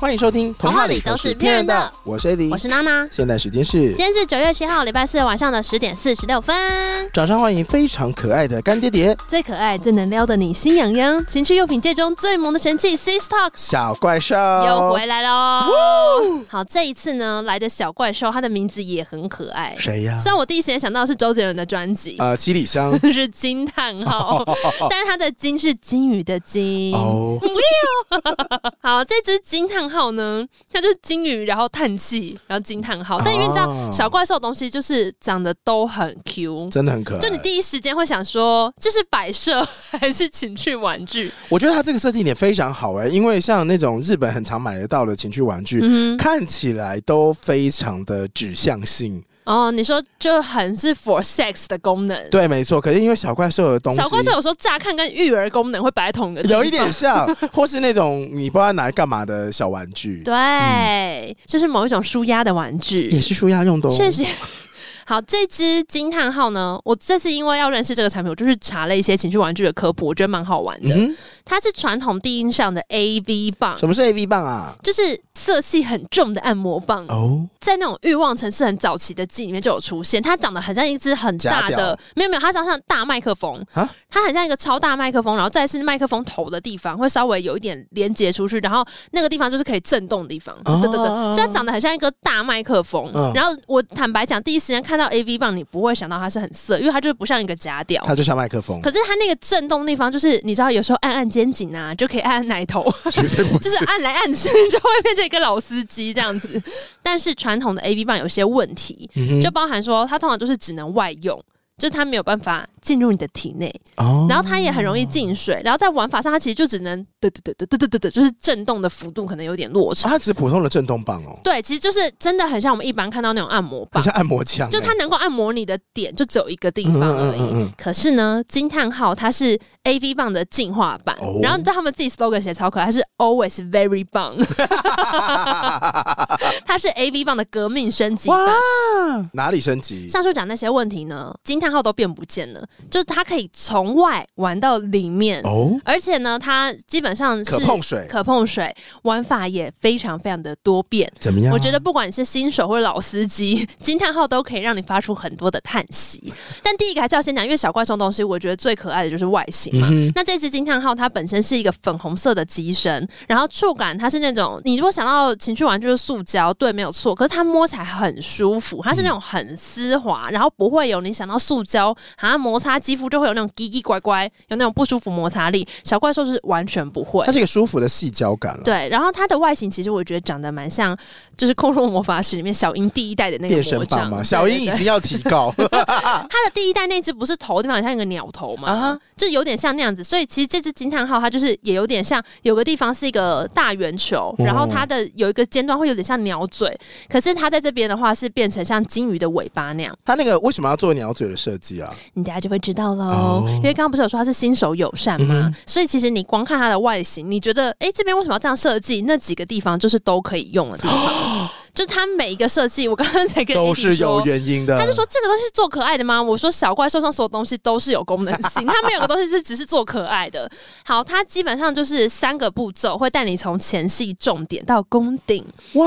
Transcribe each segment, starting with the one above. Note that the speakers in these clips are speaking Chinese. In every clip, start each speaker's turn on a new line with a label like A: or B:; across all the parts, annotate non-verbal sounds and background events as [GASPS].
A: 欢迎收听《
B: 童话里都是骗人的》，
A: 我是 AD，
B: 我是娜娜。
A: 现在时间是
B: 今天是九月七号，礼拜四晚上的十点四十六分。
A: 掌声欢迎非常可爱的干爹爹
B: 最可爱、最能撩的你心痒痒，情趣用品界中最萌的神器 C Stock
A: 小怪兽
B: 又回来喽！好，这一次呢，来的小怪兽，它的名字也很可爱。
A: 谁呀、
B: 虽然我第一时间想到是周杰伦的专辑，
A: 呃，七里香
B: 是惊叹 [LAUGHS] 号，但是它的金是金鱼的金。
A: 哦，
B: 好，这只惊叹号呢，它就是金鱼，然后叹气，然后惊叹号。但因为你知
A: 哦
B: 道，小怪兽的东西就是长得都很 Q，
A: 真的很可爱。
B: 就你第一时间会想说，这是摆设还是情趣玩具？
A: 我觉得它这个设计点非常好哎、因为像那种日本很常买得到的情趣玩具，
B: 嗯哼，
A: 看起来都非常的指向性。
B: 哦，你说就很是 for sex 的功能。
A: 对，没错。可是因为小怪兽的东西，
B: 小怪兽有时候乍看跟育儿功能会摆在同一个地方，
A: 有一点
B: [LAUGHS]
A: 像，或是那种你不知道拿来干嘛的小玩具，
B: 对，就是某一种舒压的玩具，
A: 也是舒压用的、哦。
B: 确实。 [LAUGHS] 好，这只惊叹号呢，我这次因为要认识这个产品，我就去查了一些情趣玩具的科普，我觉得蛮好玩的。
A: 嗯
B: 它是传统地音上的 A V 棒
A: 哼，，什么是 A V 棒啊？
B: 就是色系很重的按摩棒，
A: 哦，
B: 在那种欲望城市很早期的剧里面就有出现。它长得很像一只很大
A: 假屌
B: 的，没有没有，它长得像大麦克风
A: 啊，
B: 它很像一个超大麦克风，然后再是麦克风头的地方会稍微有一点连接出去，然后那个地方就是可以震动的地方，
A: 哦
B: 对对对，所以它长得很像一个大麦克风。
A: 嗯
B: 然后我坦白讲，第一时间看到 A V 棒，你不会想到它是很色，因为它就是不像一个假屌。
A: 它就像麦克风， [LAUGHS]
B: 可是它那个震动地方，就是你知道，有时候按按肩颈啊，就可以按按奶头，
A: 绝对不
B: 就是按来按去 [LAUGHS] 就会变成一个老司机这样子。但是传统的 A V 棒有些问题，
A: 嗯哼
B: 就包含说它通常就是只能外用。就是它没有办法进入你的体内，
A: 哦
B: 然后它也很容易进水，然后在玩法上它其实就只能得得得得得得得，就是震动的幅度可能有点落差。
A: 它只是普通的震动棒哦，
B: 对，其实就是真的很像我们一般看到那种按摩
A: 很
B: 棒，
A: 像按摩枪欸，
B: 就它能够按摩你的点就只有一个地方而
A: 嗯嗯
B: 已。
A: 嗯嗯嗯
B: 可是呢，惊叹号它是 A V 棒的进化版，
A: 哦
B: 然后你知道他们自己 slogan 写得超可爱，它是 Always Very 棒，
A: [LAUGHS]
B: 它是 A V 棒的革命升级版。
A: 嗯哪里升级？
B: 上述讲那些问题呢，惊叹号都变不见了，就是它可以从外玩到里面，
A: 哦，
B: 而且呢，它基本上是
A: 可碰水
B: 可碰水，玩法也非常非常的多变。
A: 怎么样？
B: 我觉得不管你是新手或者老司机，惊叹号都可以让你发出很多的叹息。但第一个还是要先讲，因为小怪兽的东西，我觉得最可爱的就是外形
A: 嗯
B: 嘛。
A: 哼
B: 那这只惊叹号它本身是一个粉红色的机身，然后触感它是那种你如果想到情趣玩具就是塑胶，对，没有错。可是它摸起来很舒服，它是那种很丝滑，然后不会有你想到塑胶好像摩擦肌肤就会有那种叽叽乖乖，有那种不舒服摩擦力。小怪兽是完全不会
A: 它。是一个舒服的细胶感啊了，
B: 对，然后它的外形其实我觉得长得蛮像，就是《空中魔法使》里面小樱第一代的那个
A: 变身
B: 魔
A: 棒
B: 杖
A: 嘛，
B: 对
A: 小
B: 对
A: 樱已
B: 对
A: 经要提
B: [LAUGHS]
A: 高
B: 它的第一代那只不是头地方很像一个鸟头嘛，
A: 啊，
B: 就有点像那样子。所以其实这只惊叹号它就是也有点像，有个地方是一个大圆
A: 哦
B: 球，然后它的有一个尖端会有点像鸟嘴，可是它在这边的话是变成像金鱼的尾巴那样，
A: 它那个为什么要做鸟嘴的设计啊？
B: 你等下就会知道喽。
A: 哦
B: 因为刚刚不是有说它是新手友善吗？
A: 嗯
B: 所以其实你光看它的外形，你觉得诶这边为什么要这样设计？那几个地方就是都可以用的地方，
A: [GASPS]
B: 就它每一个设计，我刚刚才跟
A: 都
B: Andy
A: 是有
B: 说
A: 原因的。
B: 他就说这个东西是做可爱的吗？我说小怪兽上所有东西都是有功能性，它没有个东西是只是做可爱的。好，它基本上就是三个步骤，会带你从前戏重点到攻顶。
A: 哇，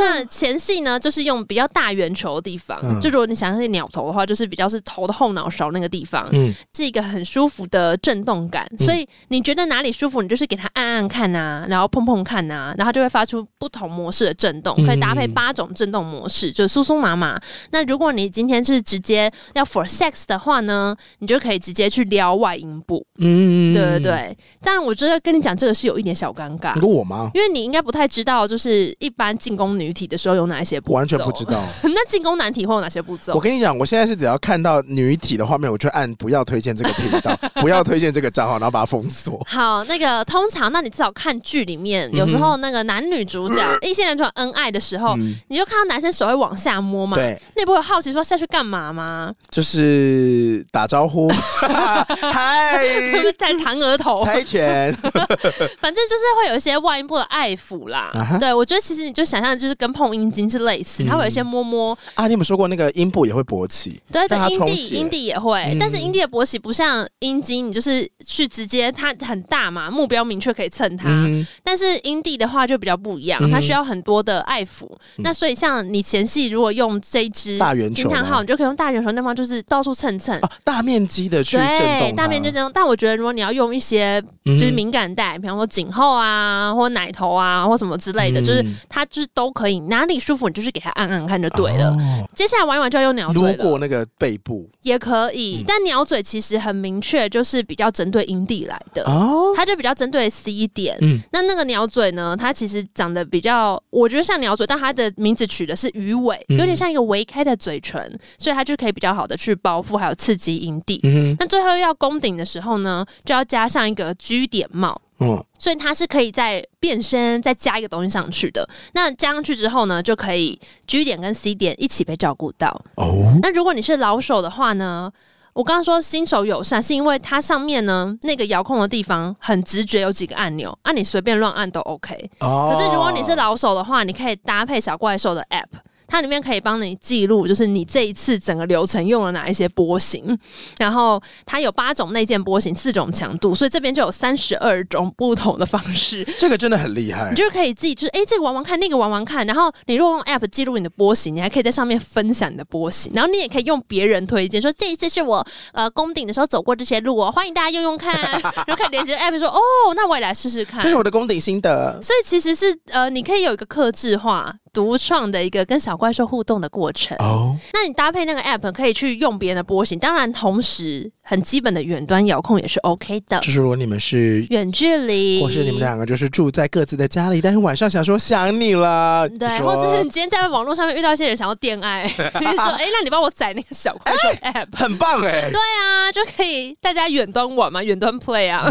B: 那前戏呢，就是用比较大圆球的地方，
A: 嗯
B: 就如果你想象是鸟头的话，就是比较是头的后脑勺那个地方，
A: 嗯，
B: 是一个很舒服的震动感。所以你觉得哪里舒服，你就是给它按按看啊，然后碰碰看啊，然后它就会发出不同模式的震动，可以搭配
A: 嗯
B: 八种震动模式，就酥酥麻麻。那如果你今天是直接要 for sex 的话呢，你就可以直接去撩外阴部，
A: 嗯，
B: 对对。对。但我觉得跟你讲这个是有一点小尴尬
A: 你。说我吗？
B: 因为你应该不太知道，就是一般进攻女体的时候有哪一些步骤，
A: 我完全不知。道。
B: [LAUGHS] 那进攻男体会有哪些步
A: 我
B: 骤？
A: 跟你讲，我现在是只要看到女体的画面，我就按不要推荐这个频
B: [LAUGHS]
A: 道，不要推荐这个账号，然后把它封锁。[LAUGHS]
B: 好，那个通常，那你至少看剧里面，有时候那个男女主角、一些人突然恩爱的时候，
A: 嗯，
B: 你就看到男生手会往下摸嘛，
A: 对，
B: 那你不会好奇说下去干嘛吗？
A: 就是打招 [LAUGHS] 呼，嗨，
B: 会不会在弹额
A: [LAUGHS]
B: 头？
A: 猜拳，
B: 反正就是会有一些外阴部的爱抚啦。
A: 啊哈嗯
B: 对，我觉得其实你就想象就是跟碰阴茎是类似，它会有一些摸摸，
A: 啊，你有没有说过那个阴部也会勃起？
B: 对对
A: 但它，
B: 阴
A: 充
B: 蒂
A: 血
B: 阴蒂也会，
A: 嗯
B: 但是阴蒂的勃起不像阴茎，你就是去直接它很大嘛，目标明确可以蹭它。
A: 嗯，
B: 但是阴蒂的话就比较不一样，
A: 嗯哼嗯
B: 它需要很多的爱抚。那所以像你前戏如果用这一支
A: 大圆球
B: 金枪
A: 吗
B: 号，你就可以用大圆球，那方就是到处蹭蹭。
A: 啊，大面积的去震
B: 对，
A: 动它，嗯
B: 大便就这样。但我觉得，如果你要用一些
A: 就
B: 就是敏感带，比方说颈后啊，或奶头啊，或什么之类
A: 嗯
B: 的，就是它就是都可以，哪里舒服你就是给它按按看就对了。
A: 哦
B: 接下来玩一玩就要用鸟
A: 撸
B: 嘴了，
A: 过那个背部
B: 也可以，
A: 嗯
B: 但鸟嘴其实很明确，就是比较针对阴蒂来的，
A: 哦，
B: 它就比较针对 C 点。
A: 嗯，
B: 那那个鸟嘴呢？它其实长得比较，我觉得像鸟嘴，但它的名字取的是鱼尾，
A: 嗯
B: 有点像一个微开的嘴唇，所以它就可以比较好的去包覆还有刺激阴蒂。
A: 嗯
B: 那最后要攻顶的时候呢，就要加上一个 G 点帽。
A: 哼
B: 所以它是可以再变身，再加一个东西上去的。那加上去之后呢，就可以 G 点跟 C 点一起被照顾到。
A: 嗯哦，
B: 那如果你是老手的话呢？我刚刚说新手友善，是因为它上面呢那个遥控的地方很直觉，有几个按钮，啊你随便乱按都 OK。
A: 哦
B: 可是如果你是老手的话，你可以搭配小怪兽的 App，它里面可以帮你记录，就是你这一次整个流程用了哪一些波形，然后它有八种内建波形，四种强度，所以这边就有三十二种不同的方式。
A: 这个真的很厉害
B: 你，就是可以自己就是哎、诶这个玩玩看，那个玩玩看，然后你如果用 App 记录你的波形，你还可以在上面分享你的波形，然后你也可以用别人推荐说这一次是我呃攻顶的时候走过这些路哦，欢迎大家用用看，然后可以连接 App 说哦，那我也来试试看
A: 这。是我的功底心得。
B: 所以其实是呃，你可以有一个克制化、独创的一个跟小怪兽互动的过程。
A: 哦，
B: 那你搭配那个 App 可以去用别人的波形，当然同时很基本的远端遥控也是 OK 的，
A: 就是如果你们是，
B: 远距离
A: 或是你们两个就是住在各自的家里，但是晚上想说想你了，
B: 对，
A: 你
B: 或
A: 说
B: 者是你今天在网络上面遇到一些人想要恋
A: [LAUGHS]
B: 爱，你就说哎、诶那你帮我载那个小怪兽 app。
A: 很棒哎，
B: 对啊，就可以大家远端玩嘛，远端 play
A: [LAUGHS]
B: 啊，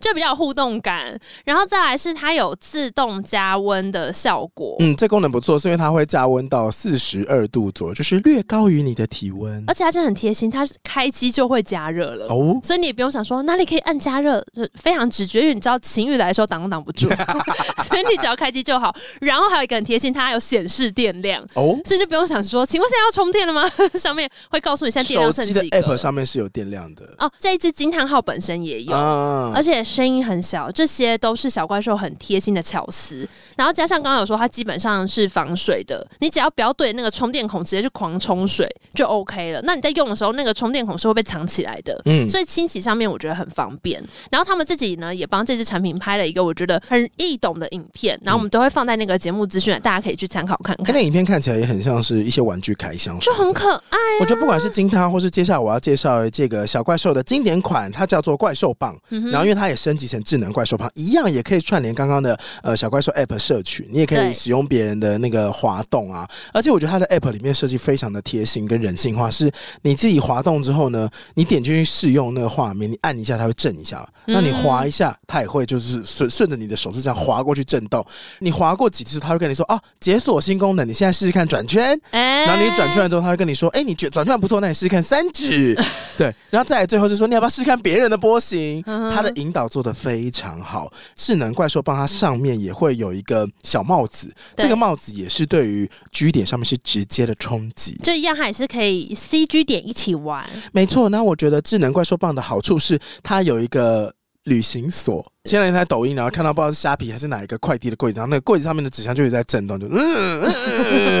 B: 就比较有互动感。然后再来是它有自动加温的效果，
A: 嗯，这功能不错，是因为它会加温到四十二度左右，就是略高于你的体温
B: 而。且它真的很贴心，它是开机就会加热了。
A: 哦，
B: 所以你也不用想说哪里可以按加热，就非常直觉，因为你知道情欲来的时候挡都挡
A: [LAUGHS]
B: 不住，所以你只要开机就好。然后还有一个很贴心，它还有显示电量，
A: 哦，
B: 所以就不用想说，请问现在要充电了吗？ [LAUGHS] 上面会告诉你现在电
A: 手
B: 量剩
A: 机的
B: 几个
A: App 上面是有电量的
B: 哦，这一只惊叹号本身也有。
A: 啊
B: 而且声音很小，这些都是小怪兽很贴心的巧思。然后加上刚刚有说，它基本上是防水的，你只要不要对那个充电孔直接去狂冲水就 OK 了。那你在用的时候，那个充电孔是会被藏起来的，
A: 嗯，
B: 所以清洗上面我觉得很方便。然后他们自己呢也帮这支产品拍了一个我觉得很易懂的影片，然后我们都会放在那个节目资讯栏，大家可以去参考看
A: 哎
B: 看，
A: 那影片看起来也很像是一些玩具开箱什
B: 就
A: 么的，
B: 很可爱。
A: 我觉得不管是金汤，或是接下来我要介绍的这个小怪兽的经典款，它叫做怪兽棒。然后因为它也升级成智能怪兽棒，一样也可以串联刚刚的呃小怪兽 App 社群，你也可以
B: 对
A: 使用别人的那个滑动啊。而且我觉得它的 App 里面设计非常的贴心跟人性化，是你自己滑动之后呢，你点进去试用那个画面，你按一下它会震一下，那你滑一下它也会就是顺顺着你的手是这样滑过去震动。你滑过几次，它会跟你说啊，解锁新功能，你现在试试看转圈。
B: 哎
A: 然后你转出来之后，他会跟你说：“哎、你觉转出来不错，那你试试看三
B: [LAUGHS]
A: 指。”对，然后再来最后是说你要不要试试看别人的波形？
B: 嗯哼
A: 他的引导做的非常好。智能怪兽帮它上面也会有一个小帽子，
B: 对
A: 这个帽子也是对于 G 点上面是直接的冲击。
B: 就一样，它也是可以 CG 点一起玩，
A: 没错，那我觉得智能怪兽棒的好处是它有一个。旅行锁，前两天在抖音，然后看到不知道是虾皮还是哪一个快递的柜子，然后那个柜子上面的纸箱就有在震动，就嗯嗯嗯嗯，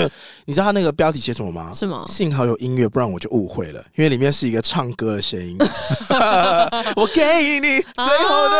A: [LAUGHS] 嗯你知道它那个标题写什么吗？
B: 是吗？
A: 幸好有音乐，不然我就误会了，因为里面是一个唱歌的
B: [LAUGHS]
A: 声音。我给你最后的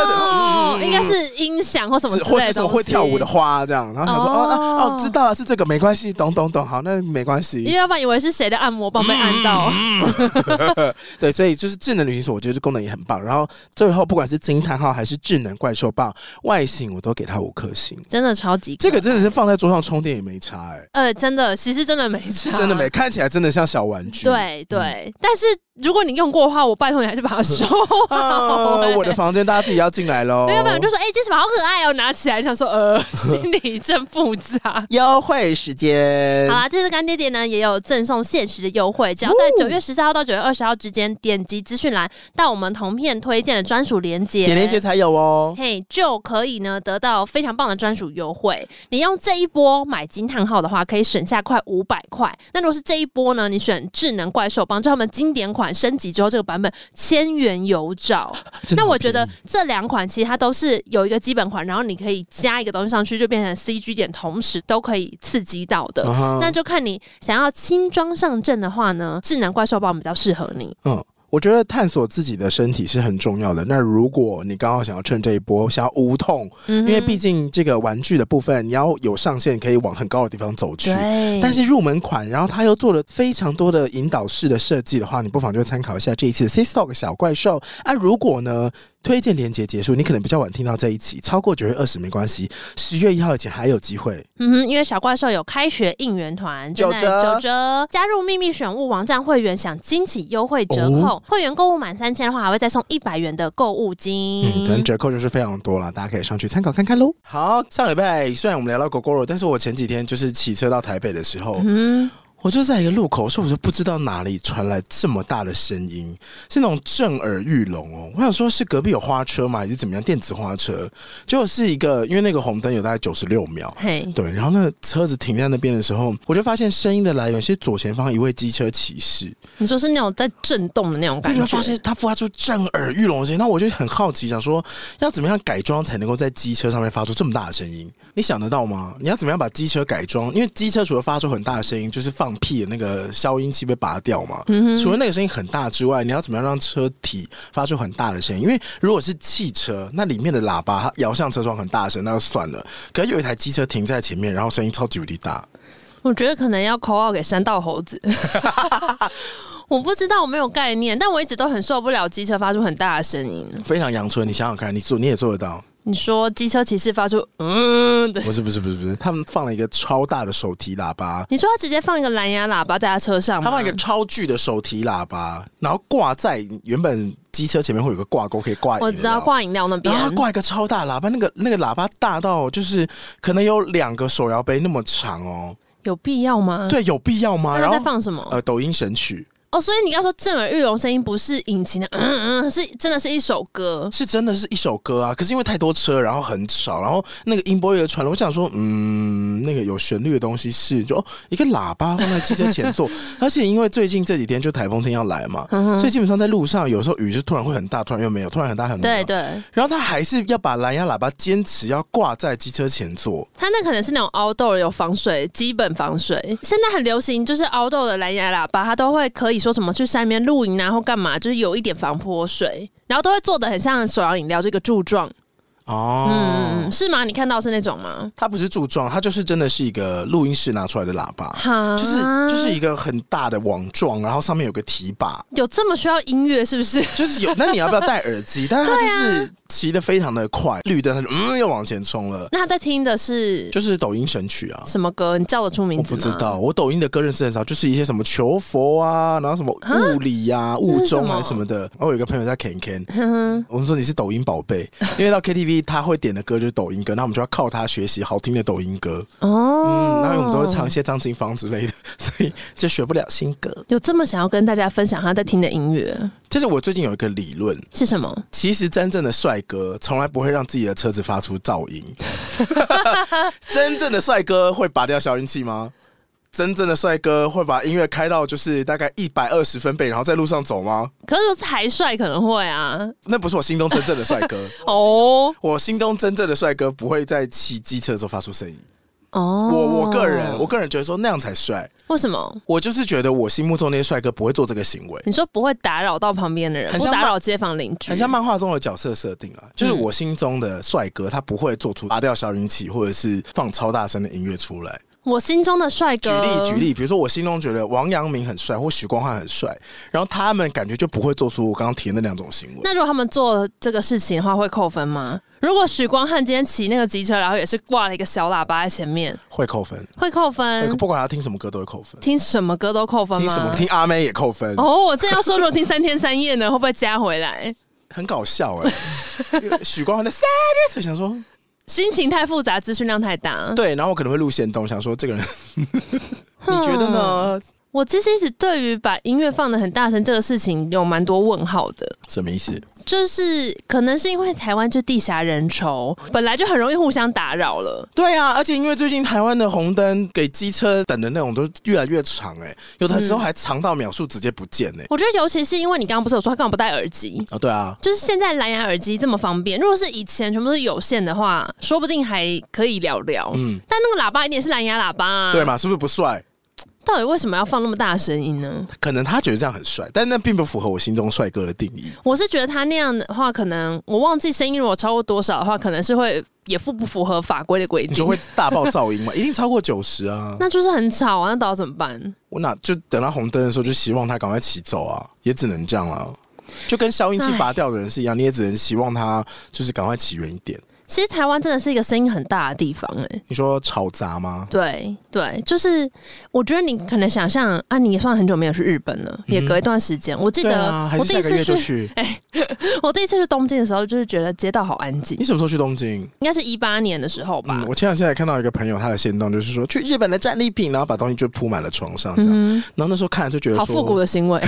A: 嗯嗯
B: 哦
A: 嗯
B: 应该是音响或什么之类的
A: 或是什么会跳舞的
B: 东西。
A: 花这样，然后想说哦
B: 哦
A: 哦哦，知道了是这个没关系，懂懂懂，好那没关
B: 因
A: 系。
B: 为要不然以为是谁的按摩棒被按到，
A: 嗯对，所以就是智能旅行锁，我觉得这功能也很棒。然后最后不管是惊叹号还是智能人、怪兽棒，外形我都给他五颗星。
B: 真的超级
A: 这个真的是放在桌上充电也没差
B: [LAUGHS]
A: 哎、
B: 呃，真的，其实真的没
A: 是
B: 差，
A: 真的没，嗯看起来真的像小玩具。
B: 对对，但是如果你用过的话，我拜托你还是把它收好、 [LAUGHS]
A: 啊，
B: 欸
A: 我的哦房间大家自己要进来喽。
B: 没有没有，就说哎、这什么好可爱哦，拿起来想说呃， [LAUGHS] 心里真复杂。
A: 优惠时间
B: 好，啊啦，这次干爹爹呢也有赠送限时的优惠，只要在九
A: 哦
B: 月十四号到九月二十号之间，点击资讯栏到我们同片推荐的专属链接，
A: 点链接才有哦。
B: 嘿就可以呢得到非常棒的专属优惠。你用这一波买惊叹号的话，可以省下快五百块。那如果是这一波呢，你选智能怪兽帮，就他们经典款升级之后这个版本千元有找。
A: 真的
B: 那
A: 好
B: 我觉得
A: 便宜
B: 这两款其实它都是有一个基本款，然后你可以加一个东西上去，就变成 CG 点，同时都可以刺激到的。
A: 啊哈
B: 那就看你想要轻装上阵的话呢，智能怪兽帮比较适合你。
A: 嗯，我觉得探索自己的身体是很重要的。那如果你刚好想要趁这一波想要无痛，
B: 嗯
A: 因为毕竟这个玩具的部分你要有上限，可以往很高的地方走去。
B: 对，
A: 但是入门款，然后它又做了非常多的引导式的设计的话，你不妨就参考一下这一次的 s i s t o k 小怪兽。啊，如果呢推荐连接结束，你可能比较晚听到这一期，超过九月二十没关系，十月一号以前还有机会。
B: 嗯哼，因为小怪兽有开学应援团，
A: 九
B: 正在
A: 折
B: 九折，加入秘密选物网站会员享惊喜优惠折扣，
A: 哦
B: 会员购物满三千的话还会再送一百元的购物金。
A: 嗯，等折扣就是非常多了，大家可以上去参考看看喽。好，上礼拜虽然我们聊到狗狗肉，但是我前几天就是骑车到台北的时候，
B: 嗯，
A: 我就在一个路口，说我就不知道哪里传来这么大的声音，是那种震耳欲聋哦。我想说是隔壁有花车吗，还是怎么样？电子花车，结果是一个，因为那个红灯有大概九十六秒。
B: 嘿，
A: 对，然后那个车子停在那边的时候，我就发现声音的来源是左前方一位机车骑士，
B: 你说是那种在震动的那种
A: 我
B: 感
A: 就
B: 觉，
A: 发现他发出震耳欲聋的声音。那我就很好奇，想说要怎么样改装才能够在机车上面发出这么大的声音？你想得到吗？你要怎么样把机车改装？因为机车除了发出很大的声音，就是放屁的那个消音器被拔掉嘛。
B: 嗯哼，
A: 除了那个声音很大之外，你要怎么样让车体发出很大的声音？因为如果是汽车，那里面的喇叭它摇向车窗很大声，那就算了。可是有一台机车停在前面，然后声音超级无敌大，
B: 我觉得可能要口号给山道猴
A: [LAUGHS]
B: 子。我不知道，我没有概念，但我一直都很受不了机车发出很大的声音。
A: 非常阳春。你想想看，你做你也做得到？
B: 你说机车骑士发出嗯的，
A: 不是不是不是不是，他们放了一个超大的手提喇叭。
B: 你说他直接放一个蓝牙喇叭在他车上吗？
A: 他放一个超巨的手提喇叭，然后挂在原本机车前面会有个挂钩，可以挂饮料。
B: 我知道挂饮料那边
A: 然，后它挂一个超大喇叭，那个那个喇叭大到就是可能有两个手摇杯那么长哦。
B: 有必要吗？，
A: 对，有必要吗？
B: 嗯那
A: 然
B: 他在
A: 后
B: 放什么？
A: 呃，抖音神曲
B: 哦，所以你刚说震耳欲聋声音不是引擎的，嗯嗯，是真的是一首歌。
A: 是真的是一首歌啊，可是因为太多车，然后很吵，然后那个音波又传了，我想说，嗯，那个有旋律的东西是就、哦、一个喇叭放在汽车前座， [LAUGHS] 而且因为最近这几天就台风天要来嘛，
B: 嗯
A: 所以基本上在路上有时候雨就突然会很大，突然又没有，突然很大很
B: 对
A: 大。
B: 对，
A: 然后他还是要把蓝牙喇叭坚持要挂在机车前座，
B: 它那可能是那种凹豆有防水，基本防水。现在很流行，就是凹豆的蓝牙喇叭，它都会可以说什么去山里面露营啊，或干嘛，就是有一点防泼水，然后都会做的很像手摇饮料这个柱状。
A: 哦，
B: 嗯，是吗？你看到是那种吗？
A: 它不是柱状，它就是真的是一个录音室拿出来的喇叭，
B: 哈
A: 就是就是一个很大的网状，然后上面有个提把，
B: 啊有这么需要音乐是不是？ [LAUGHS]
A: 就是有。那你要不要戴耳机？但是它就是骑得非常的快，绿灯它就嗯又往前冲了，
B: 那他在听的是
A: 就是抖音神曲啊。
B: 什么歌？你叫得出名
A: 我
B: 字
A: 不
B: 吗？
A: 知道，我抖音的歌认识很少，就是一些什么求佛啊，然后什么物理呀、啊、物中还是什么嗯的。然后我有一个朋友叫 Ken [LAUGHS] Ken，
B: 哼哼。
A: 我们说你是抖音宝 [LAUGHS] 贝，因为到 KTV 他会点的歌就是抖音歌，那我们就要靠他学习好听的抖音歌。
B: 哦
A: 嗯，，然后我们都会唱一些张清芳之类的，所以就学不了新歌。
B: 有这么想要跟大家分享他在听的音乐
A: 这是我最近有一个理论，
B: 是什么？
A: 其实真正的帅哥从来不会让自己的车子发出噪音。 [LAUGHS] 真正的帅哥会拔掉消音器吗？真正的帅哥会把音乐开到就是大概一百二十分贝，然后在路上走吗？
B: 可是如果是台帅可能会啊。
A: 那不是我心中真正的帅哥。
B: 哦
A: 我心中真正的帅哥不会在骑机车的时候发出声音。
B: 哦，
A: 我我个人，我个人觉得说那样才帅。
B: 为什么？
A: 我就是觉得我心目中那些帅哥不会做这个行为。
B: 你说不会打扰到旁边的人，
A: 很
B: 不
A: 像
B: 打
A: 漫
B: 扰街坊邻居，
A: 很像漫画中的角色设定了，就是我心中的帅哥，他不会做出拔掉消音器或者是放超大声的音乐出来。
B: 我心中的帅
A: 举
B: 哥。
A: 例举，例，比如说我心中觉得王阳明很帅或许光汉很帅，然后他们感觉就不会做出我刚刚提的那两种行为。
B: 那如果他们做这个事情的话，会扣分吗？如果许光汉今天骑那个机车，然后也是挂了一个小喇叭在前面，
A: 会扣分。哎
B: 会扣分。
A: 不管他听什么歌都会扣分，
B: 听什么歌都扣分
A: 嗯听
B: 吗？
A: 什么听阿妹也扣分，
B: 哦，我正要说，如果听三天三夜呢，会不会加回来？
A: 很搞笑哎、因为许光汉在 sad，我想说
B: 心情太复杂，资讯量太大。
A: 对，然后我可能会录线动，想说这个 [LAUGHS] 人，你觉得呢？
B: 我其实一直对于把音乐放的很大声这个事情有蛮多问号的，
A: 什么意思？
B: 就是可能是因为台湾就地狭人稠，本来就很容易互相打扰了。
A: 对啊，而且因为最近台湾的红灯给机车等的那种都越来越长哎、有的时候还长到秒数直接不见哎、
B: 我觉得尤其是因为你刚刚不是有说他根本不戴耳机。
A: 啊、对啊，
B: 就是现在蓝牙耳机这么方便，如果是以前全部是有线的话，说不定还可以聊聊。
A: 嗯，
B: 但那个喇叭一定也是蓝牙喇叭啊，
A: 对？嘛，是不是不帅？
B: 到底为什么要放那么大的声音呢？
A: 可能他觉得这样很帅，但那并不符合我心中帅哥的定义。
B: 我是觉得他那样的话，可能我忘记声音如果超过多少的话，可能是会也符不符合法规的规
A: 你就
B: 定。
A: 会大爆噪音嘛，一定超过九十啊！
B: [LAUGHS] 那就是很吵啊，那到底怎么办？
A: 我哪就等到红灯的时候，就希望他赶快骑走啊，也只能这样了。就跟消音器拔掉的人是一样，你也只能希望他就是赶快骑远一点。
B: 其实台湾真的是一个声音很大的地方、欸，哎，
A: 你说吵杂吗？
B: 对对，就是我觉得你可能想象啊，你也算很久没有去日本了，也隔一段时间。我记
A: 对
B: 得、
A: 啊，还
B: 我
A: 是下
B: 第一
A: 个
B: 次
A: 月就
B: 去，哎
A: 去。
B: 我第一次去东京的时候，就是觉得街道好安静
A: 你，什么时候去东京？
B: 应该是一八年的时候吧
A: 嗯，。我前两天还看到一个朋友，他的行动就是说去日本的战利品，然后把东西就铺满了床上这样。
B: 嗯
A: 然后那时候看了就觉得
B: 好
A: 说，
B: 复古的
A: [LAUGHS]
B: 行为，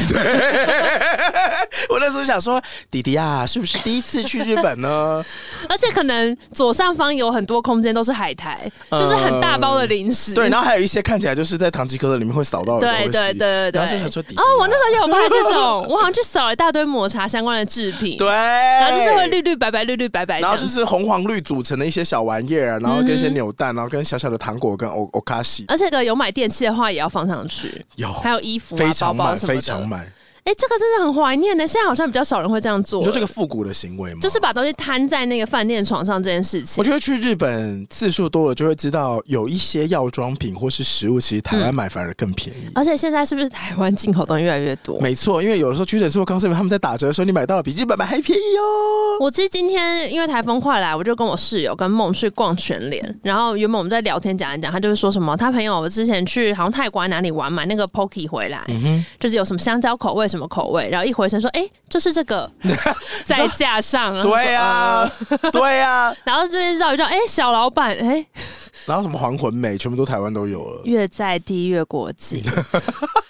A: 我那时候想说，弟弟啊，是不是第一次去日本
B: [LAUGHS]
A: 呢？
B: 而且可能左上方有很多空间都是海苔，就是很大包的零食。
A: 对，然后还有一些看起来就是在唐吉诃德里面会扫到的东
B: 对
A: 西。
B: 对对
A: 哦
B: 对
A: 然后就
B: 对
A: 想说弟弟啊、
B: 哦，我那时候也有拍这种，
A: [LAUGHS]
B: 我好像去扫了一大堆抹茶相关的制品，
A: 对，
B: 然
A: 然
B: 后就是会绿绿白白绿绿白白这
A: 然
B: 样，嗯
A: 后就是红黄绿组成的一些小玩意儿，然后跟一些扭蛋，然后跟小小的糖果跟 o o k a s
B: 而且有买电器的话也要放上去，
A: 有
B: 还有衣服、啊
A: 非、常
B: 包包
A: 满，
B: 什么
A: 非
B: 的。
A: 常满。
B: 哎、这个真的很怀念呢、现在好像比较少人会这样做
A: 你
B: 了，
A: 说这个复古的行为吗？
B: 就是把东西摊在那个饭店床上这件事情
A: 我。觉得去日本次数多了，就会知道有一些药妆品或是食物，其实台湾买反而更便宜。
B: 而且现在是不是台湾进口东西越来越多？
A: 没错，因为有的时候屈臣氏或康师傅他们在打折的时候，你买到了比日本买还便宜哦。
B: [LAUGHS] 我其实今天因为台风快来，我就跟我室友跟梦去逛全联，然后原本我们在聊天讲一讲，他就是说什么他朋友之前去好像泰国还哪里玩买那个 Pocky 回来，
A: 嗯
B: 就是有什么香蕉口味什么口味，然后一回神说哎、就是这
A: [LAUGHS]
B: 个在架上，然后
A: 对呀、
B: 呃
A: 啊，对呀、啊，
B: 然后这边绕一绕，哎、小老板哎、
A: 然后什么黄魂美，全部都台湾都有了。
B: 越在地越国
A: [LAUGHS]
B: 际。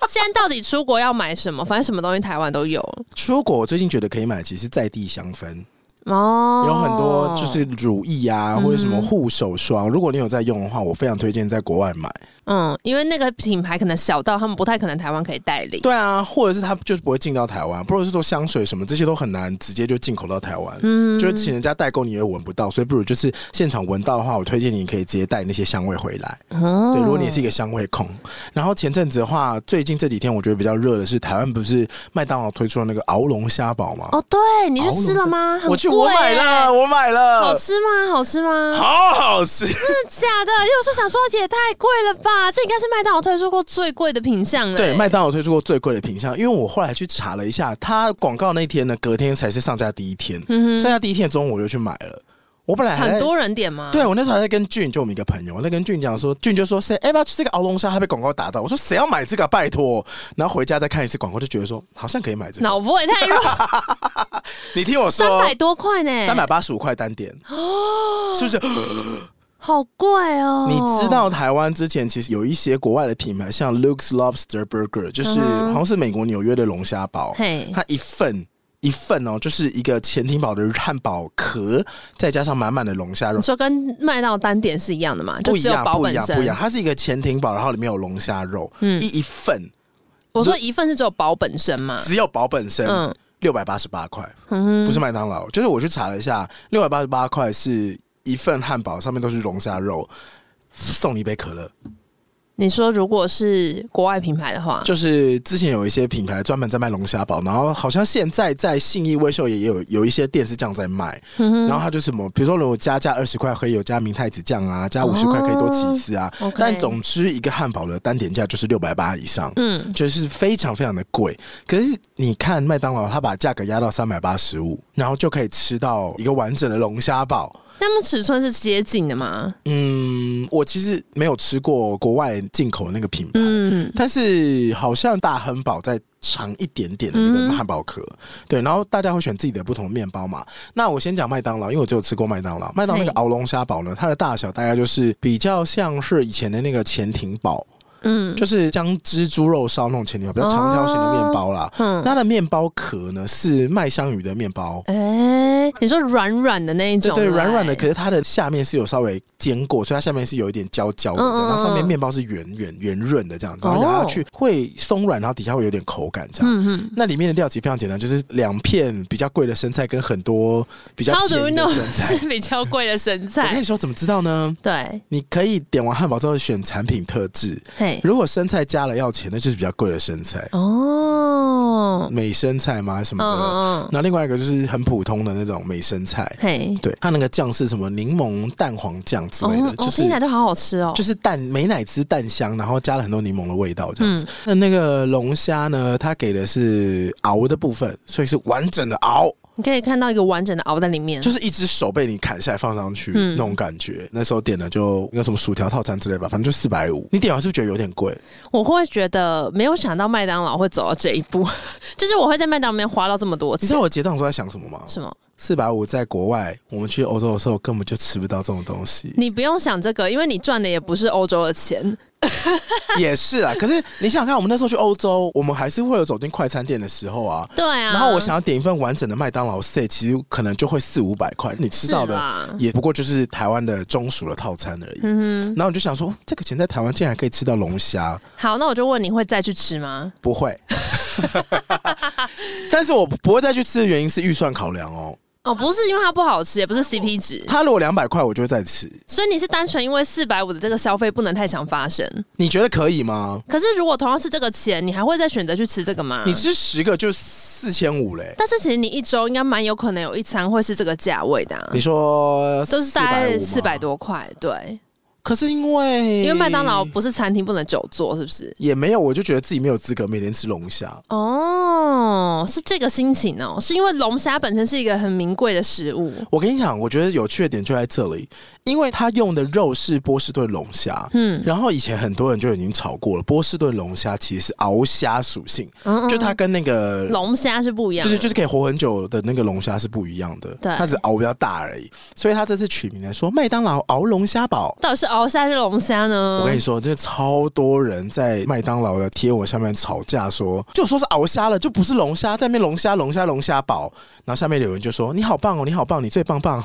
B: 现在到底出国要买什么？反正什么东西台湾都有
A: 出国我最近觉得可以买，其实在地香氛，
B: 哦，
A: 有很多就是乳液啊，或者什么护手霜，如果你有在用的话，我非常推荐在国外买。
B: 嗯，因为那个品牌可能小到他们不太可能台湾可以代理。
A: 对啊，或者是它就是不会进到台湾，或者是说香水什么这些都很难直接就进口到台湾，
B: 嗯
A: 就是请人家代购你也闻不到，所以不如就是现场闻到的话，我推荐你可以直接带那些香味回来。
B: 哦
A: 对，如果你也是一个香味控，然后前阵子的话，最近这几天我觉得比较热的是台湾不是麦当劳推出了那个鳌龙虾堡吗？
B: 哦，对，你去吃了吗？很
A: 我去，
B: 贵
A: 我买了，
B: 耶，
A: 我买
B: 好
A: 了，
B: 吃吗？好吃吗？
A: 好好吃。
B: 真的假的？因为我就想说，也太贵了吧！这应该是麦当劳推出过最贵的品相了。
A: 对，麦当劳推出过最贵的品项，因为我后来去查了一下，它广告那天呢，隔天才是上架第一天，
B: 嗯
A: 上架第一天中午我就去买了。我本来
B: 哼，
A: 还在
B: 很多人点吗？
A: 对，我那时候还在跟俊，就我们一个朋友，我在跟俊讲说，俊就说谁哎要不要吃这个鳌龙虾，他被广告打到，我说谁要买这个啊、拜托。然后回家再看一次广告，就觉得说好像可以买这个。
B: 脑波也太弱，
A: 你听我
B: 三
A: 说，
B: 百哎哦多块呢，
A: 三百八十五块单点，是不是？
B: 好贵哦。
A: 你知道台湾之前其实有一些国外的品牌，像 Luke's Lobster Burger，就是
B: 嗯哼
A: 好像是美国纽约的龙虾堡，
B: 嘿，
A: 它一份。一份哦，就是一个潜艇堡的汉堡壳，再加上满满的龙虾肉
B: 你，说跟麦当劳单点是一样的吗？就
A: 不一
B: 只有
A: 样，
B: 包
A: 不
B: 本
A: 一样，
B: 身。
A: 不一样。它是一个潜艇堡，然后里面有龙虾肉，
B: 嗯
A: 一一份
B: 我说一份是只有包本身嘛？
A: 只有保本身
B: 嗯
A: 六百八十八块，
B: 嗯
A: 不是麦当劳，就是我去查了一下，六百八十八块是一份汉堡，上面都是龙虾肉，送你一杯可乐，
B: 哼，你说如果是国外品牌的话，
A: 就是之前有一些品牌专门在卖龙虾堡，然后好像现在在信义威秀也有有一些店是这样在卖，
B: 嗯
A: 然后它就什么，比如说如果加价二十块可以有加明太子酱啊，加五十块可以多起司啊，
B: 哼，OK，哦
A: 但总之一个汉堡的单点价就是六百八以上。
B: 嗯
A: 就是非常非常的贵，可是你看麦当劳，它把价格压到三百八十五，然后就可以吃到一个完整的龙虾堡，
B: 那么尺寸是接近的吗？
A: 嗯，我其实没有吃过国外进口的那个品牌，
B: 嗯，
A: 但是好像大亨堡在长一点点的那
B: 嗯
A: 个汉堡壳，对，然后大家会选自己的不同的面包嘛。那我先讲麦当劳，因为我只有吃过麦当劳。麦当劳那个
B: 嘿
A: 熬龙虾堡呢，它的大小大概就是比较像是以前的那个潜艇堡，
B: 嗯，
A: 就是将蜘蛛肉烧那种潜艇堡，比较长条形的面包啦。
B: 嗯，
A: 那它的面包壳呢是麦香鱼的面包。
B: 哎、你说软软的那一
A: 对
B: 种，
A: 对，软软的，
B: 哎
A: 可是它的下面是有稍微煎过，所以它下面是有一点焦焦的，
B: 嗯嗯
A: 然后上面
B: 嗯
A: 面包是圆圆圆润的这样子，
B: 哦
A: 然后咬下去会松软，然后底下会有点口感这样。
B: 嗯嗯，
A: 那里面的料理非常简单，就是两片比较贵的生菜跟很多比较
B: How
A: 便宜
B: do you
A: 的
B: know？
A: 生菜。
B: 是比较贵的生
A: 我跟
B: [LAUGHS] 菜
A: 你，说怎么知道呢？
B: 对，
A: 你可以点完汉堡之后选产品特质，
B: 嘿，
A: 如果生菜加了要钱，那就是比较贵的生菜，
B: 哦，
A: 美生菜嘛什
B: 嗯
A: 么的。
B: 嗯嗯，
A: 那另外一个就是很普通的那种美生菜，
B: 嘿，
A: 对，它那个酱是什么柠檬蛋黄酱之类的，
B: 哦，
A: 就
B: 哦
A: 是
B: 听起来就好好吃哦，
A: 就是蛋美乃滋蛋香，然后加了很多柠檬的味道这样子。
B: 嗯
A: 那那个龙虾呢，它给的是熬的部分，所以是完整的熬，
B: 你可以看到一个完整的熬在里面，
A: 就是一只手被你砍下来放上去、
B: 嗯
A: 那种感觉。那时候点的就有什么薯条套餐之类吧，反正就四百五。你点完是不是觉得有点贵？
B: 我会觉得没有想到麦当劳会走到这一步， [LAUGHS] 就是我会在麦当劳里面花到这么多
A: 你知道
B: 钱，
A: 我结账的时候在想什么吗？
B: 什么？。
A: 四百五在国外，我们去欧洲的时候根本就吃不到这种东西
B: [LAUGHS] 你不用想这个，因为你赚的也不是欧洲的钱，
A: 也是啊，可是你想想看，我们那时候去欧洲，我们还是会有走进快餐店的时候啊。
B: 对啊。
A: 然后我想要点一份完整的麦当劳 set，其实可能就会四五百块，你吃
B: 是
A: 到的
B: 啦，
A: 也不过就是台湾的中熟的套餐而已。
B: 嗯
A: 然后我就想说，这个钱在台湾竟然可以吃到龙虾，
B: 哼，好，那我就问你会再去吃吗？
A: 不会。 [LAUGHS] 但是我不会再去吃的原因是预算考量哦。
B: 哦，不是因为它不好吃，也不是 CP 值，
A: 它如果两百块，我就会再吃。
B: 所以你是单纯因为四百五的这个消费不能太常发生。
A: 你觉得可以吗？
B: 可是如果同样是这个钱，你还会再选择去吃这个吗？
A: 你吃十个就四千五嘞。
B: 但是其实你一周应该蛮有可能有一餐会是这个价位的、啊
A: 你，说
B: 都是大概
A: 450吗
B: 四百，多块，对。
A: 可是因为
B: 因为麦当劳不是餐厅，不能久坐，是不是？
A: 也没有，我就觉得自己没有资格每天吃龙虾。
B: 哦，是这个心情哦，是因为龙虾本身是一个很名贵的食物。
A: 我跟你讲，我觉得有趣的点就在这里，因为他用的肉是波士顿龙虾，
B: 嗯，
A: 然后以前很多人就已经炒过了，波士顿龙虾其实是鳌虾属性，
B: 嗯嗯
A: 就它跟那个
B: 龙虾是不一样
A: 对
B: 的，
A: 对，就是可以活很久的那个龙虾是不一样的，
B: 对
A: 它只熬比较大而已。所以它这次取名来说麦当劳熬龙虾堡。
B: 到底是鳌虾还是龙虾呢？
A: 我跟你说，这超多人在麦当劳的贴文下面吵架说，就说是鳌虾了，就不是龙虾，在那边龙虾龙虾龙虾堡。然后下面有人就说：“你好棒哦，你好棒，你最棒棒。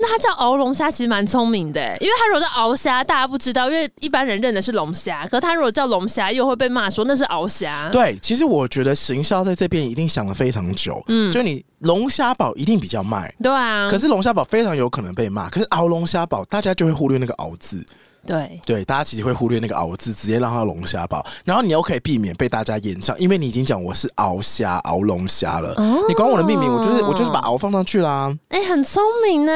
B: 那它叫鳌龙虾，其实蛮聪明的，因为它如果叫鳌虾，大家不知道，因为一般人认的是龙虾，可它如果叫龙虾，又会被骂说那是鳌虾”。
A: 对，其实我觉得行销在这边一定想了非常久，
B: 嗯
A: 就你龙虾堡一定比较卖。
B: 对啊，
A: 可是龙虾堡非常有可能被骂，可是熬龙虾堡大家就会忽略那个熬字，
B: 对，
A: 对，大家其实会忽略那个熬字，直接让它龙虾堡，然后你又可以避免被大家演唱，因为你已经讲我是熬虾、熬龙虾了，
B: 哦
A: 你管我的命名，我就是我就是把熬放上去啦。
B: 哎、很聪明呢。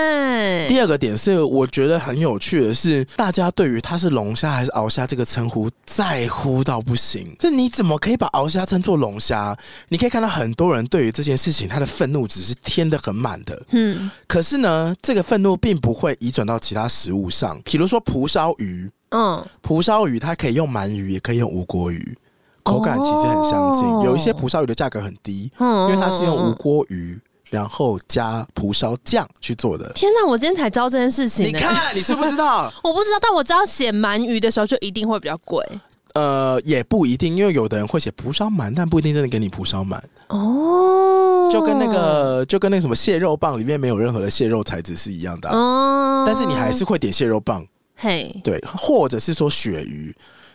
A: 第二个点是，我觉得很有趣的是，大家对于它是龙虾还是鳌虾这个称呼在乎到不行。就你怎么可以把鳌虾称作龙虾？你可以看到很多人对于这件事情，他的愤怒只是填得很满的。
B: 嗯，
A: 可是呢，这个愤怒并不会移转到其他食物上，比如说蒲烧鱼，
B: 嗯，
A: 蒲烧鱼它可以用鳗鱼，也可以用无锅鱼，口感其实很相近。
B: 哦
A: 有一些蒲烧鱼的价格很低，因
B: 嗯
A: 为它是用无
B: 嗯嗯
A: 锅鱼，然后加蒲烧酱去做的。
B: 天哪，我今天才知道这件事情。
A: 你，看，你是不是知
B: [LAUGHS]
A: 道？
B: 我不知道，但我知道写鳗鱼的时候就一定会比较贵
A: 呃，也不一定，因为有的人会写蒲烧鳗，但不一定真的给你蒲烧鳗，
B: 哦，
A: 就跟那个就跟那个什么蟹肉棒里面没有任何的蟹肉材质是一样的啊、
B: 哦，
A: 但是你还是会点蟹肉棒，
B: 嘿，
A: 对，或者是说鳕鱼。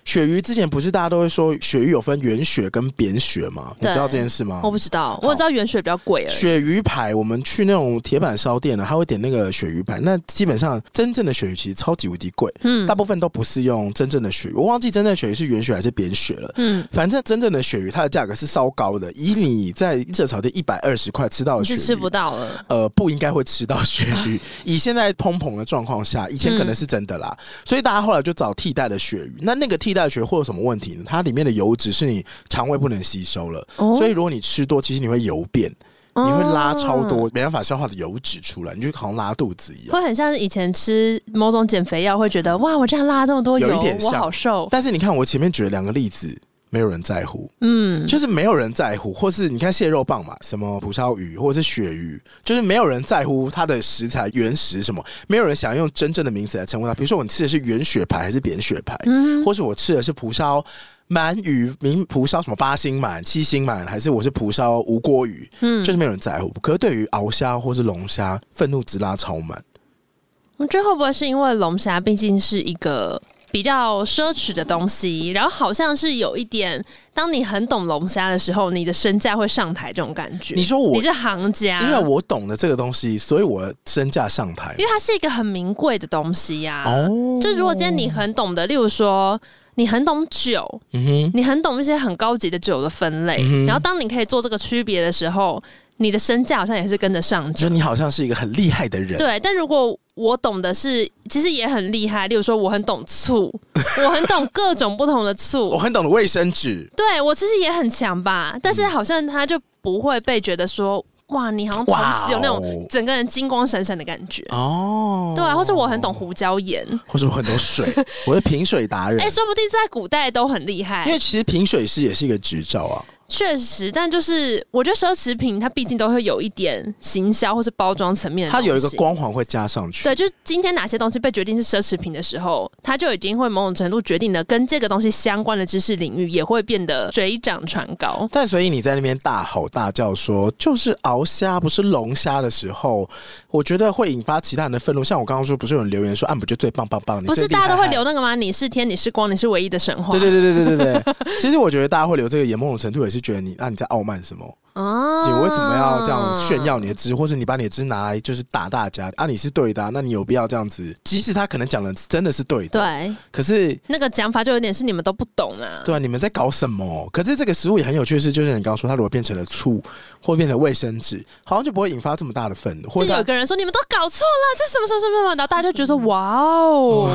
A: 鳕鱼之前不是大家都会说鳕鱼有分圆鳕跟扁鳕吗？你
B: 对
A: 知道这件事吗
B: 我？不知道，我只知道原水比较贵而已。
A: 鳕鱼排，我们去那种铁板烧店呢，他会点那个鳕鱼排。那基本上真正的鳕鱼其实超级无敌贵，
B: 嗯
A: 大部分都不是用真正的鳕鱼。我忘记真正的鳕鱼是圆鳕还是扁鳕了。
B: 嗯，
A: 反正真正的鳕鱼，它的价格是稍高的。以你在热炒店一百二十块吃到的
B: 你
A: 鳕鱼，
B: 是吃不到了。
A: 呃，不应该会吃到鳕鱼。 [LAUGHS] 以现在通膨的状况下，以前可能是真的啦，所以大家后来就找替代的鳕鱼。那那个替代的鳕鱼会有什么问题呢？它里面的油脂是你肠胃不能吸收了，
B: 哦啊
A: 所以如果你吃多，其实你会油便，你会拉超
B: 哦
A: 多，没办法消化的油脂出来，你就好像拉肚子一样。
B: 会很像以前吃某种减肥药，会觉得哇，我这样拉这么多
A: 有
B: 油，
A: 一点
B: 我
A: 像
B: 好瘦。
A: 但是你看我前面举了两个例子。没有人在乎，
B: 嗯，
A: 就是没有人在乎，或是你看蟹肉棒嘛，什么蒲烧鱼或者是鳕鱼，就是没有人在乎它的食材原始什么，没有人想用真正的名词来称呼它。比如说，我吃的是圆雪排还是扁雪排，
B: 嗯
A: 或是我吃的是蒲烧鳗鱼、明蒲烧什么八星鳗、七星鳗，还是我是蒲烧无锅鱼，
B: 嗯
A: 就是没有人在乎。可是对于鳌虾或是龙虾，愤怒值拉超满。
B: 我觉得会不会是因为龙虾毕竟是一个比较奢侈的东西，然后好像是有一点，当你很懂龙虾的时候，你的身价会上台这种感觉。
A: 你说我
B: 你是行家，
A: 因为我懂得这个东西，所以我身价上台
B: 啊因。为它是一个很名贵的东西呀、
A: 哦，
B: 就如果今天你很懂得，例如说你很懂酒，
A: 嗯哼，
B: 你很懂一些很高级的酒的分类，
A: 嗯哼
B: 然后当你可以做这个区别的时候，你的身价好像也是跟着上涨。
A: 就你好像是一个很厉害的人。
B: 对，但如果我懂的是，其实也很厉害。例如说，我很懂醋， [LAUGHS] 我很懂各种不同的
A: 我
B: 醋，
A: 很懂得卫生纸。
B: 对我其实也很强吧。但是
A: 嗯
B: 好像他就不会被觉得说，哇，你好像同时有那
A: 哇哦
B: 种整个人金光闪闪的感觉。
A: 哦，
B: 对啊，或者我很懂胡椒盐，
A: 或者我很懂
B: [LAUGHS]
A: 水，我是品水达人
B: 哎、。说不定在古代都很厉害
A: 因，为其实品水师也是一个执照啊，
B: 确实。但就是我觉得奢侈品它毕竟都会有一点行销或是包装层面的
A: 它
B: 东西，
A: 有一个光环会加上去。
B: 对，就是今天哪些东西被决定是奢侈品的时候，它就已经会某种程度决定了跟这个东西相关的知识领域也会变得水涨船高。
A: 但所以你在那边大吼大叫说就是鳌虾不是龙虾的时候，我觉得会引发其他人的愤怒。像我刚刚说，不是有人留言说按不就最棒棒棒，你
B: 不
A: 最
B: 是
A: 厉害
B: 大家都会
A: 害
B: 留那个吗？你是天，你是光，你是唯一的神话。
A: 对对对对对对对，其实我觉得大家会留这个也某种程度也是觉得你，那、你在傲慢什么？
B: 啊
A: 你为什么要这样炫？耀你的知识，或是你把你的知识拿来就是打大家？啊，你是对的、啊，那你有必要这样子？即使他可能讲的真的是对的，
B: 对，啊
A: 可是
B: 那个讲法就有点是你们都不懂啊。
A: 对啊，你们在搞什么？可是这个食物也很有趣的是，就是你刚刚说，它如果变成了醋，或变成卫生纸，好像就不会引发这么大的嗯愤怒，或
B: 就
A: 者
B: 有一个人说你们都搞错了，这什么什么什么什么，然后大家就觉得说哇哦，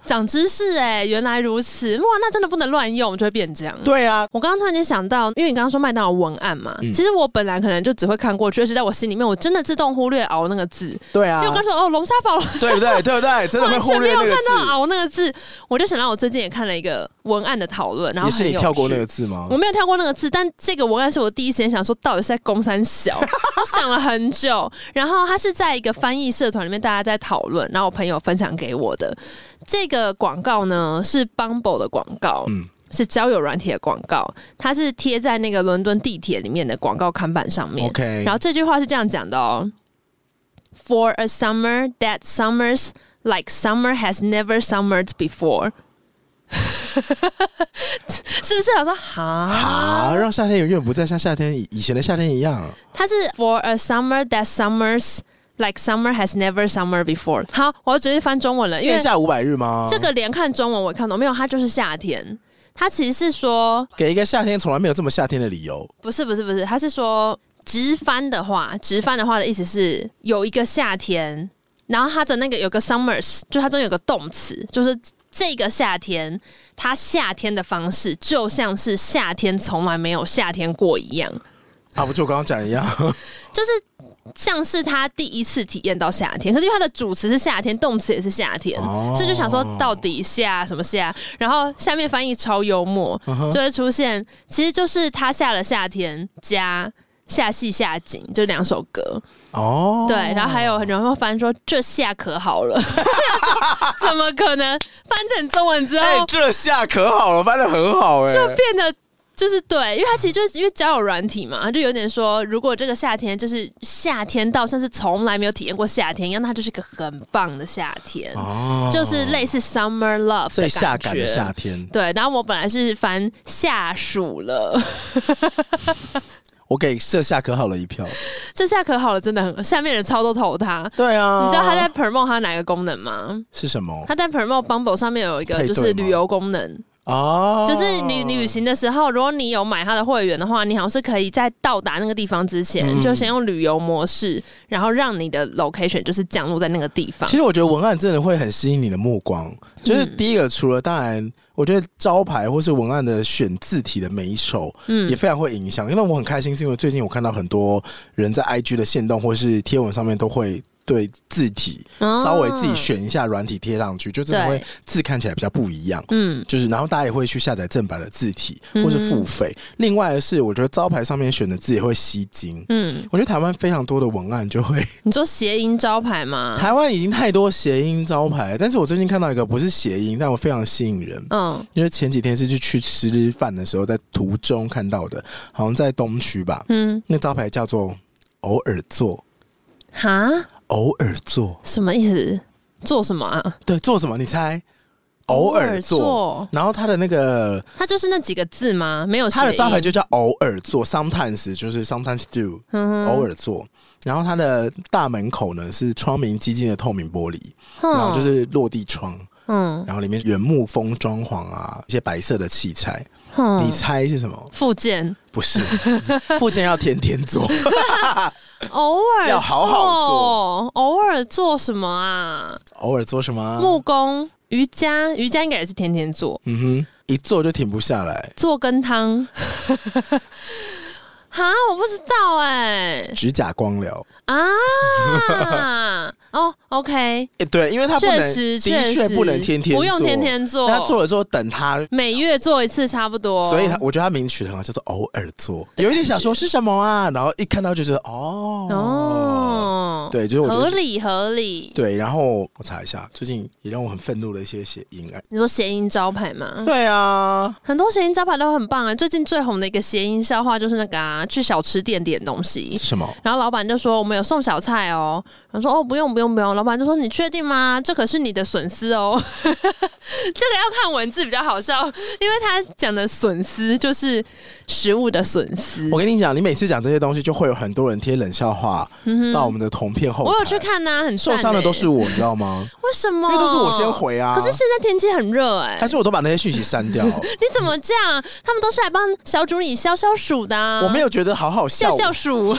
A: 它
B: 长知识哎、原来如此，哇，那真的不能乱用，就会变这样。
A: [LAUGHS] 对啊，
B: 我刚刚突然间想到，因为你刚刚说麦当劳文案嘛，
A: 嗯
B: 其实我本来可能就只会看过去，而且在我心里面，我真的自动忽略“熬”那个字。
A: 对
B: 因为我
A: 啊
B: 刚，说哦，龙虾堡 [LAUGHS]
A: 对不对？对不对？真的会
B: 完
A: 忽
B: 全没
A: 略
B: 有
A: 那个
B: 看到“
A: 字，
B: 熬”那个字，我就想到我最近也看了一个文案的讨论，然后
A: 也是
B: 很
A: 你
B: 有
A: 跳过
B: 趣
A: 那个字吗
B: 我？没有跳过那个字，但这个文案是我第一时间想说，到底是在公
A: [LAUGHS]
B: 三小？我想了很久，然后它是在一个翻译社团里面大家在讨论，然后我朋友分享给我的。这个广告呢是 Bumble 的广告，
A: 嗯
B: 是交友软体的广告，它是贴在那个伦敦地铁里面的广告看板上面。
A: OK，
B: 然后这句话是这样讲的哦：For a summer that summers like summer has never summered before 。是不是想说哈？
A: 啊，让夏天永远不再像夏天以以前的夏天一样。
B: 它是 For a summer that summers like summer has never summer before。好，我要直接翻中文了，因为
A: 月下五百日吗？
B: 这个连看中文我也看懂，没有，它就是夏天。它其实是说，
A: 给一个夏天从来没有这么夏天的理由。
B: 不是不是不是，它是说直翻的话，直翻的话的意思是有一个夏天，然后它的那个有个 summers，就它中间有个动词，就是这个夏天，它夏天的方式就像是夏天从来没有夏天过一样。
A: [LAUGHS] 啊，不就我刚刚讲的一样，
B: 就是像是他第一次体验到夏天，可是因为他的主词是夏天，动词也是夏天，
A: 哦
B: 所以就想说到底夏什么夏？然后下面翻译超幽默，
A: 嗯
B: 就会出现，其实就是他下了夏天加。夏戏夏景就两首歌，
A: 哦，
B: 对，然后还有很多人会翻说这下可好了，我 [LAUGHS] 想说怎么可能翻成中文之后
A: 哎、这下可好了，翻的很好哎、
B: 就变得就是对，因为它其实就是因为交友软体嘛，它就有点说，如果这个夏天就是夏天到像是从来没有体验过夏天一样，那它就是个很棒的夏天，
A: 哦，
B: 就是类似 summer love
A: 最
B: 的
A: 下
B: 感
A: 感的
B: 觉。
A: 夏天，
B: 对，然后我本来是翻下属了， [LAUGHS]
A: 我给这下可好了一票。
B: 这下可好了，真的很，下面人超多投他。
A: 对啊，
B: 你知道他在 Permo 他哪个功能吗？
A: 是什么？
B: 他在 Permo Bumble 上面有一个
A: 配对
B: 就
A: 吗
B: 是旅游功能，
A: 哦，
B: 就是你你旅行的时候，如果你有买他的会员的话，你好像是可以在到达那个地方之前，
A: 嗯
B: 就先用旅游模式，然后让你的 location 就是降落在那个地方
A: 其。实我觉得文案真的会很吸引你的目光。就是第一个，除了当然，我觉得招牌或是文案的选字体的每一首，
B: 嗯
A: 也非常会影响。因为我很开心，是因为最近我看到很多人在 IG 的线动或是贴文上面都会。对字体稍微自己
B: 选，
A: 选一下软体贴上去，就真的
B: 对
A: 会字看起来比较不一样。
B: 嗯
A: 就是，然后大家也会去下载正版的字体或是付费。另外的是，我觉得招牌上面选的字也会吸睛。
B: 嗯，
A: 我觉得台湾非常多的文案就会
B: 你说谐音招牌吗？
A: 台湾已经太多谐音招牌，但是我最近看到一个不是谐音，但我非常吸引人，
B: 嗯
A: 因为前几天是去去吃饭的时候，在途中看到的，好像在东区吧，
B: 嗯，
A: 那招牌叫做“偶尔做，
B: 哈，
A: 偶尔做
B: 什么意思？做什么啊？”，
A: 对，做什么？你猜？偶尔做。，
B: 哦
A: 然后它的那个
B: 它就是那几个字吗？没有谐音
A: 它的招牌就叫偶尔做，sometimes 就是 sometimes do，、
B: 嗯
A: 偶尔做。然后它的大门口呢是窗明几净的透明玻璃，
B: 哼
A: 哦然后就是落地窗，
B: 嗯
A: 然后里面原木风装潢啊，一些白色的器材，
B: 哼
A: 你猜是什么？
B: 附件
A: 不是， [LAUGHS] 附件要天天
B: [LAUGHS]
A: 做，
B: 偶尔
A: 要好好
B: 做，偶尔做什么啊？
A: 偶尔做什么啊？
B: 木工、瑜伽，瑜伽应该也是天天做，
A: 嗯哼，一做就停不下来，
B: 做羹
A: [LAUGHS]
B: 汤。哈，我不知道哎、
A: 指甲光疗。 [LAUGHS]
B: 啊，哦，OK，
A: 诶对，因为它不
B: 确
A: 能，
B: 实
A: 的
B: 确
A: 确
B: 实
A: 不能天天
B: 不用天天
A: 做
B: 做，
A: 那他做了之后等他
B: 每月做一次差不多，
A: 所以他我觉得他名字取得很好，叫做偶尔做。有一点想说是什么啊，然后一看到就觉得哦
B: 哦，
A: 对，就是我觉
B: 合
A: 得是
B: 理合理。
A: 对。然后我查一下，最近也让我很愤怒的一些谐音哎，
B: 你说谐音招牌吗？
A: 对啊，
B: 很多谐音招牌都很棒啊、最近最红的一个谐音笑话就是那个啊，去小吃店点东西
A: 是，什么？
B: 然后老板就说我们有送小菜哦，然后说哦不用不用不用，老板就说你确定吗？这可是你的损失哦， [LAUGHS] 这个要看文字比较好笑，因为他讲的损失就是食物的损失
A: 我。跟你讲，你每次讲这些东西，就会有很多人贴冷笑话
B: 嗯
A: 到我们的同片后台。
B: 我有去看呐、很
A: 受
B: 赞
A: 伤的
B: 欸
A: 都是我，你知道吗？
B: 为什么？
A: 因为都是我先、回啊。
B: 可是现在天气很热哎、
A: 还是我都把那些讯息删
B: [LAUGHS]
A: 掉，
B: 你怎么这样？他们都是来帮小主你消消暑的、啊，
A: 我没有觉得好好笑
B: 消。消暑，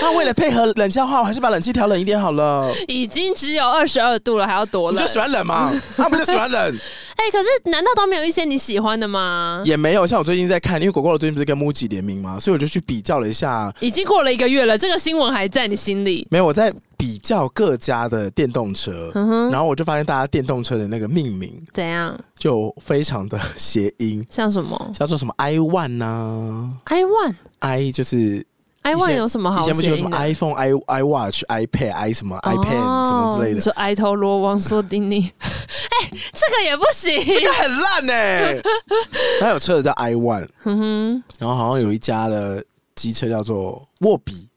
A: 那为了配合冷笑话，我还是把冷气调冷一点好了。
B: 已经只有二十二度了，还要多
A: 你
B: 冷
A: 就？喜欢冷
B: [LAUGHS]
A: 嘛？他们就喜欢冷。
B: 哎、可是难道都没有一些你喜欢的吗？
A: 也没有，像我最近在看，因为果果最近不是跟 MUJI 联名嘛，所以我就去比较了一下。
B: 已经过了一个月了，这个新闻还在你心里。
A: 没有，我在比较各家的电动车，
B: 嗯哼，
A: 然后我就发现大家电动车的那个命名
B: 怎样？
A: 就非常的谐音，
B: 像什么
A: 叫做什么 i one 呐
B: ？i one
A: i 就是
B: i
A: 以
B: one
A: 前
B: 有什么
A: 以
B: 好
A: 前不是
B: 谐
A: 有什么
B: [LAUGHS] 音的？
A: iPhone、i i watch、iPad、i 什么 iPad、
B: 哦
A: 什么之类
B: 你
A: 的，
B: 说埃头罗王说丁尼， [LAUGHS] 哎、这个也不
A: [LAUGHS]
B: 行。
A: 这很烂呢、欸。然后有车子叫 i one，
B: 嗯
A: 然后好像有一家的机车叫做沃比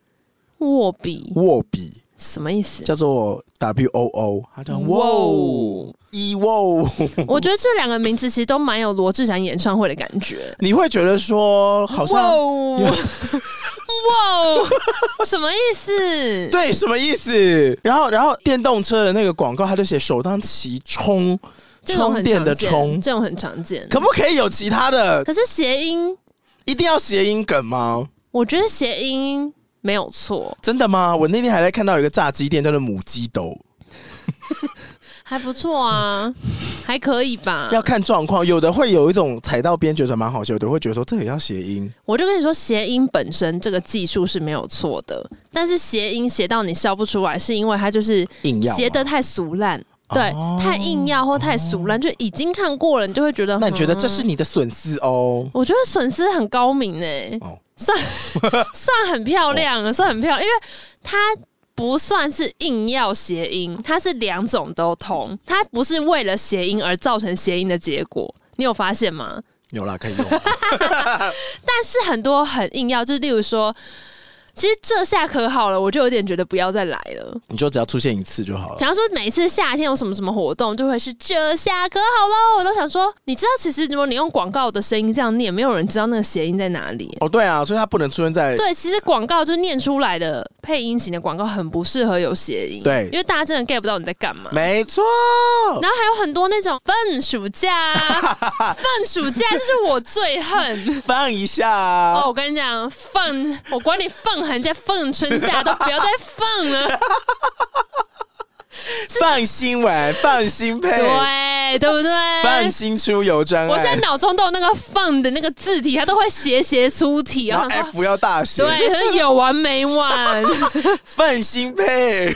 B: 哼，握笔
A: 沃比，
B: 什么意思？
A: 叫做 W O O，它
B: 嗯
A: 叫哇哦。一哇哦，
B: 我觉得这两个名字其实都蛮有罗志祥演唱会的感觉。
A: [LAUGHS] 你会觉得说好
B: 哇
A: 像
B: 哦， [LAUGHS] 哇哦，什么意思？
A: 对什么意思？然后，然后电动车的那个广告，它就写首当其冲，
B: 这种
A: 充
B: 很
A: 电
B: 常
A: 的
B: 见，
A: 充，
B: 这种很常见。
A: 可不可以有其他的？
B: 可是谐音，
A: 一定要谐音梗吗？
B: 我觉得谐音没有错，
A: 真的吗？我那天还在看到有一个炸鸡店叫做母鸡斗，
B: 还不错啊，还可以吧。
A: 要看状况，有的会有一种踩到边觉得蛮好笑，有的会觉得说这也要谐音，
B: 我就跟你说，谐音本身这个技术是没有错的，但是谐音写到你笑不出来，是因为它就是
A: 硬要吗
B: 写的。太俗烂，对，
A: 哦
B: 太硬要或太俗烂，就已经看过了，你就会觉得。
A: 那你觉得这
B: 嗯
A: 是你的损失哦？
B: 我觉得损失很高明诶、
A: 哦
B: 算 [LAUGHS] 算很漂亮了，算很漂亮，因为它不算是硬要谐音，它是两种都通，它不是为了谐音而造成谐音的结果。你有发现吗？
A: 有啦，可以用。
B: 但是很多很硬要，就是例如说，其实这下可好了，我就有点觉得不要再来了。
A: 你就只要出现一次就好
B: 比
A: 了。
B: 方说，每次夏天有什么什么活动，就会是这下可好喽。我都想说，你知道，其实如果你用广告的声音这样念，没有人知道那个谐音在哪里。
A: 哦，对啊，所以它不能出现在
B: 对，其实广告就念出来的配音型的广告很不适合有谐音，
A: 对
B: 因为大家真的 get 不到你在干嘛。
A: 没错，
B: 然后还有很多那种粪暑
A: [LAUGHS]
B: 假啊，粪暑假就是我最恨。
A: 放一下
B: 哦，
A: 啊。
B: 我跟你讲，放我管你放寒假、放春假，都不要再
A: [LAUGHS]
B: 放了，
A: 放心玩，放心配，
B: 对对不
A: 放
B: 对？
A: 心出游专
B: 我现在
A: 案，
B: 脑中都有那个“放”的那个字体，它都会斜斜粗体，然
A: 然
B: 后
A: 后
B: 我想说，
A: F 要大写，
B: 对，可是有完没完？
A: 放心
B: [LAUGHS]
A: 配，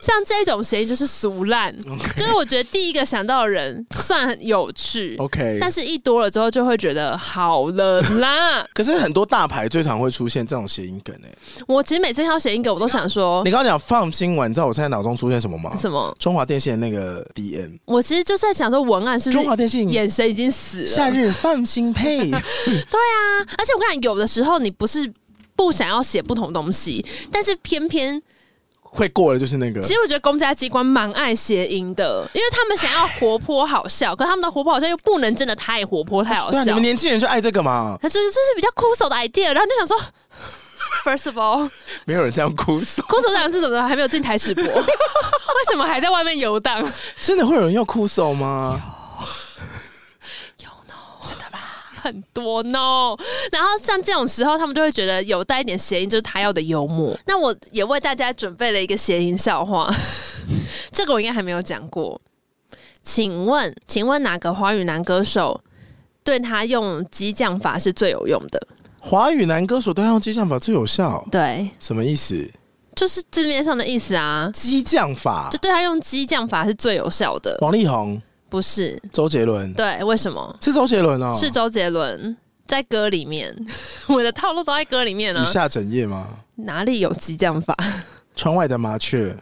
B: 像这种谐音就是俗
A: [LAUGHS]
B: 烂，就是我觉得第一个想到的人算有趣
A: OK
B: 但是一多了之后就会觉得好了
A: [LAUGHS]
B: 啦。
A: 可是很多大牌最常会出现这种谐音梗诶、欸
B: 我其实每次看到谐音梗，我都想说
A: 你刚刚讲放心玩，你知道我现在脑中出现什么吗？
B: 哦什么？
A: 中华电信的那个 DM，
B: 我其实就是在想说，文案是不
A: 中华
B: 是
A: 电信
B: 眼神已经死了？啊
A: 夏日放心
B: [LAUGHS]
A: 配，
B: 而且我跟你讲，有的时候你不是不想要写不同东西，但是偏偏
A: 呃会过的就是那个
B: 其。实我觉得公家机关蛮爱谐音的，因为他们想要活泼好笑，可他们的活泼好笑又不能真的太活
A: [LAUGHS]
B: 泼太好
A: 对啊，你
B: 笑
A: 们。年轻人就爱这个嘛，
B: 他就是就是比较枯手的 idea，然后你就想说，first of all，
A: 没有人这样哭诉，
B: [LAUGHS] 枯手这两个字怎么还没有进台史博？为什么还在外面游荡？
A: 真的会有人要哭诉吗？
B: 很多 no。然后像这种时候，他们就会觉得有带一点谐音，就是他要的幽默。那我也为大家准备了一个谐音笑话， [LAUGHS] 这个我应该还没有讲过。请问，请问哪个华语男歌手对他用激将法是最有用的？
A: 华语男歌手都要用激将法最有效，
B: 对，
A: 什么意思？
B: 就是字面上的意思啊，
A: 激将法
B: 就，对他用激将法是最有效的，
A: 王力宏、
B: 不是？
A: 周杰伦，
B: 对，为什么？
A: 是周杰伦哦，
B: 是周杰伦在歌里面， [LAUGHS] 我的套路都在歌里面
A: 以
B: 啊，
A: 下整夜吗？
B: 哪里有激
A: [LAUGHS]
B: 将法？
A: 窗外的麻雀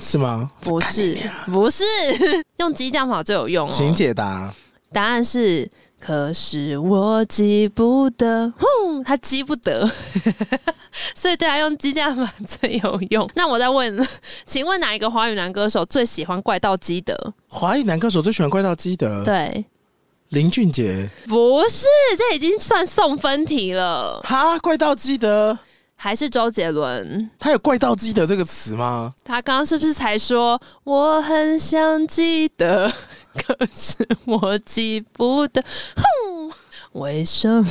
A: 是吗？
B: 不是，不是， [LAUGHS] 用激将法最有用
A: 啊请
B: 哦。
A: 解答。
B: 答案是，可是我记不得，哼，他记不得， [LAUGHS] 所以对他用激将法最有用。那我再问， [LAUGHS] 请问哪一个华语男歌手最喜欢怪盗基德？
A: 华语男歌手最喜欢怪盗基德，
B: 对，
A: 林俊杰。
B: 不是，这已经算送分题了，
A: 哈，怪盗基德，
B: 还是周杰伦？
A: 他有怪盗基德这个词吗？
B: 他刚刚是不是才说我很想记得， [LAUGHS] 可是我记不得？哼，为什么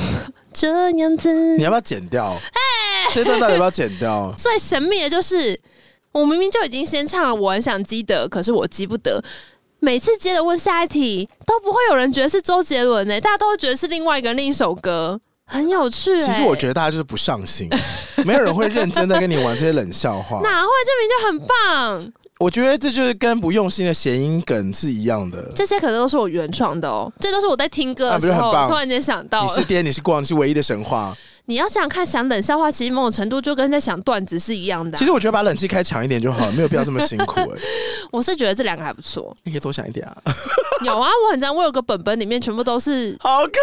B: 这样子？
A: 你？要不要剪掉？这段到底要不要剪掉
B: 最神秘的就是，我明明就已经先唱了，我很想记得，可是我记不得。每次接着问下一题，都不会有人觉得是周杰伦欸呢、大家都会觉得是另外一个另一首歌，很有趣、欸。
A: 其实我觉得大家就是不上心，没有人会认真的跟你玩这些冷笑
B: [LAUGHS]
A: 话。
B: 哪会这名就很棒，
A: 我觉得这就是跟不用心的谐音梗是一样的。
B: 这些可能都是我原创的哦，这都是我在听
A: 那
B: 歌的
A: 啊不是
B: 时
A: 很
B: 候、
A: 棒
B: 突然间想到
A: 你
B: 了
A: 是。爹，你是光，你是唯一的神话。
B: 你要想想看，想冷笑话，其实某种程度就跟在想段子是一样的啊、
A: 其实我觉得把冷气开强一点就好，没有必要这么辛苦、
B: [LAUGHS]
A: 欸。。
B: 我是觉得这两个还不错
A: 你可以多想一点啊，
B: 有啊，我很常我有个本本里面全部都是，
A: 好可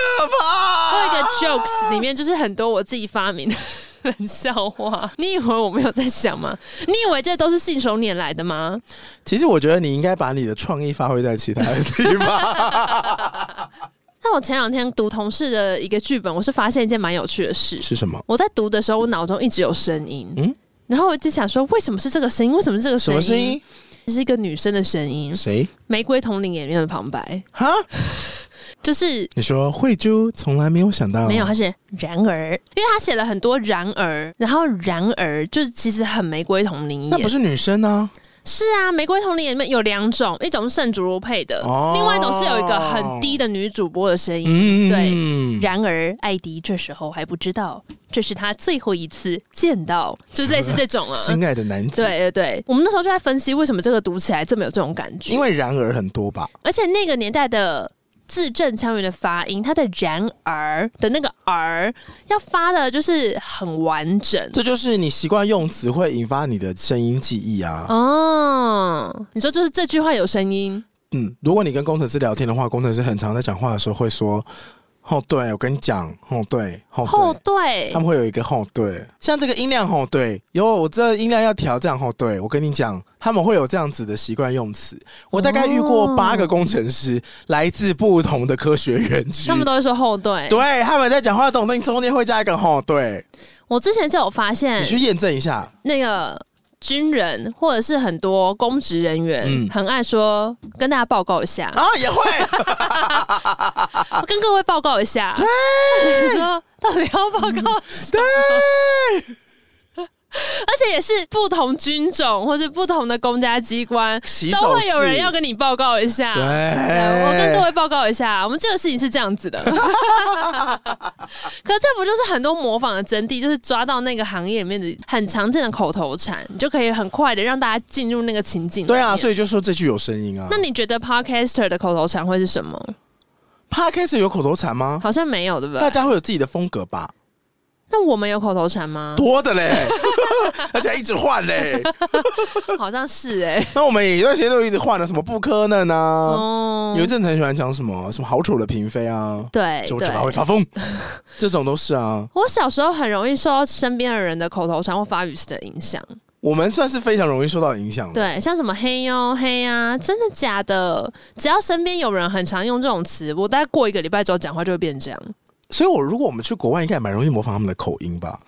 B: 我有一
A: 怕！
B: 个 jokes 里面就是很多我自己发明的冷笑话。 [LAUGHS] 你以为我没有在想吗？你以为这都是信手拈来的吗？
A: 其实我觉得你应该把你的创意发挥在其他的
B: [LAUGHS]
A: 地方。
B: 那我前两天读同事的一个剧本，我是发现一件蛮有趣的事。
A: 是什么？
B: 我在读的时候，我脑中一直有声音，
A: 嗯
B: 然后我一直想说，为什么是这个声音？为什么是这个
A: 什
B: 声
A: 么
B: 音？
A: 声音？
B: 是一个女生的声音，《
A: 谁？
B: 玫瑰同林》里面的旁白，
A: 哈？
B: 就是
A: 你说慧珠从来没有想到，
B: 没有，他是然而，因为他写了很多然而，然后然而就是其实很玫瑰同林
A: 那不
B: 眼。
A: 是女生啊，
B: 是啊，玫瑰同林眼里面有两种，一种是圣竹如配的，
A: 哦
B: 另外一种是有一个很低的女主播的声音。
A: 嗯，
B: 然而，艾迪这时候还不知道，这是他最后一次见到，就是类似
A: [LAUGHS]
B: 这种啊。
A: 心爱的男子，，
B: 对对对，我们那时候就在分析为什么这个读起来这么有这种感觉，
A: 因为然而很多吧，
B: 而且那个年代的字正腔圆的发音，它的“然而”的那个“而”要发的就是很完整
A: 这就是你习惯用词会引发你的声音记忆啊。
B: 哦。你说就是这句话有声音，
A: 嗯，如果你跟工程师聊天的话，工程师很常在讲话的时候会说。哦，对，我跟你讲，哦，对，哦，
B: 后
A: 对，
B: 缀
A: 他。们会有一个哦，对，像这个音量哦，对，有我这音量要调这样哦，对，我跟你讲，他们会有这样子的习惯用词。我大概遇过
B: 哦
A: 八个工程师，来自不同的科学园区
B: 他，们都会说后队。
A: 对，他们在讲话的东西中间会加一个哦，对，
B: 我之前就有发现
A: 你，去验证一下，
B: 那个军人或者是很多公职人员、
A: 嗯
B: 很爱说，跟大家报告一下，
A: 啊，也
B: [LAUGHS]
A: 会，
B: 我跟各位报告一下，啊 [LAUGHS] 对，说到底要报告什么？而且也是不同军种或是不同的公家机关，
A: 洗
B: 都
A: 手
B: 会
A: 式，
B: 有人要跟你报告一下。
A: 对，
B: 啊对我跟各位报告一下，我们这个事情是这
A: [LAUGHS]
B: 样子的。 [LAUGHS] 可这不就是很多模仿的真谛，就是抓到那个行业里面的很常见的口头禅，你就可以很快的让大家进入那个情境。
A: 对啊，
B: 以。
A: 所以就说这句有声音啊。
B: 那你觉得 podcaster 的口头禅会是什么？
A: podcast 有口头禅吗？
B: 好像没有，对不
A: 大
B: 对？
A: 家会有自己的风格吧？
B: 那我们有口头禅吗？
A: 多的
B: [LAUGHS]
A: 嘞，而且还一直换嘞。
B: 好像是哎、
A: 那我们也有一段时间都一直换了，什么不可能啊？
B: 哦
A: 有一阵子很喜欢讲什么什么好丑的嫔妃啊，
B: 对
A: 久久
B: 哎对
A: 它。会发疯，这种都是啊。
B: 我小时候很容易受到身边的人的口头禅或发语词的影响，
A: 我们算是非常容易受到影响的。
B: 对，像什么黑哟、黑啊，真的假的？只要身边有人很常用这种词，我大概过一个礼拜之后讲话就会变这样。
A: 所以，我如果我们去国外，应该也蛮容易模仿他们的口音吧？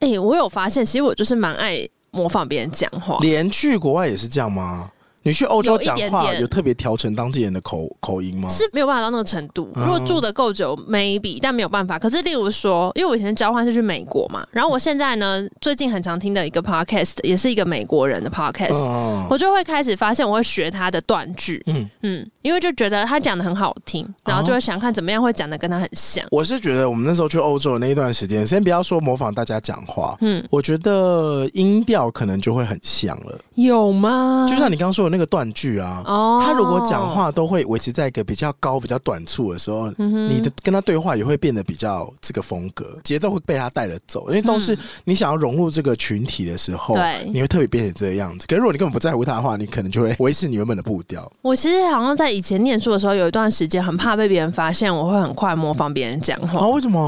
B: 哎、我有发现，其实我就是蛮爱模仿别人讲话。
A: 连去国外也是这样吗？你去欧洲
B: 哦有一
A: 讲
B: 点
A: 话，
B: 点
A: 有特别调成当地人的口口音吗？
B: 是没有办法到那个程度。
A: 嗯
B: 如果住的够久，maybe，但没有办法。可是，例如说，因为我以前交换是去美国嘛，然后我现在呢，最近很常听的一个 podcast，也是一个美国人的 podcast，、
A: 嗯，
B: 我就会开始发现我会学他的断句，
A: 嗯，
B: 嗯，因为就觉得他讲的很好听，然后就会想看怎么样会讲的跟他很像，
A: 我是觉得我们那时候去欧洲的那一段时间，先不要说模仿大家讲话，
B: 嗯，
A: 我觉得音调可能就会很像了。
B: 有吗？
A: 就像你刚刚说的那个断句啊，
B: 嗯哦
A: 他如果讲，话都会维持在一个比较高、比较短促的时候，
B: 嗯哼
A: 你的跟他对话也会变得比较这个风格，节奏会被他带着走，因为都是
B: 嗯
A: 你想要融入这个群体的时候，
B: 对
A: 你会特别变成这个样子。可是如果你根本不在乎他的话，你可能就会维持你原本的步调。
B: 我其实好像在以前念书的时候，有一段时间很怕被别人发现，我会很快模仿别人讲话
A: 啊，。为什么？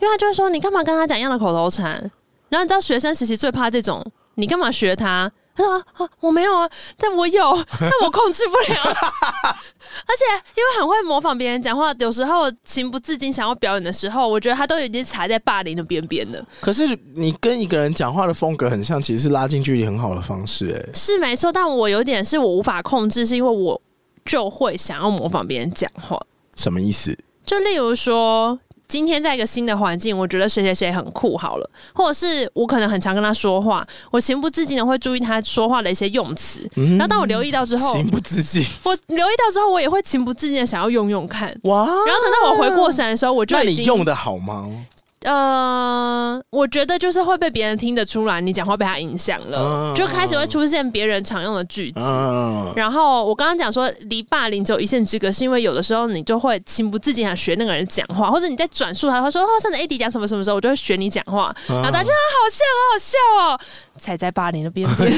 B: 因为他就会说你干嘛跟他讲一样的口头禅？然后你知道学生时期最怕这种，你干嘛学他？他说、啊啊、我没有啊，但我有， [LAUGHS] 但我控制不了。而且因为很会模仿别人讲话，有时候情不自禁想要表演的时候，我觉得他都已经踩在霸凌的边边了。
A: 可是你跟一个人讲话的风格很像，其实是拉近距离很好的方式、哎，
B: 是没错，但我有点是我无法控制，是因为我就会想要模仿别人讲话。
A: 什么意思？
B: 就例如说，今天在一个新的环境，我觉得谁谁谁很酷好了，或者是我可能很常跟他说话，我情不自禁的会注意他说话的一些用词。
A: 嗯
B: 然后当我留意到之后，
A: 情不自禁，
B: 我留意到之后，我也会情不自禁的想要用用看。
A: 哇！
B: 然后等到我回过神的时候，我就
A: 那
B: 已
A: 你
B: 经
A: 用的好吗？
B: 呃，我觉得就是会被别人听得出来，你讲话被他影响了，
A: 嗯
B: 就开始会出现别人常用的句子。
A: 嗯，
B: 然后我刚刚讲说，离霸凌只有一线之隔，是因为有的时候你就会情不自禁想学那个人讲话，或者你在转述他，他说哦，上次 AD 讲什么什么时候，我就会学你讲话，
A: 嗯 [LAUGHS]
B: 然后大家就啊好像好好笑哦，踩在霸凌的边边。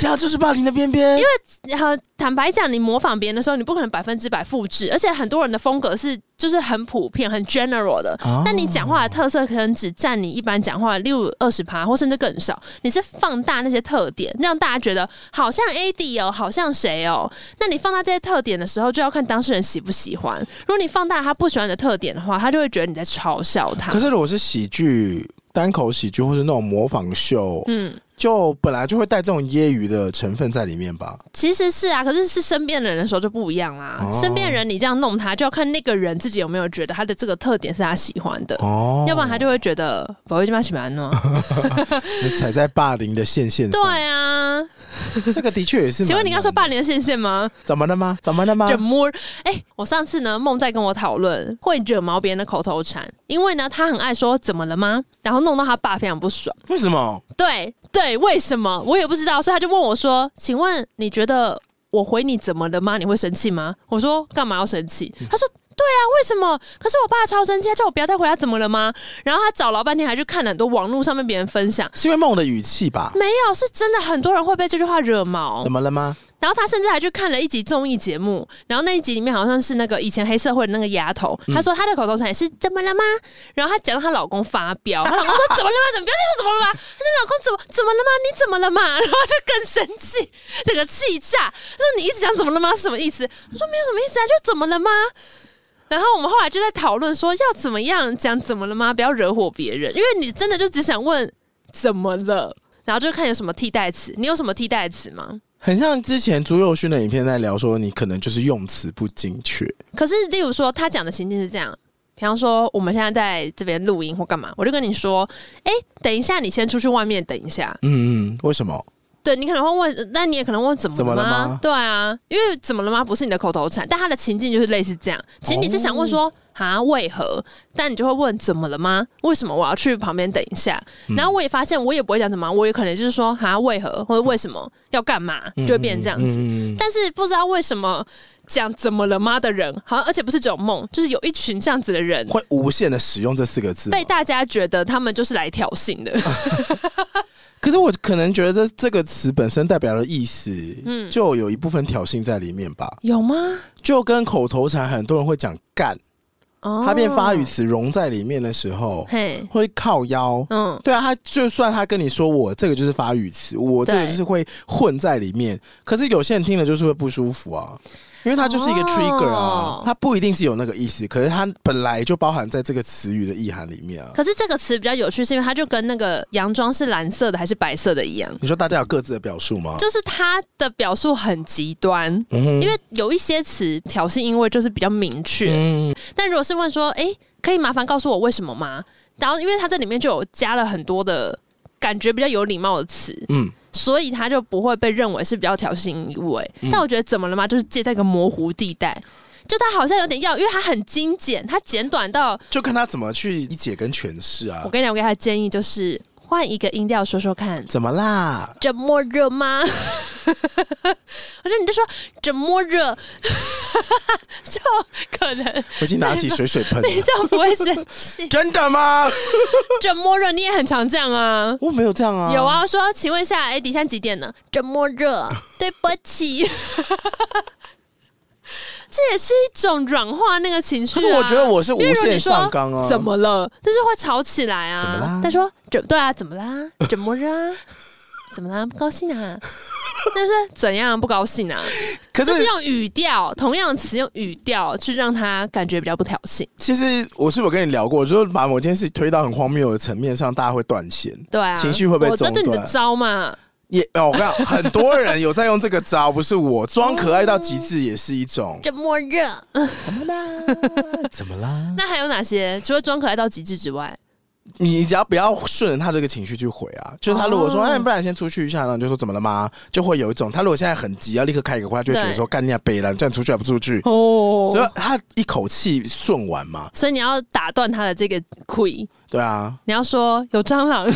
A: 这样就是霸凌的边边，因为
B: [LAUGHS] 然后坦白讲，你模仿别人的时候，你不可能百分之百复制，而且很多人的风格是就是很普遍、很 general 的，
A: 啊哦
B: 但你讲话的特色可能只占你一般讲话的六二十趴，或甚至更少。你是放大那些特点，让大家觉得好像 AD 哦，好像谁哦。那你放大这些特点的时候，就要看当事人喜不喜欢。如果你放大他不喜欢的特点的话，他就会觉得你在嘲笑他
A: 可。是如果是喜剧、单口喜剧或是那种模仿秀，
B: 嗯，
A: 就本来就会带这种揶揄的成分在里面吧。
B: 其实是啊，可是是身边的人的时候就不一样啦。
A: 哦
B: 身边人你这样弄他，就要看那个人自己有没有觉得他的这个特点是他喜欢的。
A: 哦，
B: 要不然他就会觉得不会这么喜欢
A: [LAUGHS]
B: 呢。
A: 你踩在霸凌的线线上。
B: 哦对啊，
A: 这个的确也是。
B: 请问你刚说霸凌的现象吗？
A: 怎么了吗？怎么了吗
B: 惹？毛？哎、我上次呢，梦在跟我讨论会惹毛别人的口头禅，因为呢，他很爱说“怎么了吗”，然后弄到他爸非常不爽。
A: 为什么？
B: 对对，为什么我也不知道，所以他就问我说：“请问你觉得我回你怎么了吗？你会生气吗？”我说：“干嘛要生气？”他说。对啊，为什么？可是我爸超生气，他叫我不要再回他，怎么了吗？然后他找老半天，还去看了很多网络上面别人分享，
A: 是因为梦的语气吧？
B: 没有，是真的很多人会被这句话惹毛
A: 怎。么了吗？
B: 然后他甚至还去看了一集综艺节目，然后那一集里面好像是那个以前黑社会的那个丫头，她说她的口头禅也是怎么了吗？然后她讲到她老公发飙，她老公说怎么了吗？怎么不要再说怎么了吗？她说老公怎么怎么了吗？你怎么了嘛？然后就更生气，整个气炸，她说你一直讲怎么了吗？是什么意思？我说没有什么意思啊，就怎么了吗？然后我们后来就在讨论说要怎么样讲怎么了吗？不要惹火别人，因为你真的就只想问怎么了，然后就看有什么替代词。你有什么替代词吗？
A: 很像之前朱佑勋的影片在聊说，你可能就是用词不精确，
B: 可是，例如说，他讲的情境是这样，比方说，我们现在在这边录音或干嘛，我就跟你说，哎、等一下，你先出去外面等一下。
A: 嗯嗯，为什么？
B: 对你可能会问，那你也可能问怎么
A: 怎么了
B: 吗
A: 吗
B: 对啊，因为怎么了吗不是你的口头禅，但他的情境就是类似这样。其实你是想问说啊、为何，但你就会问怎么了吗？为什么我要去旁边等一下？然后我也发现我也不会讲怎么，我也可能就是说啊为何或者为什么要干嘛，
A: 嗯
B: 就会变成这样子。
A: 嗯嗯嗯
B: 但是不知道为什么讲怎么了吗的人，好像而且不是只有梦，就是有一群这样子的人，
A: 会无限的使用这四个字吗。
B: 被大家觉得他们就是来挑衅的。
A: 可是我可能觉得这这个词本身代表的意思，嗯，就有一部分挑衅在里面吧。
B: [LAUGHS] 有吗？
A: 就跟口头禅，很多人会讲干，
B: 哦
A: 它变发语，词融在里面的时候，
B: 嘿，
A: 会靠腰。
B: 嗯，
A: 对啊，他就算他跟你说我这个就是发语词，我这个
B: 对
A: 就是会混在里面，可是有些人听了就是会不舒服啊，因为它就是一个
B: 哦
A: trigger 啊，它不一定是有那个意思，可是它本来就包含在这个词语的意涵里面啊。
B: 可是这个词比较有趣，是因为它就跟那个洋装是蓝色的还是白色的一样，
A: 你说大家有各自的表述吗？
B: 就是它的表述很极端。
A: 嗯哼
B: 因为有一些词挑衅，因为就是比较明 [LAUGHS] 确，
A: 嗯，
B: 但如果是问说，诶，可以麻烦告诉我为什么吗？然后，因为它这里面就有加了很多的感觉比较有礼貌的词，
A: 嗯，
B: 所以它就不会被认为是比较挑衅意味。
A: 嗯
B: 但我觉得怎么了吗？就是介在一个模糊地带，就它好像有点要，因为它很精简，它简短到
A: 就看他怎么去理解跟诠释啊
B: 我。跟你讲，我给他的建议就是换一个音调说说看。
A: 怎么啦？
B: 这么热吗？我说你就说这么热， [LAUGHS] 就可能
A: 我已经拿起水水喷了。啊
B: [LAUGHS] 比较不会生 [LAUGHS] 气。
A: 真的吗？
B: 这么热，你也很常这样啊。
A: 我没有这样啊。
B: 有，啊，说请问一下，哎、底下几点呢？这么 [LAUGHS] 热，对不起。 [LAUGHS] 这也是一种软化那个情绪、
A: 可
B: 啊。
A: 是我觉得我是无
B: 因为如果
A: 限
B: 你说
A: 上纲啊。
B: 怎？么了，就是会吵起来啊。
A: 怎么啦
B: 他说怎对啊，怎么啦？怎么啦？怎么啦？不高兴啊？但是怎样不高兴啊？
A: 可
B: 就是
A: 是
B: 用语调，同样的词用语调去让他感觉比较不挑衅。
A: 其实我是有跟你聊过，就是把某件事推到很荒谬的层面上，大家会断线。
B: 对啊，
A: 情绪会被
B: 我这
A: 中
B: 就你的
A: 断
B: 招嘛。
A: 也哦，我跟你
B: [LAUGHS]
A: 讲，很多人有在用这个招，不是我装可爱到极致也是一
B: [LAUGHS]
A: 种。
B: 这么热，
A: 怎么啦？怎么啦？
B: 那还有哪些？除了装可爱到极致之外，
A: 你只要不要顺着他这个情绪去回啊，就是他如果说，
B: 哦
A: 哎，不然先出去一下，然后你就说怎么了吗？就会有一种，他如果现在很急，要立刻开一个会，他就会觉得说，干你啊，北兰，叫你出去还不出去？
B: 哦
A: 所以他一口气顺完嘛，
B: 所以你要打断他的这个 que，
A: 对啊，
B: 你要说有蟑
A: [LAUGHS]
B: 螂，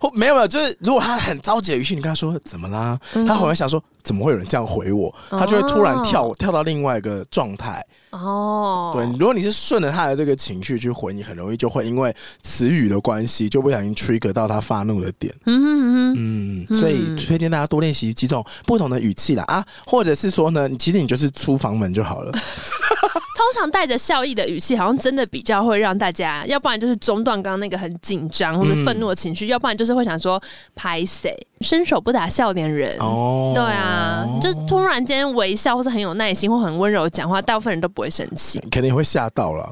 A: 或没有没有，就是如果他很着急的语气，你跟他说怎么啦，
B: 嗯
A: 他回来想说怎么会有人这样回我，他就会突然跳、跳到另外一个状态。
B: 哦，
A: 对，如果你是顺着他的这个情绪去回，你很容易就会因为词语的关系，就不小心 trigger 到他发怒的点。
B: 嗯哼嗯哼，
A: 嗯，
B: 嗯
A: 所以推荐大家多练习几种不同的语气啦啊，或者是说呢，你其实你就是出房门就好了。
B: 通常带着笑意的语气，好像真的比较会让大家，要不然就是中断刚刚那个很紧张或者愤怒的情
A: 嗯
B: 绪，要不然就是会想说拍谁，伸手不打笑脸人。
A: 哦，
B: [LAUGHS] 对啊，就突然间微笑，或是很有耐心，或很温柔讲话，大部分人都不会生气。
A: 肯定会吓到了。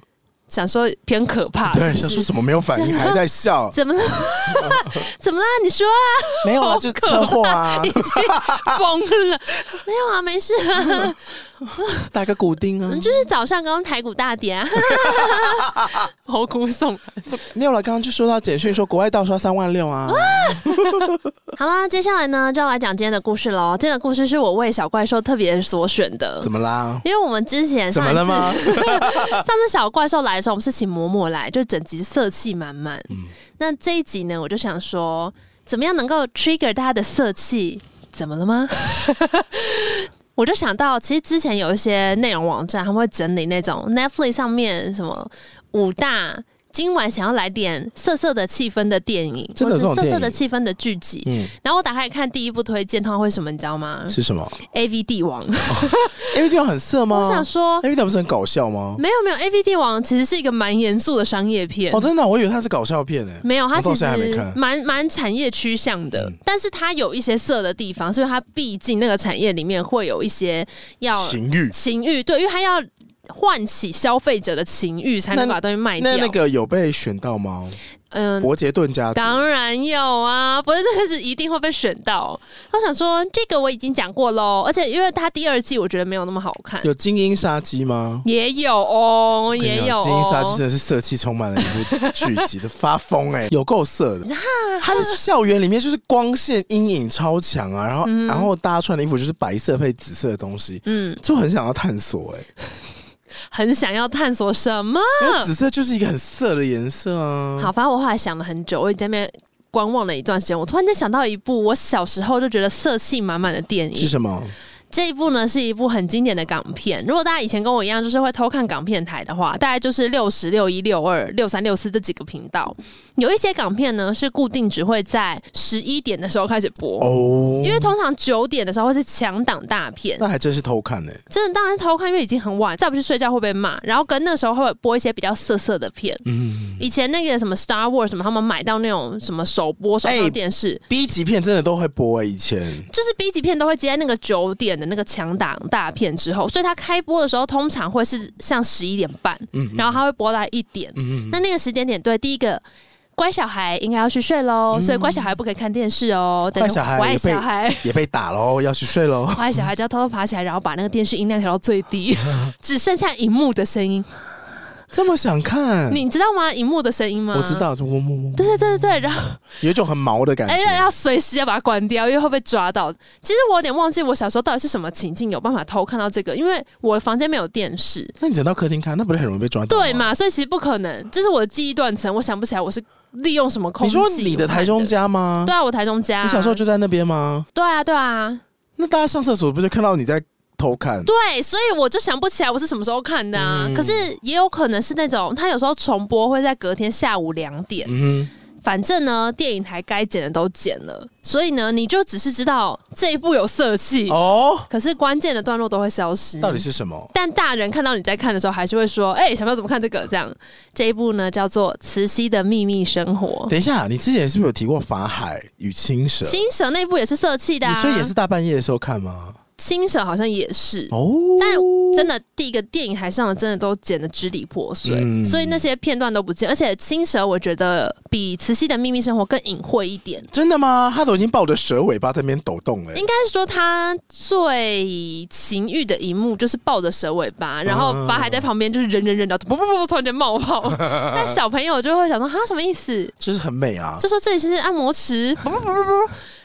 B: 想说偏可怕，
A: 对，
B: 啊是
A: 想
B: 不
A: 说
B: 是？
A: 怎么没有反应，还在笑
B: 怎么了？ [LAUGHS] 怎么了？你说啊，
A: [LAUGHS] 没有啊，就车祸
B: [LAUGHS]
A: 啊，
B: 疯了？没有啊，没事啊。 [LAUGHS]
A: [LAUGHS] 打个骨钉啊
B: 嗯，。就是早上刚刚台股大 [LAUGHS] 跌啊，好苦送。
A: 没有了，刚刚就收到简讯说国外盗刷三万六啊，
B: 好啦，接下来呢就要来讲今天的故事喽。今天的故事是我为小怪兽特别所选的
A: 怎。么
B: [LAUGHS]
A: 啦？
B: 因为我们之前
A: 怎么
B: 上一
A: 了
B: 次，
A: 吗？
B: [LAUGHS] 上次小怪兽来的时候，我们是请嬷嬷来，就整集色气满满。那这一集呢，我就想说，怎么样能够 trigger 大家的色气？怎么了吗？ [LAUGHS] 我就想到，其实之前有一些内容网站，他们会整理那种 Netflix 上面什么五大今晚想要来点色色的气氛的电影，
A: 真的有这种
B: 或是色色
A: 电
B: 的
A: 影
B: 气氛的剧集。
A: 嗯，
B: 然后我打开看第一部推荐，通常会什么，你知道吗
A: 是什么
B: ？A V 帝王。
A: ？A V 帝王很色吗？
B: 我想说，
A: A V 帝王不是很搞笑吗？
B: 没有没有，A V 帝王其实是一个蛮严肃的商业片。
A: 哦，真的啊、我以为它是搞笑片诶、
B: 没有，它
A: 我
B: 其
A: 到
B: 实
A: 现在还没看
B: 蛮蛮产业趋向的
A: 嗯，
B: 但是它有一些色的地方，所以它毕竟那个产业里面会有一些要
A: 情欲。
B: 情欲，对，因为它要唤起消费者的情欲，才能
A: 那
B: 把东西卖掉
A: 那。那个有被选到吗？
B: 嗯，
A: 伯杰顿家族
B: 当然有啊，不是，但是一定会被选到。我想说，这个我已经讲过喽，而且因为它第二季我觉得没有那么好看，
A: 有精英杀机吗？
B: 也有哦，
A: 我跟你
B: 也
A: 讲
B: 有
A: 精英杀机
B: 哦。
A: 真的是色气充满了一部剧集的发疯
B: [LAUGHS]
A: 哎、有够色的。它的校园里面就是光线阴影超强啊，然后、然后大家穿的衣服就是白色配紫色的东西，
B: 嗯，
A: 就很想要探索哎、
B: 很想要探索什么？
A: 因为紫色就是一个很色的颜色啊。
B: 好，反正我后来想了很久，我也在那边观望了一段时间。我突然间想到一部我小时候就觉得色气满满的电
A: 是
B: 影，
A: 什么？
B: 这一部呢是一部很经典的港片。如果大家以前跟我一样，就是会偷看港片台的话，大概就是六十六一六二六三六四这几个频道。有一些港片呢是固定只会在十一点的时候开始播。
A: 哦，
B: 因为通常九点的时候会是强档大片，
A: 那还真是偷看呢、
B: 真的当然是偷看，因为已经很晚，再不去睡觉会被骂。然后跟那时候会播一些比较色色的片，
A: 嗯
B: 以前那个什么 Star Wars 什么，他们买到那种什么首播首
A: 哎
B: 放电视，
A: ，B 级片真的都会播、欸，以前
B: 就是 B 级片都会接在那个九点的那个强档大片之后，所以它开播的时候通常会是像十一点半，
A: 嗯
B: 然后它会播到一点。
A: 嗯，
B: 那那个时间点，对，第一个。乖小孩应该要去睡喽，所以乖小孩不可以看电视哦。
A: 嗯乖小孩
B: 坏
A: 也被
B: 小孩，
A: 也被打喽，要去睡哦喽。
B: [LAUGHS] 坏小孩就要偷偷爬起来，然后把那个电视音量调到最
A: [LAUGHS]
B: 低，只剩下荧幕的声音。
A: 这么想看？
B: 你知道吗？荧幕的声音吗？
A: 我知。道，就嗡嗡嗡，
B: 对对对对，然后
A: 有一种很毛的感
B: 而且
A: 觉。
B: 哎要随时要把它关掉，因为会被抓到。其实我有点忘记我小时候到底是什么情境有办法偷看到这个，因为我房间没有电视，
A: 那你整到客厅看，那不是很容易被抓到？
B: 对？嘛，所以其实不可能。这是我的记忆断层，我想不起来我是利用什么空
A: 你
B: 隙。
A: 说你的台中？家吗？
B: 对啊，我台中家。
A: 你小时候就在那边吗？
B: 对啊，对啊，
A: 那大家上厕所不就看到你在偷看？
B: 对，所以我就想不起来我是什么时候看的啊。
A: 嗯
B: 可是也有可能是那种，他有时候重播会在隔天下午两点。
A: 嗯
B: 反正呢，电影台该剪的都剪了，所以呢，你就只是知道这一部有色气
A: 哼，，哦，
B: 可是关键的段落都会消失。
A: 到底是什么？
B: 但大人看到你在看的时候，还是会说：“哎、小朋友怎么看这个？”这样这一部呢叫做《慈禧的秘密生活》。
A: 等一下，你之前是不是有提过法海与青蛇？
B: 青蛇那部也是色气的、
A: 你
B: 啊，
A: 所以也是大半夜的时候看吗？
B: 青蛇好像也是。
A: 哦，
B: 但真的，第一个电影台上的真的都剪得支离破碎，
A: 嗯
B: 所以那些片段都不见。而且《青蛇》我觉得比《慈禧的秘密生活》更隐晦一点，
A: 真的吗？他都已经抱着蛇尾巴在那边抖动了、欸
B: 应该是说他最情欲的一幕就是抱着蛇尾
A: 嗯
B: 巴，然后法海在旁边就是人人人的，
A: [LAUGHS]
B: 不不不不，突然间冒泡。但小朋友就会想说，哈，什么意思？
A: 就是很美啊。
B: 就说这里是按摩池，不不不不不，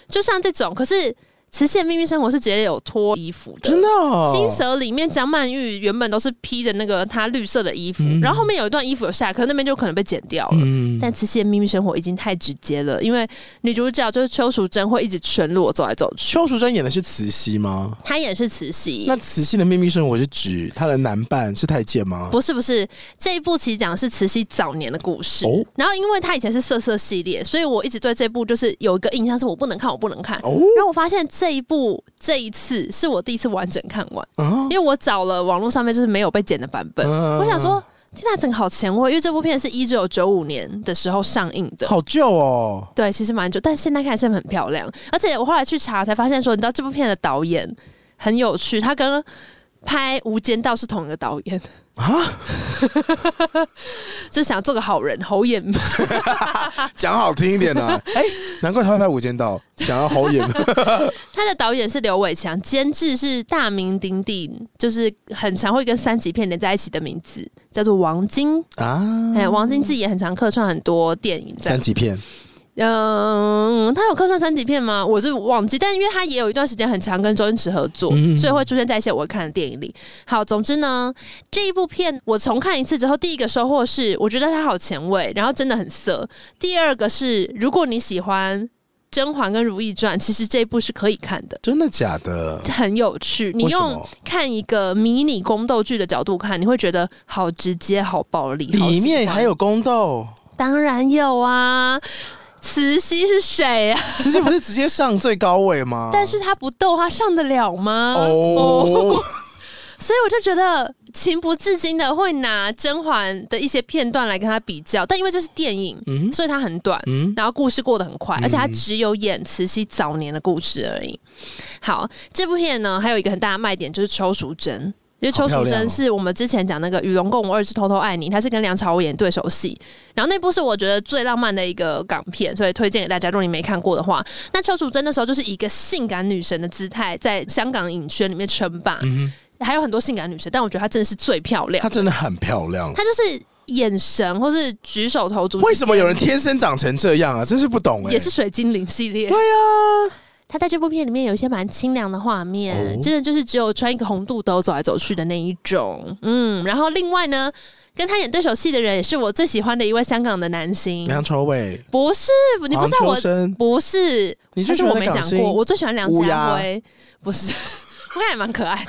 B: 就像这种。可是《慈禧的秘密生活》是直接有脱衣服的，
A: 真的、哦，
B: 新蛇里面蒋曼玉原本都是披着那个她绿色的衣服，
A: 嗯
B: 然后后面有一段衣服有下来，可是那边就可能被剪掉了。
A: 嗯
B: 但慈禧的秘密生活已经太直接了，因为女主角就是邱淑贞会一直全裸走来走去。
A: 邱淑贞演的是慈禧吗？
B: 她演是慈禧，
A: 那慈禧的秘密生活是指她的男伴是太监吗？
B: 不是不是，这一部其实讲的是慈禧早年的故事。
A: 哦
B: 然后因为她以前是色色系列，所以我一直对这部就是有一个印象，是我不能看，我不能看。
A: 哦
B: 然后我发现这一部这一次是我第一次完整看完，
A: 啊，嗯
B: 因为我找了网络上面就是没有被剪的版本。我
A: 我
B: 想说，天呐，整个好前卫，因为这部片是一九九五年的时候上映的。
A: 好旧哦，
B: 对，其实蛮久，但现在看还是很漂亮。而且我后来去查才发现说，你知道这部片的导演很有趣，他跟拍《无间道》是同一个导演啊， [LAUGHS] 就想做个好人侯眼。
A: 讲好听一点 [LAUGHS] 呢、啊。哎、难怪他会拍《无间道》，想要好 [LAUGHS] 演。
B: 他的导演是刘伟强，监制是大名鼎鼎，就是很常会跟三级片连在一起的名字，叫做王晶。
A: 啊
B: 哎、，王晶自己也很常客串很多电影这样
A: 三。级片
B: 嗯，他有客串三级片吗？我是忘记，但因为他也有一段时间很常跟周星驰合作，
A: 嗯
B: 所以会出现在一些我会看的电影里。好，总之呢，这一部片我重看一次之后，第一个收获是，我觉得它好前卫，然后真的很色；第二个是，如果你喜欢。甄嬛》跟《如懿传》，其实这一部是可以看的。
A: 真的假的？
B: 很有趣，你
A: 为什
B: 用
A: 么
B: 看一个迷你宫斗剧的角度看，你会觉得好直接、好暴力。好
A: 里
B: 喜
A: 面
B: 欢
A: 还有宫斗，
B: 当然有啊，慈禧是谁啊？
A: 直接不是直接上最高位吗？
B: 但是啊她不斗，她上得了吗？
A: 哦，
B: 所以我就觉得情不自禁的会拿甄嬛的一些片段来跟她比较，但因为这是电影，
A: 嗯
B: 所以它很短。
A: 嗯，
B: 然后故事过得很快，
A: 嗯
B: 而且它只有演慈禧早年的故事而已。好，这部片呢还有一个很大的卖点就是邱淑贞，因为邱淑
A: 好漂亮
B: 贞
A: 哦
B: 是我们之前讲那个《与龙共舞二是偷偷爱你》，她是跟梁朝伟演对手戏，然后那部是我觉得最浪漫的一个港片，所以推荐给大家。如果你没看过的话，那邱淑贞那时候就是以一个性感女神的姿态在香港影圈里面称霸，
A: 嗯
B: 还有很多性感女神，但我觉得她真的是最漂亮
A: 她，真的很漂
B: [LAUGHS]
A: 亮。
B: 她就是眼神或是举手投足之间，
A: 为什么有人天生长成这样啊？真是不懂哎、
B: 也是水精灵系列？
A: 对啊，
B: 他在这部片里面有一些蛮清凉的画面，
A: 哦
B: 真的就是只有穿一个红肚兜走来走去的那一种。嗯，然后另外呢，跟他演对手戏的人也是我最喜欢的一位香港的男星，
A: 梁朝伟、
B: 不是你
A: 啊
B: 不
A: 黄
B: 知道
A: 秋
B: 我
A: 生，
B: 不是，
A: 你
B: 但
A: 最
B: 是
A: 喜
B: 我
A: 欢
B: 没
A: 的港
B: 讲
A: 星
B: 过，我最喜欢梁
A: 乌
B: 家
A: 鸦
B: 辉，不是， [LAUGHS] 我看也蛮可
A: [LAUGHS]
B: 爱。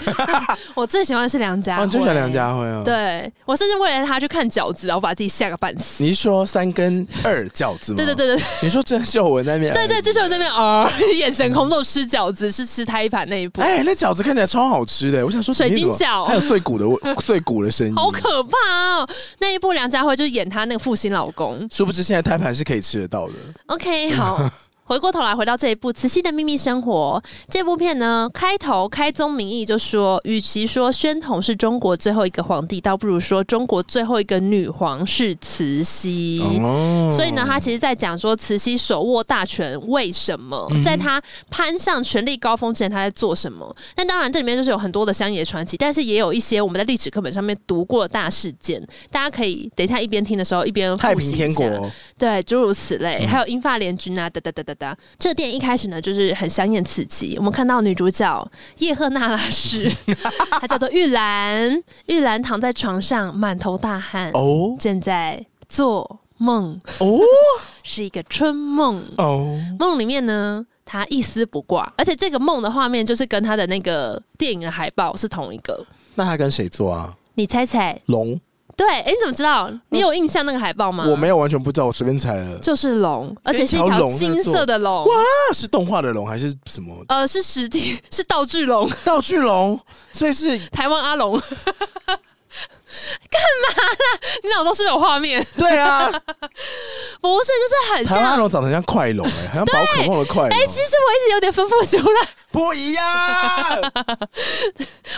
B: 我最喜欢的是梁家
A: 哦，
B: 辉，
A: 你最喜欢梁家辉啊？，
B: 对我甚至为了他去看饺子，然后把自己吓个半死。
A: 你是说三跟二饺子吗？
B: 对对，对对
A: 你说郑秀文那边？
B: 对对，就是我这边哦， [LAUGHS] 眼神空洞吃饺子是吃他一盘那一部。
A: 哎、那饺子看起来超好吃的，我想说
B: 水晶
A: 里面怎么啊
B: 饺
A: 还有碎骨的味
B: [LAUGHS]
A: 碎骨的声音，
B: 好可怕哦！那一部梁家辉就是演他那个负心老公。
A: 殊不知现在胎盘是可以吃得到的。嗯
B: OK，好。
A: [LAUGHS]
B: 回过头来，回到这一部《慈禧的秘密生活》这部片呢，开头开宗明义就说，与其说宣统是中国最后一个皇帝，倒不如说中国最后一个女皇是慈禧。
A: 哦
B: 嗯所以呢，他其实在讲说慈禧手握大权为什么，
A: 嗯
B: 在他攀上权力高峰之前他在做什么。那当然，这里面就是有很多的乡野传奇，但是也有一些我们在历史课本上面读过的大事件，大家可以等一下一边听的时候一边
A: 太
B: 复习
A: 平
B: 一
A: 天
B: 下
A: 国嗯
B: 对，诸如此类，还有英法联军啊，哒哒哒哒哒。这个电影一开始呢，就是很香艳刺激。我们看到女主角叶赫那拉
A: [LAUGHS]
B: 氏，她叫做玉兰，玉兰躺在床上满头大汗，
A: 哦
B: 正在做梦，
A: 哦
B: 是一个春梦。
A: 哦，
B: 梦里面呢，她一丝不挂，而且这个梦的画面就是跟她的那个电影的海报是同一个。
A: 那他跟谁做啊？
B: 你猜猜？
A: 龙，
B: 对，哎、你怎么知道？你有印象那个海报吗？
A: 我没有完全不知道，我随便猜了。
B: 就是龙，而且是一
A: 跟一条
B: 条
A: 龙在
B: 金色
A: 做
B: 的龙。
A: 那是动画的龙还是什么
B: 呃，是实体， [LAUGHS] 是道具龙，
A: 道具龙？所以是
B: 台湾阿龙。 [LAUGHS] 干嘛啦？你脑中是不是有画面？
A: 对啊，
B: 不是，就是很
A: 台湾
B: 像。
A: 龙长得像快龙哎、好像宝可梦的快龙
B: 哎、，其实我一直有点分不出来，
A: 不一样。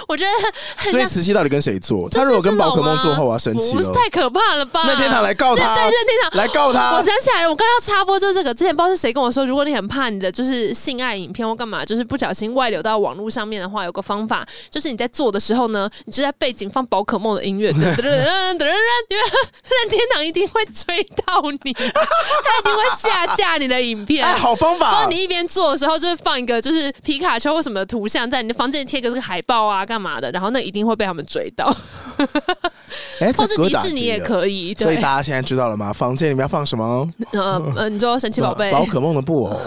B: 我觉得很
A: 所以
B: 像。
A: 慈禧到底跟谁做？
B: 就是
A: 他
B: 啊
A: 如果跟宝可梦做后，我要生气
B: 不是
A: 了。
B: 太可怕了吧？
A: 任天堂来告
B: 对
A: 他
B: 对，，任天堂
A: 来告
B: 我
A: 他。
B: 想起来了，我刚刚要插播就是这个，之前不知道是谁跟我说，如果你很怕你的就是性爱影片或干嘛，就是不小心外流到网络上面的话，有个方法，就是你在做的时候呢，你就在背景放宝可梦
A: [LAUGHS]
B: 的音乐，噔噔噔噔噔噔，因为任天堂一定会追到你，他一定会下架你的影片
A: 哎，。好方
B: 然
A: 法
B: 后你。一边做的时候，就是放一个就是皮卡丘或什么的图像在你的房间里贴个这个海报啊，干嘛的，然后那一定会被他们追到，
A: 哎，
B: 或
A: 这
B: 是
A: 歌
B: 迪
A: 打
B: 士尼
A: 底
B: 也
A: 了。
B: 可以。
A: 所以
B: 对
A: 大，家现在知道了吗？房间里面要放什么？
B: 呃呃，你说神奇宝
A: [LAUGHS]
B: 贝、
A: 宝可梦的布偶。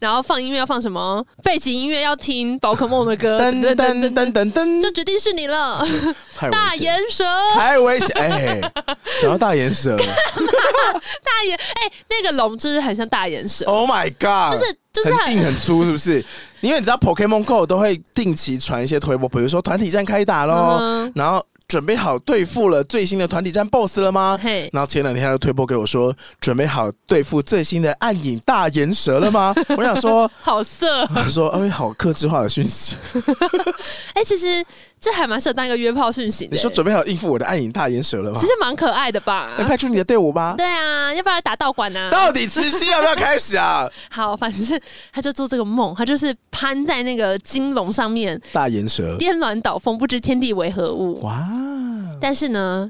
B: 然后放音乐要放什么，背景音乐要听宝可梦的歌，
A: 噔
B: 等等等
A: 噔噔
B: 等，
A: 噔噔
B: 就，决定是你了，
A: 太危
B: 大
A: 险
B: 眼
A: 了，
B: 蛇，
A: 太危险！哎，想到大眼
B: [LAUGHS]
A: 蛇
B: 大眼，哎、那个龙就是很像大眼蛇，
A: ，Oh my God！
B: 就是就是
A: 很
B: 很。
A: 硬很粗，是不是？因为你知道 Pokemon Go 都会定期传一些推播，比如说团体战开打喽，
B: 嗯，
A: 然后准备好对付了最新的团体战 BOSS 了吗？
B: 嘿，
A: 然后前两天他就推播给我说，准备好对付最新的暗影大岩蛇了吗？我想说，
B: 好色！
A: [LAUGHS] 我说，哎，好克制化的讯息。
B: 哎、其实这还蛮适合当一个约炮讯息的。
A: 你说准备好应付我的暗影大岩蛇了吗
B: 其？实蛮可爱的吧
A: 能？派出你的队伍吧？
B: 对啊，要不然打道馆啊。
A: 到底慈禧要不要开始
B: [LAUGHS]
A: 啊？
B: 好，反正他就做这个梦，他就是攀在那个金龙上面，
A: 大岩蛇，
B: 颠鸾倒凤，不知天地为何物。
A: 呃哇！
B: 但是呢，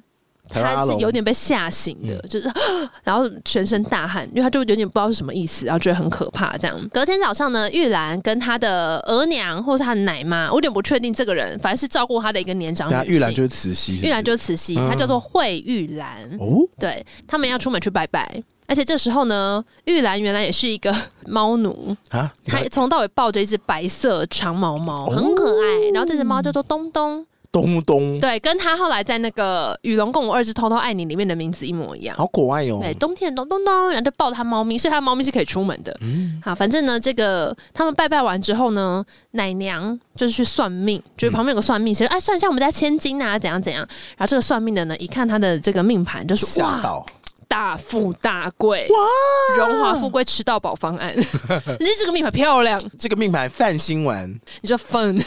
A: 台湾
B: 他
A: 阿
B: 是
A: 龙
B: 有点被吓醒的，
A: 嗯
B: 就是， [GASPS] 然后全身大汗，因为他就有点不知道是什么意思，然后觉得很可怕。这样，隔天早上呢，玉兰跟她的额娘或是她的奶妈，我有点不确定这个人，反正是照顾她的一个年长
A: 等下
B: 女
A: 玉兰
B: 性。
A: 就是慈禧是不是，
B: 玉兰就是慈禧，
A: 嗯
B: 她叫做惠玉兰。
A: 哦，
B: 对他们要出门去拜拜，而且这时候呢，玉兰原来也是一个猫奴，
A: 啊，你
B: 它
A: 看
B: 从头到尾抱着一只白色长毛猫，
A: 哦
B: 很可爱。然后这只猫叫做东东，
A: 东东，
B: 对，跟它后来在那个《与龙共舞二之偷偷爱你》里面的名字一模一样。
A: 好可爱哦。
B: 对，冬天的咚咚咚，然后就抱他猫咪，所以他猫咪是可以出门的。
A: 嗯
B: 好，反正呢，这个他们拜拜完之后呢，奶娘就是去算命，就是旁边有个算命先生，哎，算一下我们家千金啊，怎样怎样。然后这个算命的呢，一看他的这个命盘，就说
A: 吓
B: 哇，
A: 到
B: 大富大贵，哇，荣华富贵，吃到饱方案。 [LAUGHS] 你这个命盘漂亮，
A: 这个命牌范新闻，
B: 你说 fun，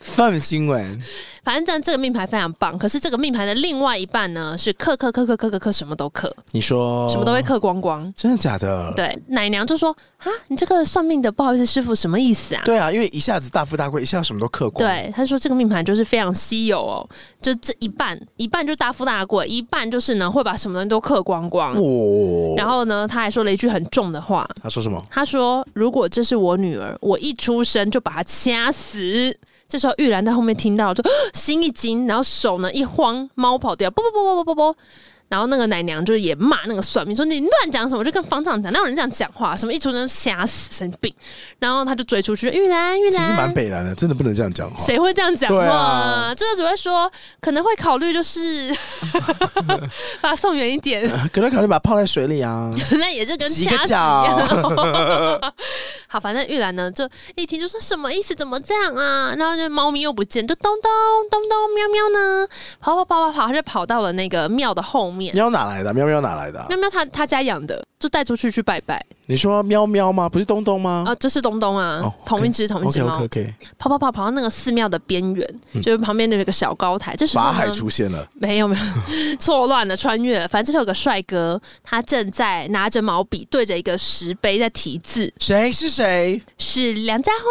A: 范新闻，
B: 反正这样这个命盘非常棒。可是这个命盘的另外一半呢，是克克克克克克克什么都克，
A: 你说
B: 什么都会，克光光。
A: 真的假的？
B: 对，奶娘就说：“啊，你这个算命的，不好意思，师傅什么意思啊？”
A: 对啊，因为一下子大富大贵，一下子什么都嗑光，，
B: 对，他说这个命盘就是非常稀有哦，就这一半，一半就大富大贵，一半就是呢会把什么东西都嗑光光。
A: 哇，
B: 然后呢，他还说了一句很重的话，
A: 哦他说什么？
B: 他说：“如果这是我女儿，我一出生就把她掐死。”这时候玉兰在后面听到，就哦心一惊，然后手呢一慌，猫跑掉，啵啵啵啵啵啵啵。然后那个奶娘就也骂那个算命，说你乱讲什么，就跟方丈讲，哪有人这样讲话？什么一出生就掐死，神经病。然后他就追出去，玉兰，玉
A: 其实蛮
B: 兰。
A: 北蓝的，真的不能这样讲话。
B: 谁会这样讲
A: 对
B: 话？
A: 啊
B: 就是只会说可能会考虑，就是 [LAUGHS] 把它送远一点， [LAUGHS]
A: 可能考虑把它泡在水里啊，
B: 那也就跟
A: 洗
B: 掐
A: 个
B: 死一样。
A: 脚，
B: 好，反正玉兰呢，就一听就说什么意思，怎么这样啊？然后就猫咪又不见，就咚咚咚咚喵喵呢，跑跑跑跑跑，它就跑到了那个庙的后面。
A: 喵哪来的？喵喵哪来的啊？
B: 喵喵它它家养的，就带出去去拜拜
A: 你说喵喵吗？不是东东吗
B: 啊，就是东东啊，
A: 哦
B: 同一只同一只
A: ？OK
B: 猫
A: OK OK，
B: 跑跑跑跑到那个寺庙的边缘，就是旁边的有一个小高台，这时候
A: 法嗯
B: 呢
A: 海出现了，
B: 没有
A: [LAUGHS]
B: 没有，错乱了，穿越了。反正这有个帅哥，他正在拿着毛笔对着一个石碑在题字，
A: 谁是谁？
B: 是梁家辉，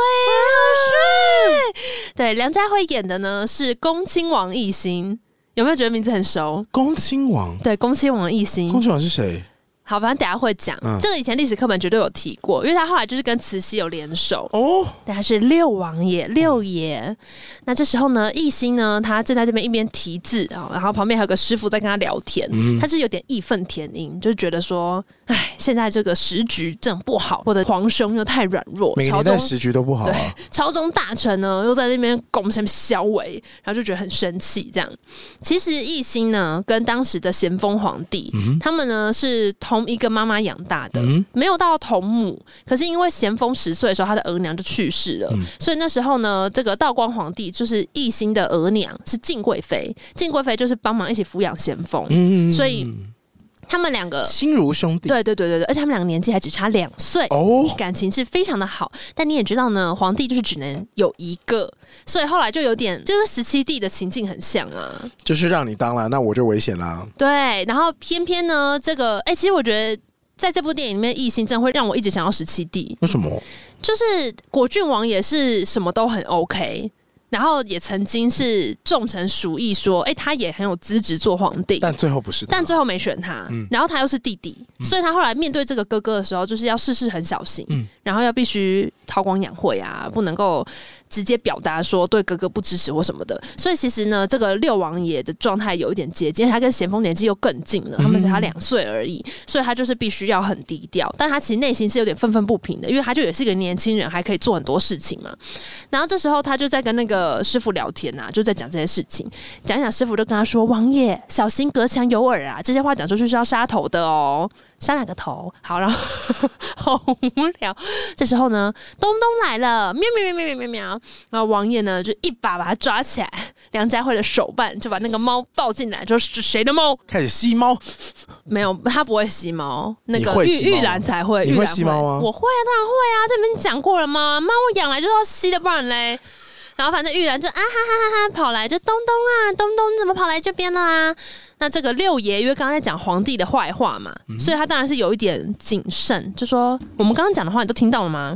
B: 好帅！对，梁家辉演的呢是恭亲王奕欣，有没有觉得名字很熟？
A: 恭亲王，
B: 对，恭亲王奕欣
A: 恭。亲王是谁？
B: 好，反正等一下会讲，
A: 嗯
B: 这个以前历史课本绝对有提过，因为他后来就是跟慈禧有联手，
A: 哦，
B: 但他是六王爷，六爷。那这时候呢，艺兴呢，他正在这边一边题字啊，然后旁边还有个师傅在跟他聊天，
A: 嗯
B: 他是有点义愤填膺，就觉得说，哎，现在这个时局正不好，或者皇兄又太软弱
A: 每，个
B: 朝
A: 年
B: 中
A: 代时局都不好啊。
B: 朝中大臣呢又在那边拱什么小尾，然后就觉得很生气。这样，其实奕兴呢跟当时的咸丰皇帝，他们呢是同一个妈妈养大的，
A: 嗯
B: 没有到同母。可是因为咸丰十岁的时候，他的额娘就去世了，所以那时候呢，这个道光皇帝就是奕兴的额娘是敬贵妃，敬贵妃就是帮忙一起抚养咸丰，
A: 嗯
B: 所以他们两个。
A: 亲如兄弟
B: 对对对对对，而且他们两个年纪还只差两岁
A: 哦，
B: 感情是非常的好，但你也知道呢，皇帝就是只能有一个，所以后来就有点就是十七弟的情境很像啊。
A: 就是让你当了，那我就危险啦。
B: 对，然后偏偏呢，这个哎、其实我觉得。在这部电影里面，异性真的会让我一直想到十七弟，
A: 为什么？
B: 就是果郡王也是什么都很 OK，然后也曾经是众臣鼠疫说，哎、他也很有资质做皇帝，
A: 但最后不是他，
B: 但最后没选他，然后他又是弟弟，所以他后来面对这个哥哥的时候，就是要事事很小心，
A: 嗯
B: 然后要必须韬光养晦啊，不能够直接表达说对哥哥不支持或什么的。所以其实呢，这个六王爷的状态有一点接近，他跟咸丰年纪又更近了，他们只差两岁而已，所以他就是必须要很低调，但他其实内心是有点愤愤不平的，因为他就也是一个年轻人，还可以做很多事情嘛。然后这时候他就在跟那个师傅聊天啊，就在讲这些事情，讲一讲师傅就跟他说：“王爷，小心隔墙有耳啊！”这些话讲出去是要杀头的哦，杀哪个头？好，然后 [LAUGHS] 好无聊。这时候呢，东东来了，喵喵喵喵喵喵喵。然后王爷呢就一把把他抓起来，梁家辉的手办就把那个猫抱进来，说是谁的猫？
A: 开始吸猫，
B: 没有，他不会吸猫，那
A: 你
B: 个
A: 会吸
B: 玉
A: 猫
B: 玉兰才会。
A: 你
B: 玉
A: 会
B: 兰
A: 吸猫吗
B: 我会啊，当然会啊，这边讲过了吗？猫我养来就是要吸的，不然嘞。然后反正玉兰就啊哈哈哈哈跑来，就东东啊，东东你怎么跑来这边了啊？那这个六爷因为刚刚在讲皇帝的坏话嘛，
A: 嗯
B: 所以他当然是有一点谨慎，就说我们刚刚讲的话你都听到了吗？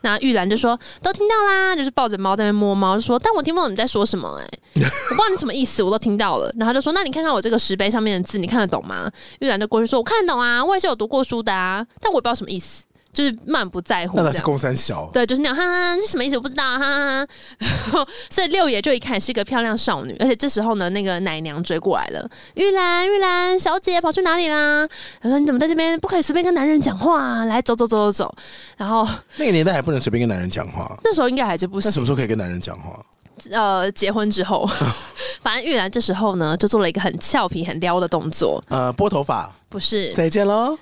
B: 那玉兰就说都听到啦，就是抱着猫在那边摸猫，就说但我听不懂你在说什
A: [LAUGHS]
B: 么哎、我不知道你什么意思，我都听到了。然后他就说那你看看我这个石碑上面的字，你看得懂吗？玉兰就过去说我看得懂啊，我也是有读过书的啊，但我也不知道什么意思。就是漫不在乎
A: 那
B: 这
A: 那是
B: 样。
A: 公三小，
B: 对，就是那样，哈哈，这什么意思？我不知道，哈哈哈。 [LAUGHS] 然后所以六爷就一看是一个漂亮少女，而且这时候呢，那个奶娘追过来了，玉兰，玉兰小姐跑去哪里啦？她说你怎么在这边？不可以随便跟男人讲话、啊，来走走走走走。然后
A: 那个年代还不能随便跟男人讲话。
B: 那时候应该还是不
A: 那
B: 行，
A: 什么时候可以跟男人讲话？
B: 呃，结婚
A: [LAUGHS]
B: 之后，反正玉兰这时候呢，就做了一个很俏皮、很撩的动作，
A: 呃，拨头发，
B: 不是
A: 再见喽。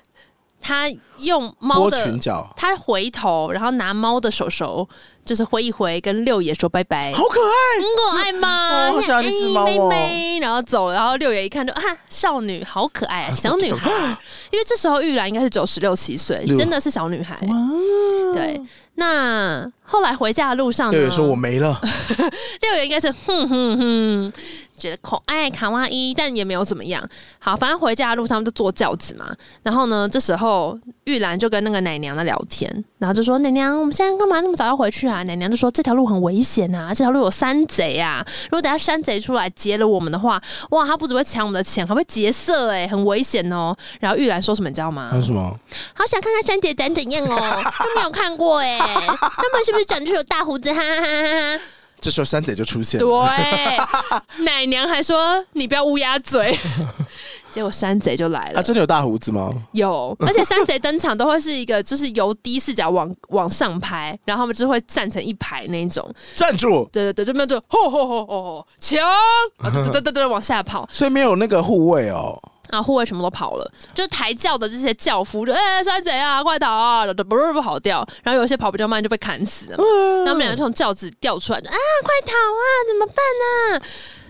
B: 她用猫
A: 拨裙
B: 的，
A: 角，
B: 她回头，然后拿猫的手手，就是挥一挥，跟六爷说拜拜。
A: 好可爱。
B: 很可爱吗？
A: 哦好想要一只猫哦
B: 哎妹妹然后走了，然后六爷一看就啊，少女好可爱、啊，小女孩。因为这时候玉兰应该是九十六七岁，
A: 六
B: 真的是小女孩。
A: 哇
B: 对，那后来回家的路上呢，
A: 六爷说：“我没了。
B: 六爷应该是哼哼哼，觉得可爱卡哇伊，但也没有怎么样。好，反正回家的路上就坐轿子嘛。然后呢，这时候玉兰就跟那个奶娘在聊天，然后就说：“奶娘，我们现在干嘛那么早要回去啊？”奶娘就说：“这条路很危险啊，这条路有山贼啊，如果等下山贼出来劫了我们的话，哇，他不只会抢我们的钱，还会劫色、欸，很危险哦。”然后玉兰说什么，你知道”吗？
A: 还有什么？
B: 好想看看珊姐长怎样哦，都没有看过哎、他们是不是长出有大胡子？哈哈哈哈哈！
A: 这时候山贼就出现了。
B: 对，奶娘还说你不要乌鸦嘴，结果山贼就来了。
A: 啊，真的有大胡子吗？
B: 有，而且山贼登场都会是一个，就是由低视角往往上拍，然后他们就会站成一排那一种。
A: 站住！
B: 对对对，就没有就吼吼吼吼吼抢，啊对对对对对，往下跑
A: 所以没有那个护卫哦。
B: 啊，护卫全部都跑了，就是抬轿的这些轿夫就哎、山贼啊，快逃啊，然后不不不跑掉，然后有一些跑比较慢就被砍死了嘛。
A: 嗯
B: 然后他们两个从轿子掉出来，就啊，快逃啊，怎么办呢、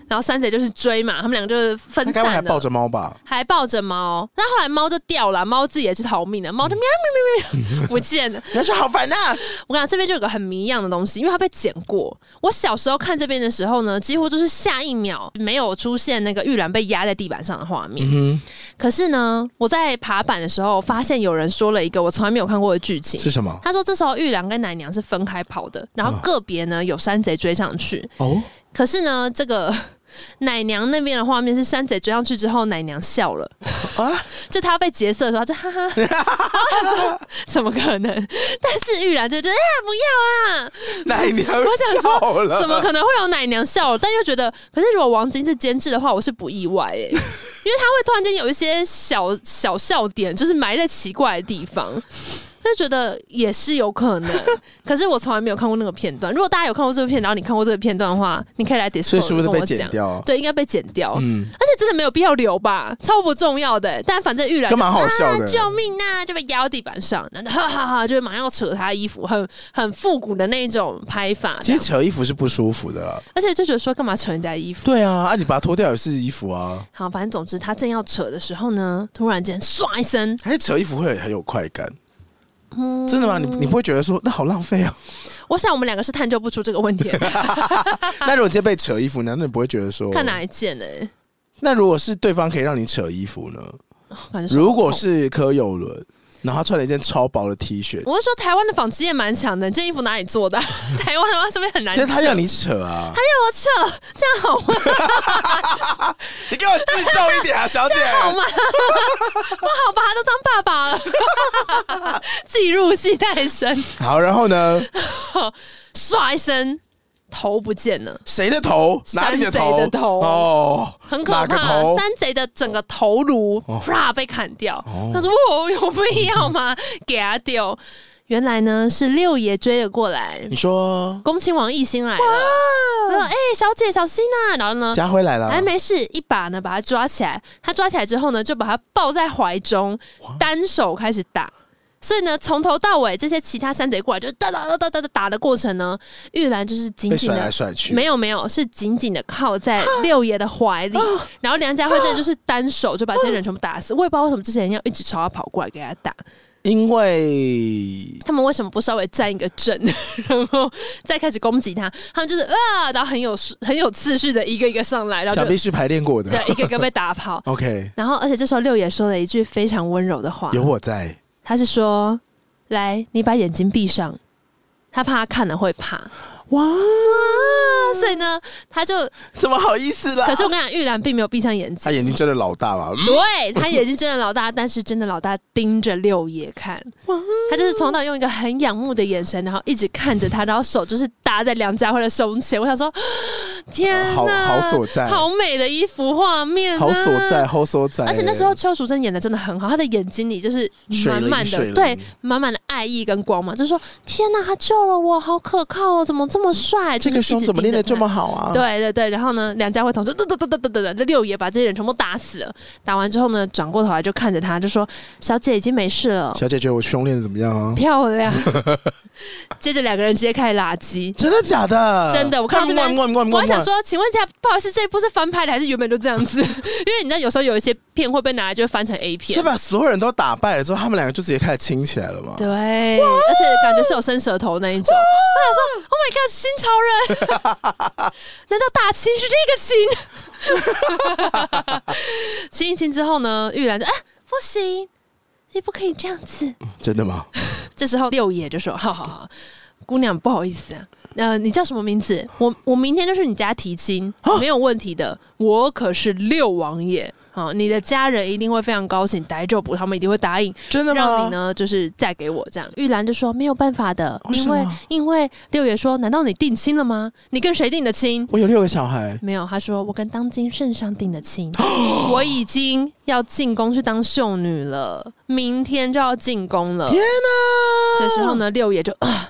B: 然后山贼就是追嘛，他们两个就是分
A: 他该不会还
B: 散
A: 抱
B: 了。
A: 着猫吧？
B: 还抱着猫，那后来猫就掉了，猫自己也是逃命的，猫
A: 嗯
B: 就喵喵喵喵不见了。
A: 他说好烦呐、
B: 我跟你讲，这边就有个很迷样的东西，因为它被剪过。我小时候看这边的时候呢，几乎就是下一秒没有出现那个玉兰被压在地板上的画面。
A: 嗯
B: 可是呢，我在爬板的时候发现有人说了一个我从来没有看过的剧情
A: 哼，，是什么？
B: 他说这时候玉兰跟奶娘是分开跑的，然后
A: 嗯
B: 个别呢有山贼追上去， [LAUGHS]
A: 哦，
B: 可是呢这个奶娘那边的画面是山贼追上去之后，奶娘笑了，
A: 啊
B: 就她被劫色的时候她就哈哈，然后她说怎么可能？但是玉兰就觉得哎呀
A: 奶娘
B: 想说
A: 笑
B: 不要
A: 了， [LAUGHS]
B: 啊，怎么可能会有奶娘笑了？但又觉得，可是如果王晶是监制的话，我是不意外
A: [LAUGHS]
B: 哎、因为他会突然间有一些小小笑点，就是埋在奇怪的地方。就觉得也是有可
A: [LAUGHS]
B: 能，可是我从来没有看过那个片段。如果大家有看过这个片，然后你看过这个片段的话，你可以来 d i s
A: 所
B: c
A: 以
B: o
A: 是不是
B: 跟
A: 被
B: 我
A: 剪
B: 讲。
A: 掉？
B: 对，应该被剪掉，
A: 嗯，
B: 而且真的没有必要留吧，超不重要的、但反正玉兰
A: 干嘛好笑的？
B: 救命啊！就被压到地板上，然后哈哈哈，就马上要扯他衣服，很很复古的那一种拍法。
A: 其实扯衣服是不舒服的啦。
B: 而且就觉得说干嘛扯人家衣服？
A: 对啊，啊，你把它脱掉也是衣服啊，
B: 好，反正总之他正要扯的时候呢，突然间唰一声，
A: 还是扯衣服会很有快感。
B: 嗯
A: 真的吗？你你不会觉得说那好浪费
B: [LAUGHS]
A: 啊？
B: 我想我们两个是探究不出这个问
A: [LAUGHS]
B: 题的， [LAUGHS]
A: 那如果今天被扯衣服，难道你不会觉得说？
B: 看哪一件呢、
A: 那如果是对方可以让你扯衣服呢？
B: 哦感觉手
A: 如果
B: 痛
A: 是柯有伦，然后他穿了一件超薄的 T 恤，
B: 我是说台湾的纺织业蛮强的，这衣服哪里
A: [LAUGHS]
B: 做的啊？台湾的话是不是很难扯？
A: 但他要你扯啊！
B: 我扯，这样好
A: [LAUGHS]
B: 吗？
A: 你给我自重一点
B: [LAUGHS]
A: 啊，小姐！
B: 好吗？不好吧，他都当爸爸了， [LAUGHS] 自己入戏太深，
A: 好，然后呢？
B: 唰一声头不见了，
A: 谁的头？哪里头？
B: 山贼的头
A: 哦，
B: 很可
A: 哪个
B: 怕。
A: 头？
B: 山贼的整个头颅
A: 哦
B: 啪被砍掉，他说：“我有必要吗？ [LAUGHS] 给他丢。”原来呢是六爷追了过来
A: 你，说
B: 恭亲王一心来了，他说：“哎、小姐小心呐、然后呢，
A: 家辉来了
B: 哎，，没事，一把呢把他抓起来，他抓起来之后呢，就把他抱在怀中，单手开始打。所以呢，从头到尾，这些其他山贼过来就哒哒哒哒哒哒打的过程呢，玉兰就是紧
A: 被
B: 紧
A: 甩来
B: 的，
A: 甩去，
B: 没有没有，是紧紧的靠
A: [GASPS]
B: 在六爷的怀
A: 哦
B: 里。然后梁家辉真的就是单手就把这些人全部打死。我也不知道为什么这些人要一直朝他跑过来给他打，
A: 因为
B: 他们为什么不稍微站一个阵，然后再开始攻击他？他们就是啊，然后很有很有次序的一个一个上来，然后
A: 想
B: 就
A: 必是排练过的。
B: 对一个一个被打跑。 [LAUGHS]
A: OK，
B: 然后，而且这时候六爷说了一句非常温柔的话，
A: 有我在，
B: 他是说：“来，你把眼睛闭上。”他怕他看了会怕。
A: 哇，
B: 所以呢，他就，
A: 怎么好意思啦
B: 可？是我跟你讲，玉兰并没有闭上眼睛
A: 他，眼睛真的老大嘛？嗯
B: [LAUGHS] 对他眼睛真的老大，但是真的老大盯着六爷看，他就是从头用一个很仰慕的眼神，然后一直看着他，然后手就是搭在梁家辉的胸前。我想说，天
A: 好
B: 哪，
A: 哦好所在
B: 好美的一幅画面、啊
A: 好所在，。好所在。
B: 而且那时候邱淑贞演的真的很好，她的眼睛里就是
A: 水
B: 满
A: 灵
B: 满
A: 水
B: 的
A: 灵
B: 对满满的爱意跟光芒，就说天哪，他救了我，好可靠哦，怎么这么帅？
A: 这
B: 就是
A: 个
B: 一
A: 胸
B: 直
A: 怎么
B: 盯
A: 练
B: 着
A: 的这
B: 他
A: 么好啊？，
B: 对对对，然后呢，梁家辉同志噔噔噔噔噔噔噔，这六爷把这些人全部打死了。打完之后呢，转过头来就看着他，就说：“小姐已经没
A: [LAUGHS]
B: 事了，
A: 小姐觉得我胸练的怎么样啊？
B: 漂亮。” [LAUGHS] 接着两个人直接开始拉鸡。
A: 真的假的？
B: 真的我看到这边
A: 嗯嗯嗯嗯嗯
B: 我还想
A: 嗯
B: 说，请问一下，不好意思，这一部是翻拍的还是原本就这样子？因 [LAUGHS] 为你知道，有时候有一些片会被拿来就翻成 A
A: 所
B: 片
A: 以，把所有人都打败了之后，他们两个就直接开始亲起来了嘛？
B: 对，而且感觉是有伸舌头那一种。我想说，Oh my god，新潮人，难道大亲是这个 [LAUGHS] 亲？亲一亲之后呢，玉兰就哎、不行，你不可以这样子。
A: 真的吗？
B: 这时候六爷就说，好好好，姑娘不好意思、啊。呃，你叫什么名字？我我明天就去你家提亲，没有问题的。我可是六王爷啊、你的家人一定会非常高兴，逮就补，他们一定会答应。
A: 真的
B: 让你
A: 吗？
B: 呢，就是嫁给我这样。玉兰就说没有办法的，
A: 哦为
B: 因
A: 什么
B: 为因为六爷说，难道你定亲了吗？你跟谁定的亲？
A: 我有六个小孩，
B: 没有，他说我跟当今圣上定的亲，
A: [GASPS]
B: 我已经要进宫去当秀女了，明天就要进宫了。
A: 天啊哪！
B: 呃这时候呢，六爷就、啊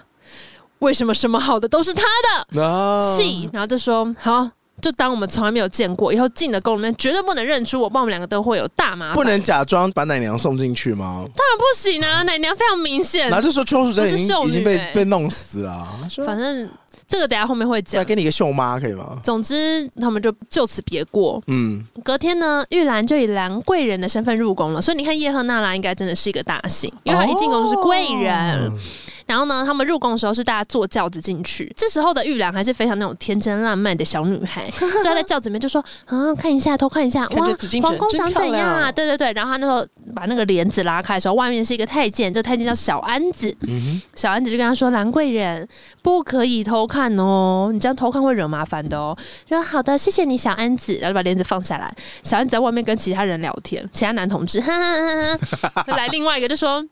B: 为什么什么好的都是他的？
A: 啊，
B: 气，然后就说好。就当我们从来没有见过，以后进了宫里面绝对不能认出我，不然我们两个都会有大麻烦。
A: 不能假装把奶娘送进去吗？
B: 当然不行啊！奶娘非常明显
A: 然，后就说邱淑贞已
B: 不是
A: 经
B: 秀女
A: 已经被
B: 欸
A: 被弄死了啊，她说
B: 反正这个等下后面会
A: 来
B: 讲。
A: 给你一个秀妈可以吗？
B: 总之，他们就就此别过。
A: 嗯，
B: 隔天呢，玉兰就以兰贵人的身份入宫了，所以你看叶赫那拉应该真的是一个大姓，因为她一进宫就是贵人。然后呢，他们入宫的时候是大家坐轿子进去，这时候的玉兰还是非常那种天真烂漫的小女孩，所以她在轿子里面就说：“啊，看一下，偷看一下，
A: 看
B: 哇
A: 这紫禁，城
B: 皇宫长怎
A: 真漂
B: 样啊？”
A: 亮
B: 对对对。然后她那时候把那个帘子拉开的时候，外面是一个太监，这太监叫小安子。
A: 嗯
B: 小安子就跟他说：“兰贵人，不可以偷看哦，你这样偷看会惹麻烦的哦。”说：“好的，谢谢你，小安子。”然后就把帘子放下来。小安子在外面跟其他人聊天，其他男同志，哈哈哈哈。
A: [LAUGHS]
B: 就来另外一个就说：“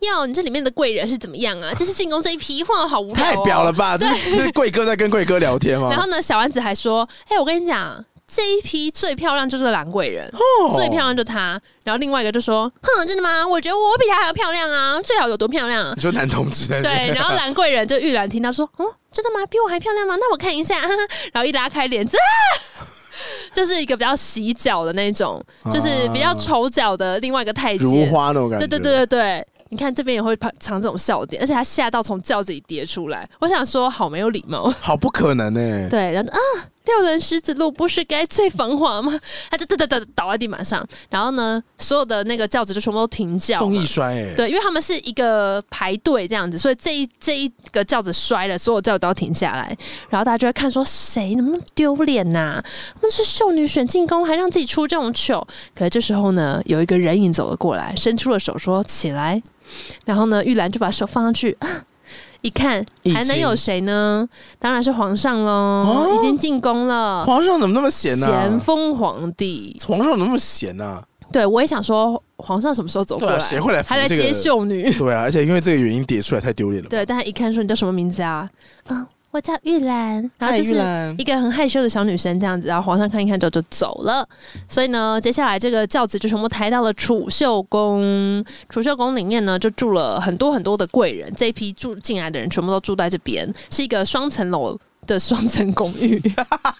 B: 哟，你这里面的贵人是怎么样啊？这次进宫这一批，哇，好无
A: 哼，
B: 聊、哦，
A: 太表了。吧？这是这是贵哥在跟贵哥聊天”吗？
B: 然后呢，小安子还说：“哎、我跟你讲，这一批最漂亮就是兰贵人。”
A: 哦
B: 最漂亮就她，然后另外一个就说：“哼，真的吗？我觉得我比她还要漂亮啊！最好有多漂亮啊！”
A: [LAUGHS] 你说男同志在那边
B: 对，然后兰贵人就玉兰听到说，哦，真的吗？比我还漂亮吗？那我看一下，哈哈然后一拉开帘子。啊 [LAUGHS] 就是一个比较洗脚的那种，就是比较丑角的另外一个太监。
A: 啊如花那种感
B: 对
A: 觉，
B: 对对对对，你看这边也会藏这种笑点，而且他吓到从轿子里跌出来。我想说，好没有礼貌。
A: 好不可能欸呢。
B: 对，然后啊，六人十子路不是该最繁华吗？他就哒哒哒哒倒在地板上，然后呢，所有的那个轿子就全部都停轿
A: 宋
B: 了
A: 一。摔哎，
B: 对，因为他们是一个排队这样子，所以这一这一个轿子摔了，所有轿子都要停下来，然后大家就会看说谁能不能丢脸呐？那是秀女选进宫，还让自己出这种糗。可是这时候呢，有一个人影走了过来，伸出了手说起来，然后呢，玉兰就把手放上去。啊一看
A: 疫
B: 还能
A: 情
B: 有谁呢？当然是皇上喽，
A: 哦
B: 已经进宫了，
A: 皇上怎么那么闲呢？
B: 咸丰皇帝。
A: 皇上怎么那么闲呢？
B: 对我也想说，皇上什么时候走过
A: 对
B: 来？
A: 啊，谁会来扶
B: 还来
A: 这
B: 接
A: 个？
B: 秀女？
A: 对啊，而且因为这个原因叠出来太丢脸了吧。
B: 对，但他一看说你叫什么名字啊？嗯，我叫玉兰，然后
A: 嗨
B: 就
A: 玉
B: 是
A: 兰
B: 一个很害羞的小女生这样子，然后皇上看一看之后就走了。所以呢，接下来这个轿子就全部抬到了储秀宫，储秀宫里面呢就住了很多很多的贵人，这一批住进来的人全部都住在这边，是一个双层楼。的双层公寓。 [LAUGHS]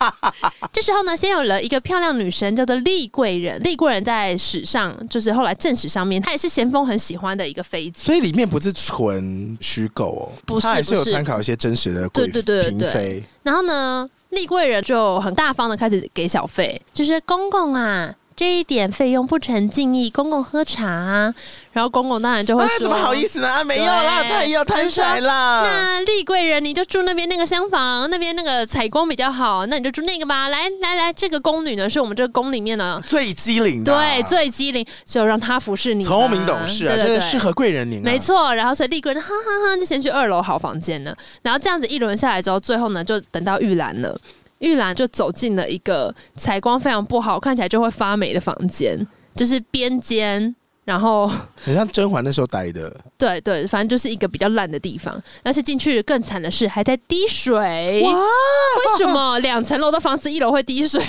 B: 这时候呢，先有了一个漂亮女神，叫做丽贵人。丽贵人在史上，就是后来正史上面，她也是咸丰很喜欢的一个妃子。
A: 所以里面不是纯虚构哦，
B: 不是
A: 他还是有
B: 不是
A: 参考一些真实的贵
B: 对对对
A: 嫔
B: 对
A: 妃，
B: 然后呢，丽贵人就很大方的开始给小费，就是公公啊，这一点费用不成敬意，公公喝茶啊。然后公公当然就会
A: 啊，
B: 说，
A: 怎么好意思呢？啊，没有啦，
B: 对
A: 太要贪财啦。
B: 那丽贵人，你就住那边那个厢房，那边那个采光比较好，那你就住那个吧。来来来，这个宫女呢，是我们这个宫里面呢，
A: 最机灵的啊，
B: 对，最机灵，就让她服侍你吧。
A: 聪明懂事啊，
B: 对
A: 真
B: 对
A: 的
B: 对，
A: 适合贵人您啊。
B: 没错，然后所以丽贵人哈哈哈就先去二楼好房间了，然后这样子一轮下来之后，最后呢就等到玉兰了，玉兰就走进了一个采光非常不好，看起来就会发霉的房间，就是边间，然后
A: 很像甄嬛那时候待的，
B: 对对，反正就是一个比较烂的地方，而且进去更惨的是还在滴水，
A: 哇 [LAUGHS]
B: 为什么两层楼的房子一楼会滴水？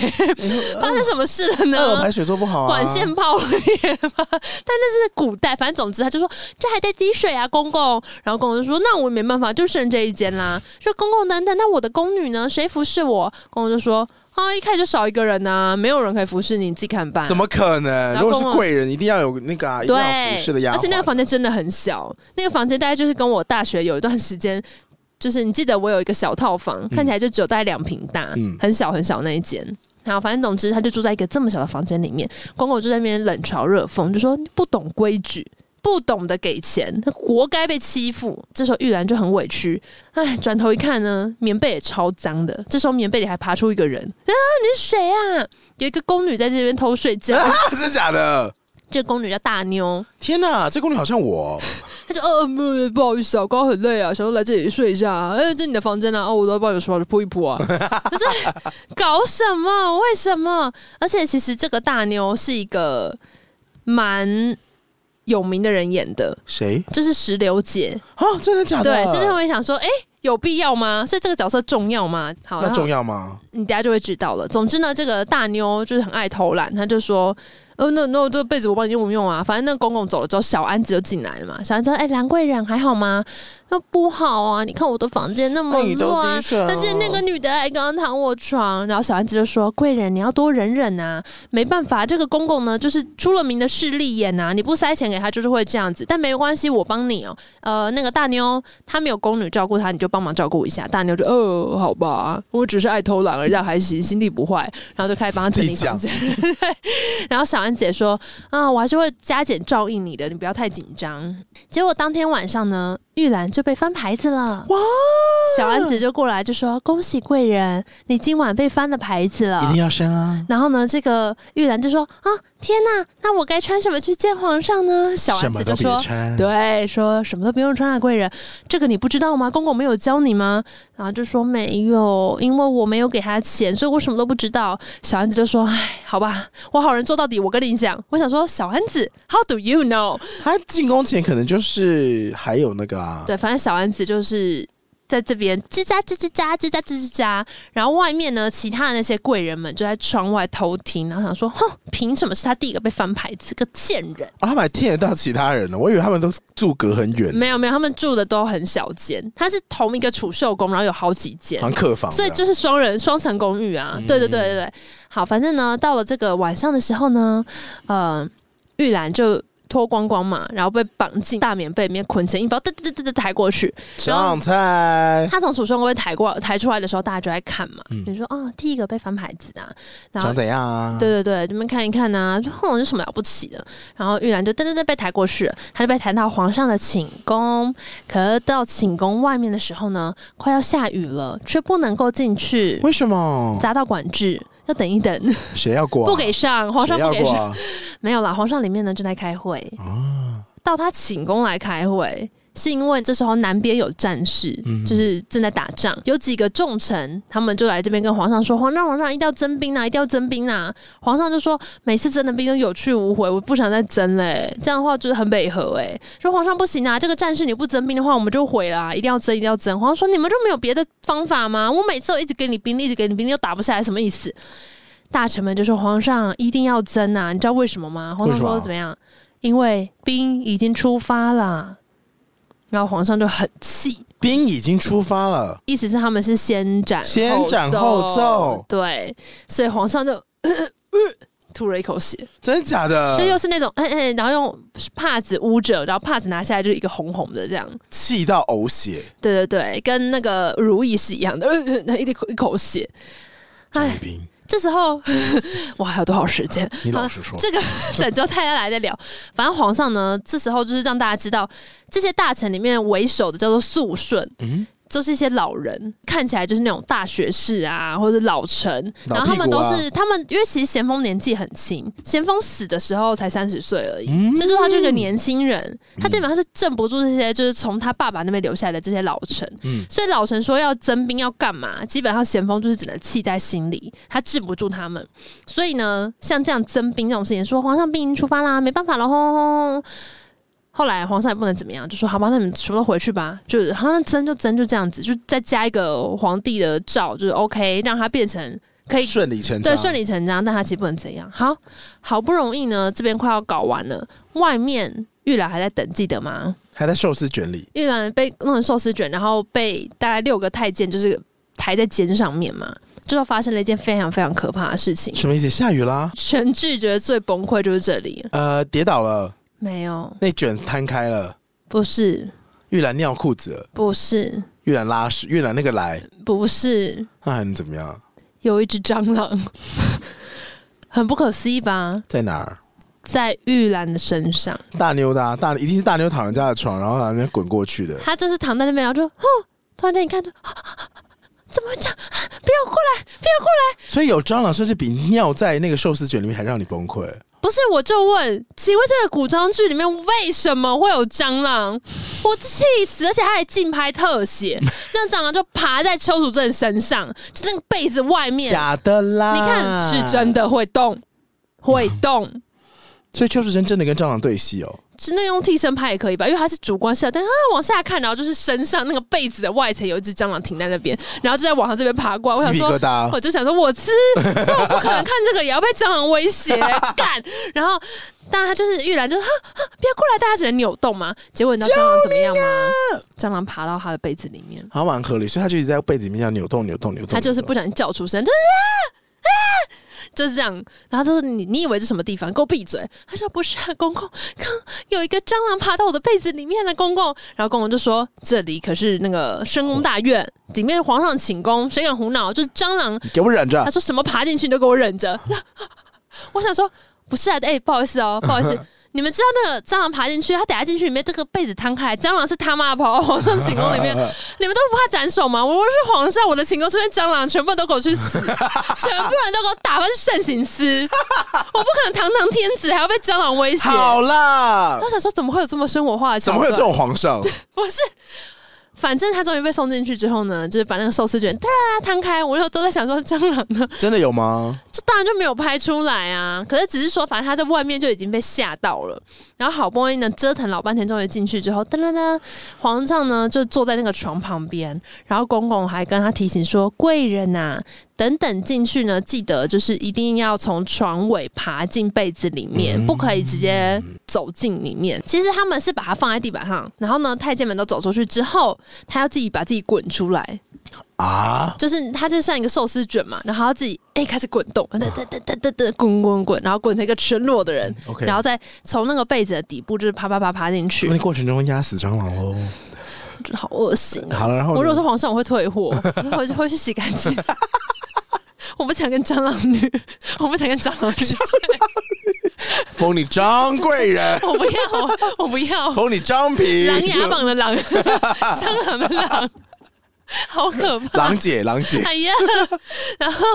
B: 发生什么事 [LAUGHS] 了
A: 二楼
B: 呢
A: 排？水做不好啊，
B: 管线爆裂吗？ [LAUGHS] 但那是古代，反正总之他就说这还在滴水啊，公公。然后公公就说那我没办法，就剩这一间啦。说公公等等，那我的宫女呢？谁服侍我？公公就说啊，一开始就少一个人呐、没有人可以服侍你，你自己看办。
A: 怎么可能？
B: 然
A: 如
B: 后
A: 果
B: 公
A: 是
B: 公
A: 贵人，一定要有那个啊，一定要有服侍的
B: 对，
A: 丫鬟。
B: 而且那个房间真的很小，那个房间大概就是跟我大学有一段时间，就是你记得我有一个小套房，看起来就只有大概两平大，
A: 嗯
B: 很小很小那一间。然后反正总之，他就住在一个这么小的房间里面，公公就在那边冷嘲热讽，就说你不懂规矩。不懂得给钱，他活该被欺负。这时候玉兰就很委屈，哎，转头一看呢，棉被也超脏的。这时候棉被里还爬出一个人啊，你是谁啊？有一个宫女在这边偷睡
A: [LAUGHS]
B: 觉，
A: 真的假的？
B: 这个宫女叫大妞。
A: 天哪，这宫女好像我哦，
B: 他就哦，不不好意思啊，刚刚很累啊，想说来这里睡一下、啊。哎，这你的房间啊，哦，我都要帮你刷着铺一
A: [LAUGHS]
B: 铺啊。可是搞什么？为什么？而且其实这个大妞是一个蛮有名的人演的， [LAUGHS]
A: 谁
B: 就是石榴姐。
A: 啊？真的假的？
B: 对，所以就会想说，哎、有必要吗？所以这个角色重要吗？好，
A: 那
B: 然后
A: 重要吗？
B: 你等下就会知道了。总之呢，这个大妞就是很爱偷懒，她就说：“哦，那那这被子我帮你用不用啊？反正那公公走了之后，小安子就进来了嘛。小安子说：‘哎、兰贵人还好吗？’她说：‘不好啊，你看我的房间那么
A: 那你都
B: 乱啊
A: 低，水哦
B: 而且那个女的还刚躺我床。’然后小安子就说：‘贵人，你要多忍忍啊，没办法，这个公公呢就是出了名的势利眼啊，你不塞钱给他就是会这样子。但没关系，我帮你哦。呃，那个大妞她没有宫女照顾她，你就帮忙照顾一下。大妞就呃，好吧，我只是爱偷懒而已，这样还行，心地不坏。然后就开始帮她整理房间。 [LAUGHS] 然后小安姐说啊，我还是会加减照应你的，你不要太紧张。结果当天晚上呢，玉兰就被翻牌子了。
A: 哇！
B: 小安
A: 嗯
B: 子就过来就说：“恭喜贵人，你今晚被翻了牌子了。”
A: 一定要生啊！
B: 然后呢，这个玉兰就说：“啊，天哪，那我该穿什么去见皇上呢？”小
A: 什
B: 丸
A: 么
B: 子
A: 都
B: 就
A: 别
B: 说
A: 穿，：“
B: 对，说什么都不用穿了，贵人，这个你不知道吗？公公没有教你吗？”然后就说：“没有，因为我没有给他钱，所以我什么都不知道。”小丸子就说：“哎，好吧，我好人做到底。我跟你讲，我想说，小丸子，How do you know？
A: 他进宫前可能就是还有那个啊，
B: 对，反正小丸子就是在这边吱喳吱吱喳吱喳吱吱喳，然后外面呢，其他的那些贵人们就在窗外偷听，然后想说，哼，凭什么是他第一个被翻牌子？个贱人！
A: 啊，他们还听得到其他人呢。我以为他们都住隔很远，
B: 没有没有，他们住的都很小间，他是同一个储秀宫，然后有好几间
A: 好。像客房这
B: 所以
A: 样。
B: 就是双人双层公寓啊，对对对对对。好，反正呢，到了这个晚上的时候呢，呃，玉兰就脱光光嘛，然后被绑进大棉被里面捆成一包，嘚嘚嘚嘚嘚抬过去，
A: 上菜，
B: 他从储存柜抬过抬出来的时候，大家就在看嘛。
A: 嗯
B: 你说啊、第一个被翻牌子啊，然后
A: 长怎样啊？
B: 对对对，你们看一看呐、就哼，有什么了不起的？然后玉兰就噔噔噔被抬过去了，他就被抬到皇上的寝宫。可是到寝宫外面的时候呢，快要下雨了，却不能够进去，
A: 为什么？
B: 砸到管制，要等一等，
A: 谁要过啊？
B: 不给上，皇上
A: 谁要
B: 不给
A: 过
B: 上，
A: 啊？
B: 没有啦，皇上里面呢正在开会。到他寝宫来开会，是因为这时候南边有战事，就是正在打仗，有几个重臣他们就来这边跟皇上说：“皇上，皇上一定要征兵啊，一定要征兵啊！”皇上就说：“每次征的兵都有去无回，我不想再征嘞、这样的话就是很违和哎、说皇上不行啊，这个战事你不征兵的话，我们就毁了、啊，一定要征，一定要征。”皇上说：“你们就没有别的方法吗？我每次都一直给你兵力，一直给你兵力，又打不下来，什么意思？”大臣们就说：“皇上一定要征啊！你知道为什么吗？”皇上
A: 为什
B: 说：“
A: 么啊
B: 怎么样？因为兵已经出发了。”然后皇上就很气，
A: 兵已经出发了，
B: 意思是他们是先斩
A: 先斩后奏
B: 对，所以皇上就 [COUGHS] 吐了一口血，
A: 真的假的？
B: 这又是那种嗯嗯，然后用帕子捂着，然后帕子拿下来就是一个红红的这样，
A: 气到呕血，
B: 对对对，跟那个如意是一样的，呃呃一口一口血。
A: 张
B: 哎
A: 雨，斌
B: 这时候 [LAUGHS] 我还有多少时间？
A: 你老实说，
B: 这个 [LAUGHS] 等之后大家来再聊。反正皇上呢，这时候就是让大家知道，这些大臣里面为首的叫做肃顺，
A: 嗯，
B: 就是一些老人，看起来就是那种大学士啊，或者老臣。
A: 老
B: 然后他们
A: 屁股
B: 都
A: 啊
B: 是他们，因为其实咸丰年纪很轻，咸丰死的时候才三十岁而已，
A: 嗯
B: 所以说他就是个年轻人，他基本上是镇不住这些就是从他爸爸那边留下来的这些老臣。
A: 嗯
B: 所以老臣说要征兵要干嘛，基本上咸丰就是只能气在心里，他治不住他们。所以呢，像这样征兵这种事情，说皇上兵营出发啦，没办法了，轰轰轰。后来皇上也不能怎么样，就说好吧，那你们全部都回去吧。就是好像争就争，就这样子，就再加一个皇帝的诏，就是 OK，让他变成可以
A: 顺理成章，
B: 对，顺理成章，但他其实不能怎样。好，好不容易呢，这边快要搞完了，外面玉兰还在等，记得吗？
A: 还在寿司卷里，
B: 玉兰被弄成寿司卷，然后被大概六个太监就是抬在肩上面嘛，之后发生了一件非常非常可怕的事情。
A: 什么意思？下雨啦，
B: 全剧觉得最崩溃就是这里，
A: 呃，跌倒了，
B: 没有，
A: 那卷摊开了，
B: 不是，
A: 玉兰尿裤子了，
B: 不是，
A: 玉兰拉屎，玉兰那个来，
B: 不是，
A: 那还能怎么样？
B: 有一只蟑 [LAUGHS] 螂，很不可思议吧，
A: 在哪儿？
B: 在玉兰的身上。
A: 大妞的、啊，大一定是大妞躺人家的床，然后往那边滚过去的。
B: 他就是躺在那边，然后就哦，突然间你看，就啊怎么会这样？ [GASPS] 不要过来！
A: 所以有蟑螂，甚至比尿在那个寿司卷里面还让你崩溃。
B: 不是，我就问，请问这个古装剧里面为什么会有蟑螂？我气死！而且他还竞拍特
A: [LAUGHS]
B: 写，那蟑螂就爬在邱淑贞身上，就那个被子外面，
A: 假的啦，
B: 你看是真。的会动，会动。
A: 所以邱淑贞真的跟蟑螂对戏哦。
B: 是那用替身拍也可以吧，因为它是主观视角，但是啊往下看，然后就是身上那个被子的外层有一只蟑螂停在那边，然后就在往上这边爬过来。我想
A: 鸡皮
B: 说
A: 疙，瘩，
B: 我就想说，我吃， [LAUGHS] 所以我不可能看这个，也要被蟑螂威胁干。然后，当然他就是玉兰就，哈哈，不要过来，大家只能扭动嘛。结果你知道蟑螂怎么样吗？蟑螂爬到他的被子里面，
A: 好像蛮合理，所以他就一直在被子里面这样扭动、扭动、扭动。
B: 他就是
A: 扭
B: 不
A: 动
B: 小心叫出声，就是啊啊，就是这样。然后他就说你你以为是什么地方？给我闭嘴！他说不是、啊，公公，刚有一个蟑螂爬到我的被子里面了，公公。然后公公就说这里可是那个深宫大院，里面皇上寝宫，谁敢胡闹？就是蟑螂
A: 你给我忍着
B: [LAUGHS] 他，说什么爬进去你都给我忍着。 [LAUGHS] 我想说不是啊，哎、不好意思
A: [LAUGHS]
B: 哦，不好意思。你们知道那个蟑螂爬进去，它等下进去里面这个被子摊开来，蟑螂是他妈跑到 [LAUGHS] 皇上寝宫里
A: [LAUGHS]
B: 面，你们都不怕斩首吗？我如果是皇上，我的寝宫出现蟑螂，全部人都给我
A: [LAUGHS]
B: 去死，全部人都给我打发去慎刑司，我不可能堂堂天子还要被蟑螂威胁。
A: 好啦
B: 我，想说，怎么会有这么生活化的桥
A: 怎
B: 段？
A: 么会有这种皇上？
B: 不是，反正他终于被送进去之后呢，就是把那个寿司卷哒摊开，我又都在想说蟑螂呢，
A: 真的有吗？
B: 这当然就没有拍出来啊。可是只是说，反正他在外面就已经被吓到了，然后好不容易呢折腾老半天，终于进去之后，噔噔噔，皇上呢就坐在那个床旁边，然后公公还跟他提醒说：“贵人呐、等等进去呢，记得就是一定要从床尾爬进被子里面，不可以直接走进里面。其实他们是把它放在地板上，然后呢太监们都走出去之后，他要自己把自己滚出来，
A: 啊，
B: 就是它就像一个寿司卷嘛，然后它自己哎、开始滚动，哒哒哒哒哒哒滚滚滚，然后滚成一个全裸的人
A: OK 嗯
B: 然后再从那个被子的底部就是啪啪啪爬进去
A: 那，过程中压死蟑螂喽。
B: 就好恶心啊！
A: 好了，然后
B: 我
A: 呢
B: 如果是皇上，我会退货， [LAUGHS] 我会会去洗干净。我不想跟蟑螂女，我不想跟蟑螂女睡，，
A: 封你张贵人
B: 我不要，我我不要，
A: 封你张平，
B: [LAUGHS] 狼牙榜的狼，蟑螂的狼， [LAUGHS] 好可怕！
A: [LAUGHS] 狼姐，狼姐，
B: 哎呀，然后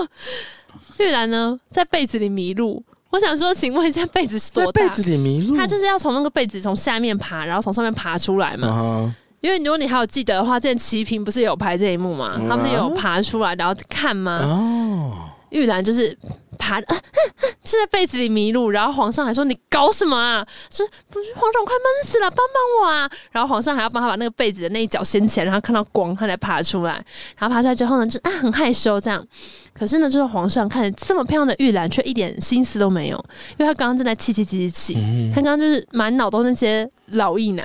B: 玉兰呢，在被子里迷路。我想说，请问一下，被子是
A: 在
B: 多
A: 被
B: 大？
A: 子里迷路。
B: 她就是要从那个被子从下面爬，然后从上面爬出来嘛。
A: 啊，
B: 因为如果你还有记得的话，之前齐平不是也有拍这一幕嘛？
A: 嗯
B: 他不是也有爬出来然后看吗？
A: 哦，
B: 玉兰就是爬，啊啊啊 [LAUGHS] 是在被子里迷路，然后皇上还说你搞什么啊？是不是皇上我快闷死了，帮帮我啊！然后皇上还要帮他把那个被子的那一角掀起来，让他看到光，他才爬出来。然后爬出来之后呢，就啊很害羞这样。可是呢，就是皇上看着这么漂亮的玉兰，却一点心思都没有，因为他刚刚正在气气气气气，
A: 嗯
B: 他刚刚就是满脑都那些老艺男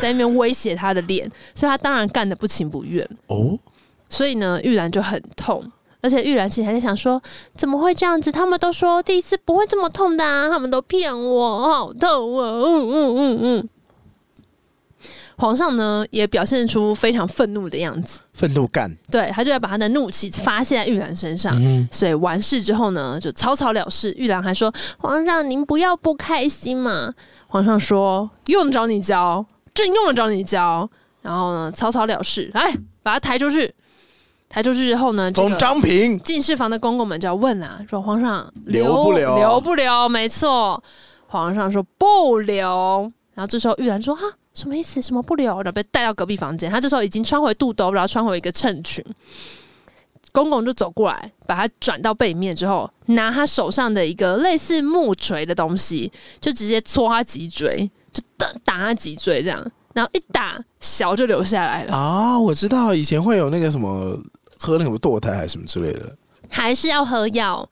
B: 在那边威胁他的脸，所以他当然干得不情不愿。
A: 哦，
B: 所以呢，玉兰就很痛。而且玉兰其实还在想说，怎么会这样子？他们都说第一次不会这么痛的啊，他们都骗我，好痛啊！嗯嗯嗯嗯。嗯皇上呢也表现出非常愤怒的样子，
A: 愤怒干，
B: 对他就要把他的怒气发泄在玉兰身上。
A: 嗯，
B: 所以完事之后呢，就草草了事。玉兰还说：“皇上，您不要不开心嘛。”皇上说：“用得着你教，朕用得着你教。”然后呢，草草了事，来把他抬出去。抬出去之后呢，这
A: 封
B: 个
A: 张平，
B: 进士房的公公们就要问啦、说：“皇上
A: 嗯留不留
B: 留不留？没错。”皇上说：“不留。”然后这时候玉兰说：“哈，啊什么意思？什么不留？”然后被带到隔壁房间。她这时候已经穿回肚兜，然后穿回一个衬裙。公公就走过来，把她转到背面之后，拿她手上的一个类似木锤的东西，就直接戳她脊椎，就打打她脊椎这样。然后一打，小就流下来了。
A: 啊，我知道以前会有那个什么喝那个什么堕胎还是什么之类的，
B: 还是要喝药。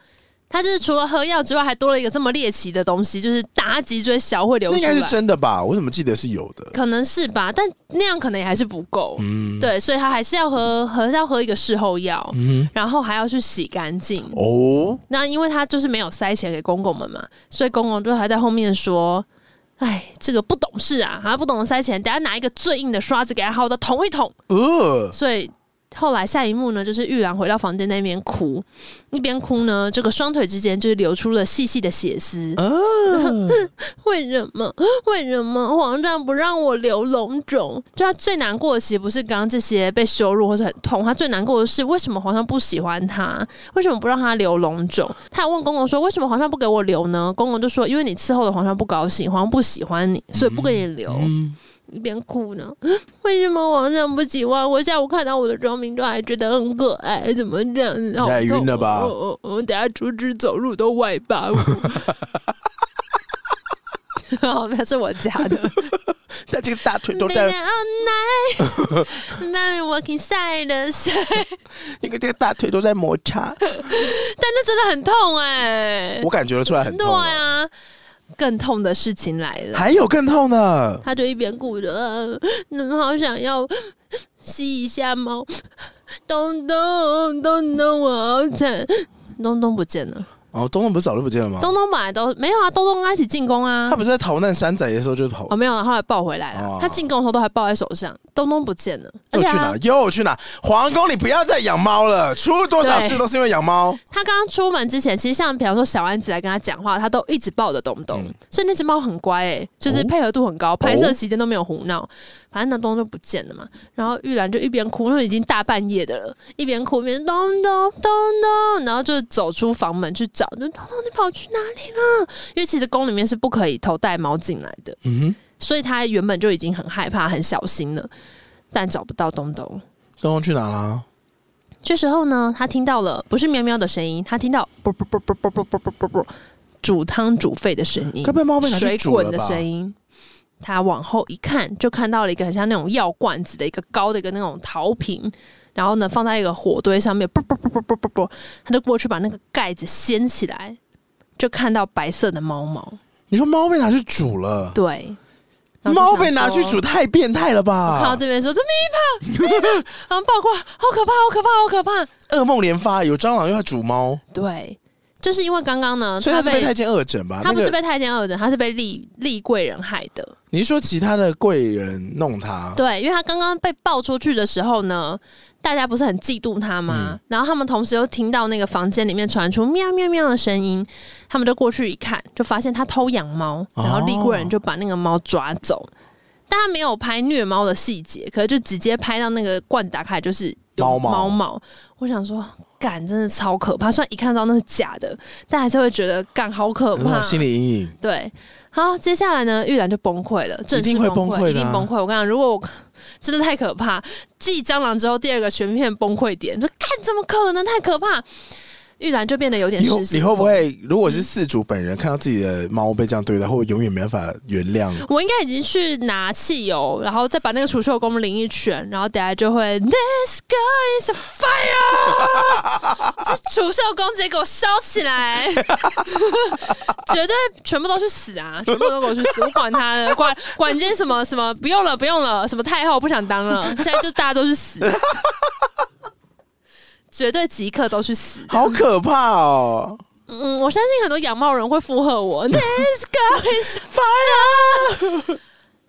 B: 他就是除了喝药之外，还多了一个这么猎奇的东西，就是打脊椎小会流
A: 那
B: 出
A: 应该是
B: 来，
A: 真的吧？我怎么记得是有的？
B: 可能是吧，但那样可能也还是不够。
A: 嗯，，
B: 对，所以他还是要喝，还是要喝一个事后药，
A: 嗯
B: 然后还要去洗干净。
A: 哼，哦，
B: 那因为他就是没有塞钱给公公们嘛，所以公公就还在后面说：“哎，这个不懂事啊，他不懂得塞钱，等下拿一个最硬的刷子给他好的捅一捅。”
A: 呃，
B: 所以后来下一幕呢，就是玉兰回到房间那边哭，一边哭呢，这个双腿之间就是流出了细细的血丝。 [LAUGHS] 为什么？为什么皇上不让我留龙种？就他最难过的，其实不是刚刚这些被羞辱或是很痛，他最难过的是为什么皇上不喜欢他？为什么不让他留龙种？他还问公公说，为什么皇上不给我留呢？公公就说，因为你伺候的皇上不高兴，皇上不喜欢你，所以不给你留。
A: 嗯，
B: 一边哭呢。为什么皇上不喜欢我？下午看到我的妆品照还觉得很可爱，怎么这样子？好
A: 太晕
B: 痛
A: 了吧
B: 哦哦哦我等下出去走路都外八舞。哦，那是我家的。
A: 那这个大腿
B: Been
A: 都在，
B: all night, now we're walking silence。
A: 那个这个大腿都在摩
B: [LAUGHS]
A: 擦，
B: 但那真的很痛哎、
A: 我感觉得出来很
B: 对
A: 痛。
B: 啊，更痛的事情来了。
A: 还有更痛的，
B: 他就一边顾着，呃嗯，好想要吸一下猫，东东东东，我好惨。东东不见了，
A: 哦，东东不是早就不见了吗？
B: 东东本来都没有啊，东东跟他一起进宫啊
A: 他，不是在逃难山仔的时候就逃
B: 哦，没有啊，后来抱回来了
A: 哦。
B: 他进宫的时候都还抱在手上，东东不见了，而
A: 又
B: 且
A: 去哪
B: 他
A: 儿？又去哪儿？皇宫，你不要再养猫了，出多少事
B: 对
A: 都是因为养猫。
B: 他刚刚出门之前，其实像比方说小丸子来跟他讲话，他都一直抱着东东，
A: 嗯
B: 所以那只猫很乖诶、就是
A: 哦
B: 配合度很高，拍摄期间都没有胡闹。反正那东东就不见了嘛，然后玉兰就一边哭，因为已经大半夜的了，一边哭一边咚咚咚咚，然后就走出房门去找，就东东你跑去哪里了？因为其实宫里面是不可以头戴猫进来的，
A: 嗯
B: 所以他原本就已经很害怕、很小心了，但找不到东东。
A: 哼，东东去哪啦？
B: 这时候呢，他听到了不是喵喵的声音，他听到啵啵啵啵啵啵啵啵啵啵煮汤煮沸的声音
A: 该，不会猫被拿去
B: 水
A: 煮
B: 滚
A: 了
B: 的
A: 吧？
B: 声音。他往后一看，就看到了一个很像那种药罐子的一个高的一个那种陶瓶，然后呢放在一个火堆上面，啵啵啵啵啵啵啵，他就过去把那个盖子掀起来，就看到白色的猫毛，
A: 你说猫被拿去煮了？
B: 对，然后就
A: 猫
B: 想
A: 被拿去
B: 说
A: 煮，太变态了
B: 哦我看到
A: 吧！
B: 这边说这咪吧，然后爆过来，好可怕，好可怕，好可怕，
A: 噩梦连发，有蟑螂又要煮猫，
B: 对，就是因为刚刚呢，
A: 所以他是被
B: 哦被
A: 太监恶整吧？
B: 他不是
A: 啊那个
B: 被太监恶整，他是被厉厉贵人害的。
A: 你是说其他的贵人弄他？
B: 对，因为他刚刚被抱出去的时候呢，大家不是很嫉妒他吗？
A: 嗯
B: 然后他们同时又听到那个房间里面传出喵喵喵的声音，他们就过去一看，就发现他偷养猫，然后厉
A: 哦
B: 贵人就把那个猫抓走。但他没有拍虐猫的细节，可是就直接拍到那个罐打开就是有
A: 猫毛
B: 猫毛。我想说，干真的超可怕，虽然一看到那是假的，但还是会觉得干好可
A: 有没
B: 怕
A: 有。心理阴影。
B: 对，好，接下来呢，玉兰就崩溃了，正式
A: 定会
B: 崩
A: 崩溃的啊
B: 一定崩溃。我跟你讲，如果我 [LAUGHS] 真的太可怕，继蟑螂之后第二个全片崩溃点，就看怎么可能太可怕？玉兰就变得有点
A: 以后
B: 失
A: 你
B: 心
A: 会不
B: 疯。
A: 会，如果是饲主本人看到自己的猫被这样对待，会不会永远没办法原谅？
B: 我应该已经去拿汽油，然后再把那个储秀宫淋一圈，然后等下就会 This guy is a fire，这 [LAUGHS] 储秀宫直接给我烧起来， [LAUGHS] 绝对全部都去死啊！全部都给我去死，我管他的，管管这些什么什么不用了不用了，什么太后不想当了，现在就大家都去死， [LAUGHS] 绝对即刻都去死。
A: 好可怕哦！
B: 嗯，我相信很多养猫人会附和我。This guy is fire。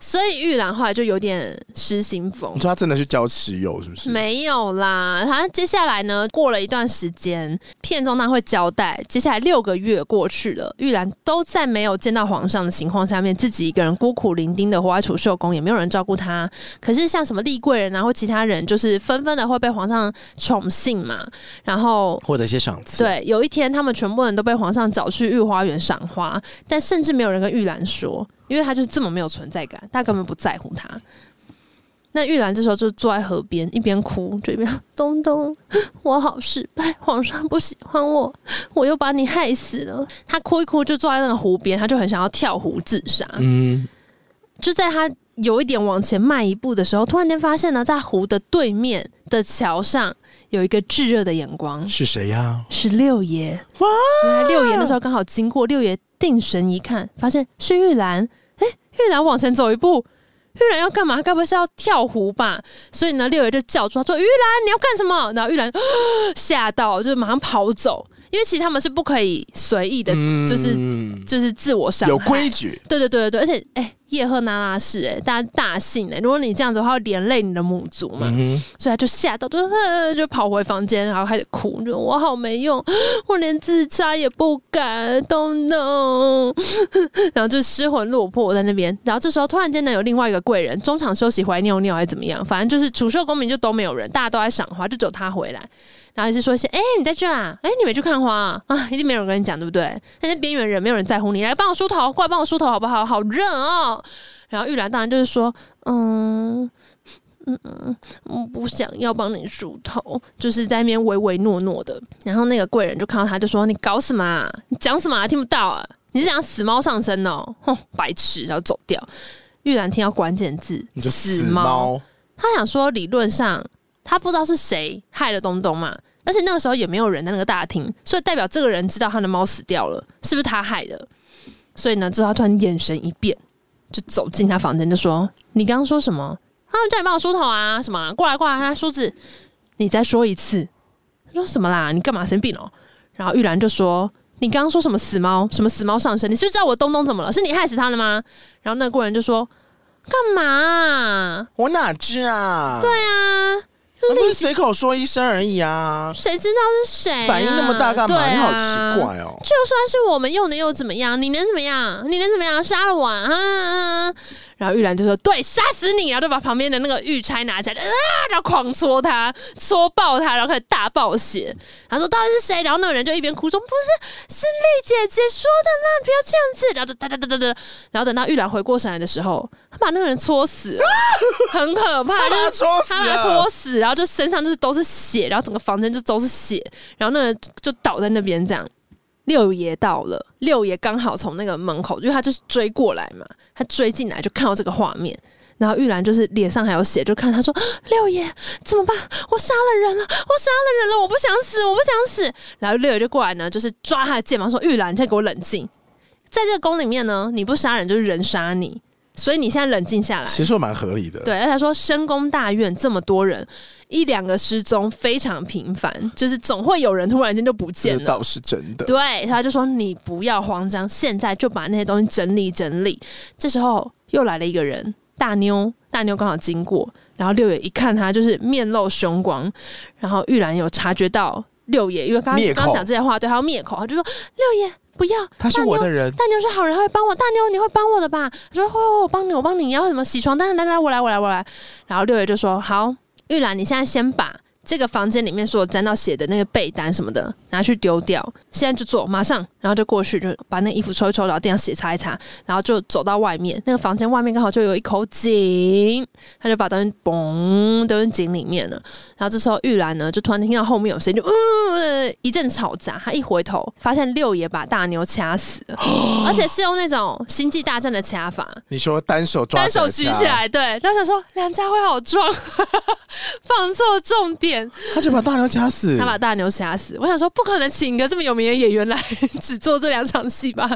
B: 所以玉兰后来就有点失心疯
A: 你。说他真的去教持有是不是？
B: 没有啦，他接下来呢？过了一段时间，片中他会交代，接下来六个月过去了，玉兰都在没有见到皇上的情况下面，自己一个人孤苦伶仃的活在储秀宫，也没有人照顾她。可是像什么立贵人啊，或其他人，就是纷纷的会被皇上宠幸嘛。然后
C: 获得一些赏赐。，
B: 对，有一天他们全部人都被皇上找去御花园赏花，但甚至没有人跟玉兰说，因为他就是这么没有存在感，大家根本不在乎他。那玉兰这时候就坐在河边，一边哭，就一边东东，我好失败，皇上不喜欢我，我又把你害死了。她哭一哭，就坐在那个湖边，她就很想要跳湖自杀。
A: 嗯，
B: 就在他有一点往前迈一步的时候，突然间发现呢，在湖的对面的桥上有一个炙热的眼光，
A: 是谁呀、
B: 是六爷。原来六爷那时候刚好经过，六爷定神一看，发现是玉兰。哎，玉兰往前走一步，玉兰要干嘛？该不会是要跳湖吧？所以呢，六爷就叫住他说：“玉兰，你要干什么？”然后玉兰 [GASPS] 吓到，就马上跑走，因为其实他们是不可以随意的，
A: 嗯，
B: 就是就是自我伤害。
A: 有规矩，
B: 对对对对对，而且哎、叶赫那拉氏哎，大家大幸哎、如果你这样子的话，会连累你的母族嘛，
A: 嗯哼，
B: 所以他就吓到，就、呃、就跑回房间，然后开始哭，就我好没用， [GASPS] 我连自杀也不敢，don't know，然后 [LAUGHS] 就失魂落魄在那边。然后这时候突然间呢，有另外一个贵人中场休息回来尿尿还是怎么样，反正就是储秀公民就都没有人，大家都在赏花，就只有他回来。然后一直说一些，哎、你在这啊？哎、你没去看花啊？啊，一定没有人跟你讲，对不对？那些边缘人，没有人在乎你，来帮我梳头，啊过来帮我梳头好不好？好热哦。然后玉兰当然就是说，嗯。嗯嗯，我不想要帮你梳头，就是在那边唯唯诺诺的。然后那个贵人就看到他，就说：“你搞什么、啊？你讲什么、啊？听不到啊？你是想死猫上身哦？哼，白痴！”然后走掉。玉兰听到关键字“
A: 你就
B: 死
A: 死猫，
B: 他想说，理论上他不知道是谁害了东东嘛，而且那个时候也没有人在那个大厅，所以代表这个人知道他的猫死掉了，是不是他害的？所以呢，之后他突然眼神一变，就走进他房间，就说：“你刚刚说什么？他们叫你帮我梳头啊，什么啊过来过来，他梳子，你再说一次。”他说什么啦？你干嘛生病哦？然后玉兰就说：“你刚刚说什么死猫？什么死猫上身？你是不是知道我东东怎么了？是你害死他的吗？”然后那个工人就说：“干嘛啊、
A: 我哪知啊？对啊，
B: 啊，
A: 我不是随口说一声而已啊，
B: 谁知道是谁、啊？
A: 反应那么大干嘛？
B: 对啊
A: 你好奇。怪哦。
B: 就算是我们用的又怎么样？你能怎么样？你能怎么样？杀了我啊！啊啊然后玉兰就说：“对，杀死你！”然后啊就把旁边的那个玉钗拿起来，啊，然后狂戳他，戳爆他，然后开始大暴血。他说：“到底是谁？”然后那个人就一边哭说：“不是，是丽姐姐说的啦，不要这样子。”然后就哒哒哒哒哒。然后等到玉兰回过神来的时候，他把那个人戳死了，很可
A: [LAUGHS]
B: 怕，就是
A: 他戳死
B: 他把他
A: 了
B: 戳，死，然后就身上就是都是血，然后整个房间就都是血，然后那个就倒在那边这样。六爷到了，六爷刚好从那个门口，因为他就是追过来嘛，他追进来就看到这个画面，然后玉兰就是脸上还有血，就看他说：“六爷怎么办？我杀了人了，我杀了人了，我不想死，我不想死。”然后六爷就过来呢，就是抓他的肩膀说：“玉兰，你再给我冷静，在这个宫里面呢，你不杀人就是人杀你，所以你现在冷静下来。”
A: 其实我蛮合理的。，
B: 对，而且他说深宫大院这么多人，一两个失踪非常频繁，就是总会有人突然间就不
A: 这
B: 见了。
A: 倒是真的。
B: 哦对，他就说你不要慌张，现在就把那些东西整理整理。这时候又来了一个人，大妞，大妞刚好经过，然后六爷一看他就是面露凶光，然后玉兰有察觉到六爷，因为刚刚
A: 灭口
B: 刚刚讲这些话，对，他要灭口，他就说六爷不要，
A: 他是
B: 大
A: 我
B: 妞
A: 的人，
B: 大妞是好人，她会帮我。大妞，你会帮我的吧？她说会会，会我帮你，我帮你。你要什么洗床单？来来，我来，我来，我来。然后六爷就说：好，玉兰，你现在先把这个房间里面所有沾到血的那个被单什么的拿去丢掉，现在就做，马上。然后就过去，就把那衣服抽一抽，然后地上血擦一擦，然后就走到外面。那个房间外面刚好就有一口井，他就把东西嘣丢进井里面了。然后这时候玉兰呢，就突然听到后面有声音，就嗯一阵吵杂。她一回头，发现六爷把大牛掐死了。而且是用那种星际大战的掐法，
A: 你说单手抓，
B: 单手举起，来，对，然后想说梁家辉好壮， [LAUGHS] 放错重点，
A: 他就把大牛掐死
B: 他。把大牛掐死。我想说，不可能请一个这么有名的演员来 [LAUGHS] 只做这两场戏吧，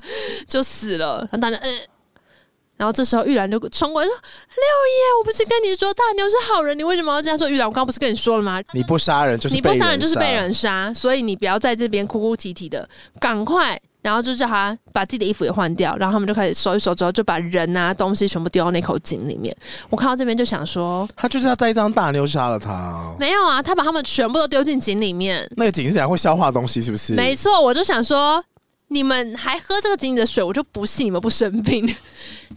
B: 就死了。然后大牛，嗯、然后这时候玉兰就冲过来说：“六爷，我不是跟你说大牛是好人，你为什么要这样说？玉兰，我刚刚不是跟你说了吗？
A: 你不杀人就是
B: 你不
A: 被
B: 杀人就是被人杀，所以你不要在这边哭哭啼啼的，赶快。然后就叫他把自己的衣服也换掉，然后他们就开始收一收，之后就把人啊东西全部丢到那口井里面。我看到这边就想说，
A: 他就是要带一张大妞杀了
B: [LAUGHS]
A: 他。
B: 没有啊，他把他们全部都丢进井里面。
A: 那个井是怎样会消化东西，是不是？
B: 没错，我就想说，你们还喝这个井里的水，我就不信你们不生病。 [LAUGHS]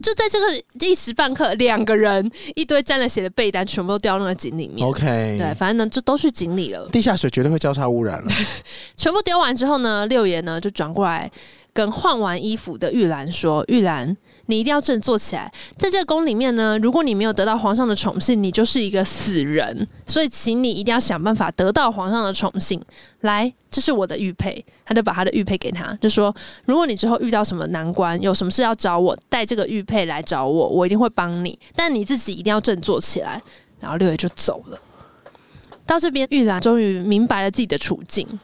B: 就在这个一时半刻，两个人一堆沾了血的被单全部都掉到那个井里面。
A: OK，
B: 对，，反正呢，就都去井里了。
A: 地下水绝对会交叉污染了。
B: 全部丢完之后呢，六爷呢就转过来跟换完衣服的玉兰说：“玉兰，你一定要振作起来，在这个宫里面呢，如果你没有得到皇上的宠幸，你就是一个死人。所以，请你一定要想办法得到皇上的宠幸。来，这是我的玉佩。”他就把他的玉佩给他，就说：“如果你之后遇到什么难关，有什么事要找我，带这个玉佩来找我，我一定会帮你。但你自己一定要振作起来。”然后六爷就走了。到这边，玉兰终于明白了自己的处境。
A: 嗯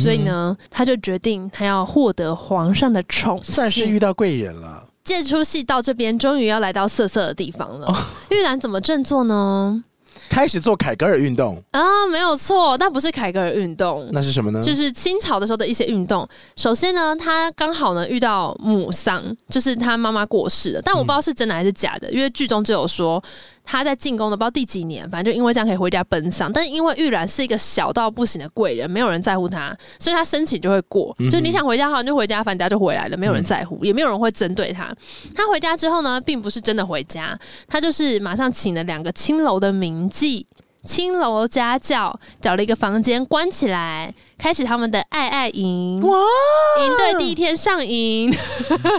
B: 所以呢，他就决定他要获得皇上的宠
A: 嗯哼，算是
B: 幸。
A: 遇到贵人了。
B: 这出戏到这边，终于要来到瑟瑟的地方了。玉兰怎么振作呢？
A: 开始做凯格尔运动，
B: 啊，没有错，那不是凯格尔运动。
A: 那是什么呢？
B: 嗯就是清朝的时候的一些运动。首先呢，他刚好呢遇到母丧，就是他妈妈过世了，但我不知道是真的还是假
A: 嗯
B: 的，因为剧中就有说他在进宫的不知道第几年，反正就因为这样可以回家奔丧。但是因为玉兰是一个小到不行的贵人，没有人在乎他，所以他申请就会过。
A: 嗯哼嗯
B: 就你想回家好，你就回家，反正大家就回来了，没有人在乎，也没有人会针对他。他回家之后呢，并不是真的回家，他就是马上请了两个青楼的名妓。青楼家教找了一个房间关起来，开始他们的爱爱营。
A: 哇
B: 营队第一天上营，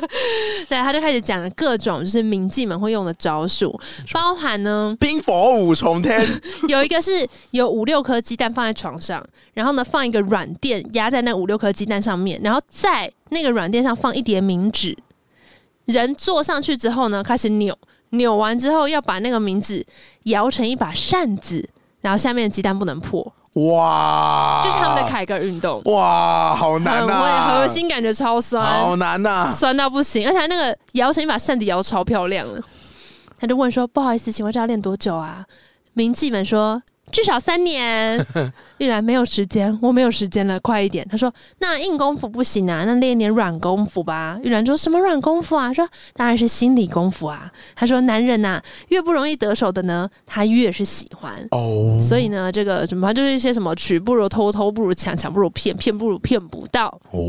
B: [LAUGHS] 对，他就开始讲各种就是名妓们会用的招数，包含呢
A: 冰火五重天，
B: 有一个是有五六颗鸡蛋放在床上，然后呢放一个软垫压在那五六颗鸡蛋上面，然后在那个软垫上放一叠冥纸，人坐上去之后呢开始扭，扭完之后要把那个冥纸摇成一把扇子，然后下面的鸡蛋不能破，
A: 哇！
B: 就是他们的凯格尔运动，
A: 哇，好啊难
B: 很
A: 呐、
B: 会核心感觉超酸
A: 好，啊难呐、
B: 酸到不行，而且他那个摇绳把扇子摇超漂亮了。他就问说：“不好意思，请问这要练多久啊？”名妓们说：“至少
A: [LAUGHS]
B: 三年。”玉兰没有时间，我没有时间了，快一点。他说：“那硬功夫不行啊，那练一点软功夫吧。”玉兰说什么软功夫啊？说当然是心理功夫啊。他说：“男人呐、越不容易得手的呢，他越是喜欢。”
A: 哦，
B: 所以呢，这个什么就是一些什么取不如偷，偷不如抢，抢不如骗，骗不如骗不到。
A: 哦，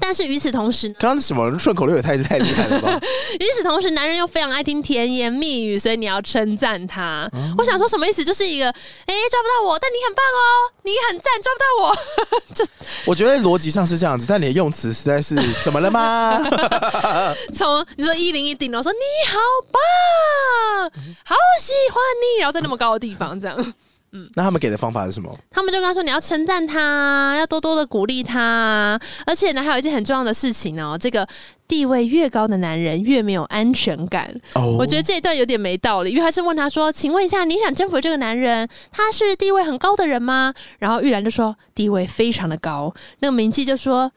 B: 但是与此同时呢，
A: 刚刚什么顺口溜也太太厉害了吧？
B: [LAUGHS] 与此同时，男人又非常爱听甜言蜜语，所以你要称赞他。我想说什么意思？就是一个，哎、抓不到我，但你很棒哦，你很赞，抓不到我。 [LAUGHS]
A: 我觉得逻辑上是这样子，但你的用词实在是怎么了吗？
B: 从你说一零一顶楼说你好棒，好喜欢你，然后在那么高的地方这样，
A: 那他们给的方法是什么？
B: 他们就跟他说你要称赞他，啊要多多的鼓励他。啊而且呢，还有一件很重要的事情哦，这个地位越高的男人越没有安全感。
A: 哦，
B: 我觉得这一段有点没道理，因为他是问他说：“请问一下，你想征服这个男人，他是地位很高的人吗？”然后玉兰就说：“地位非常的高。”那个名妓就说。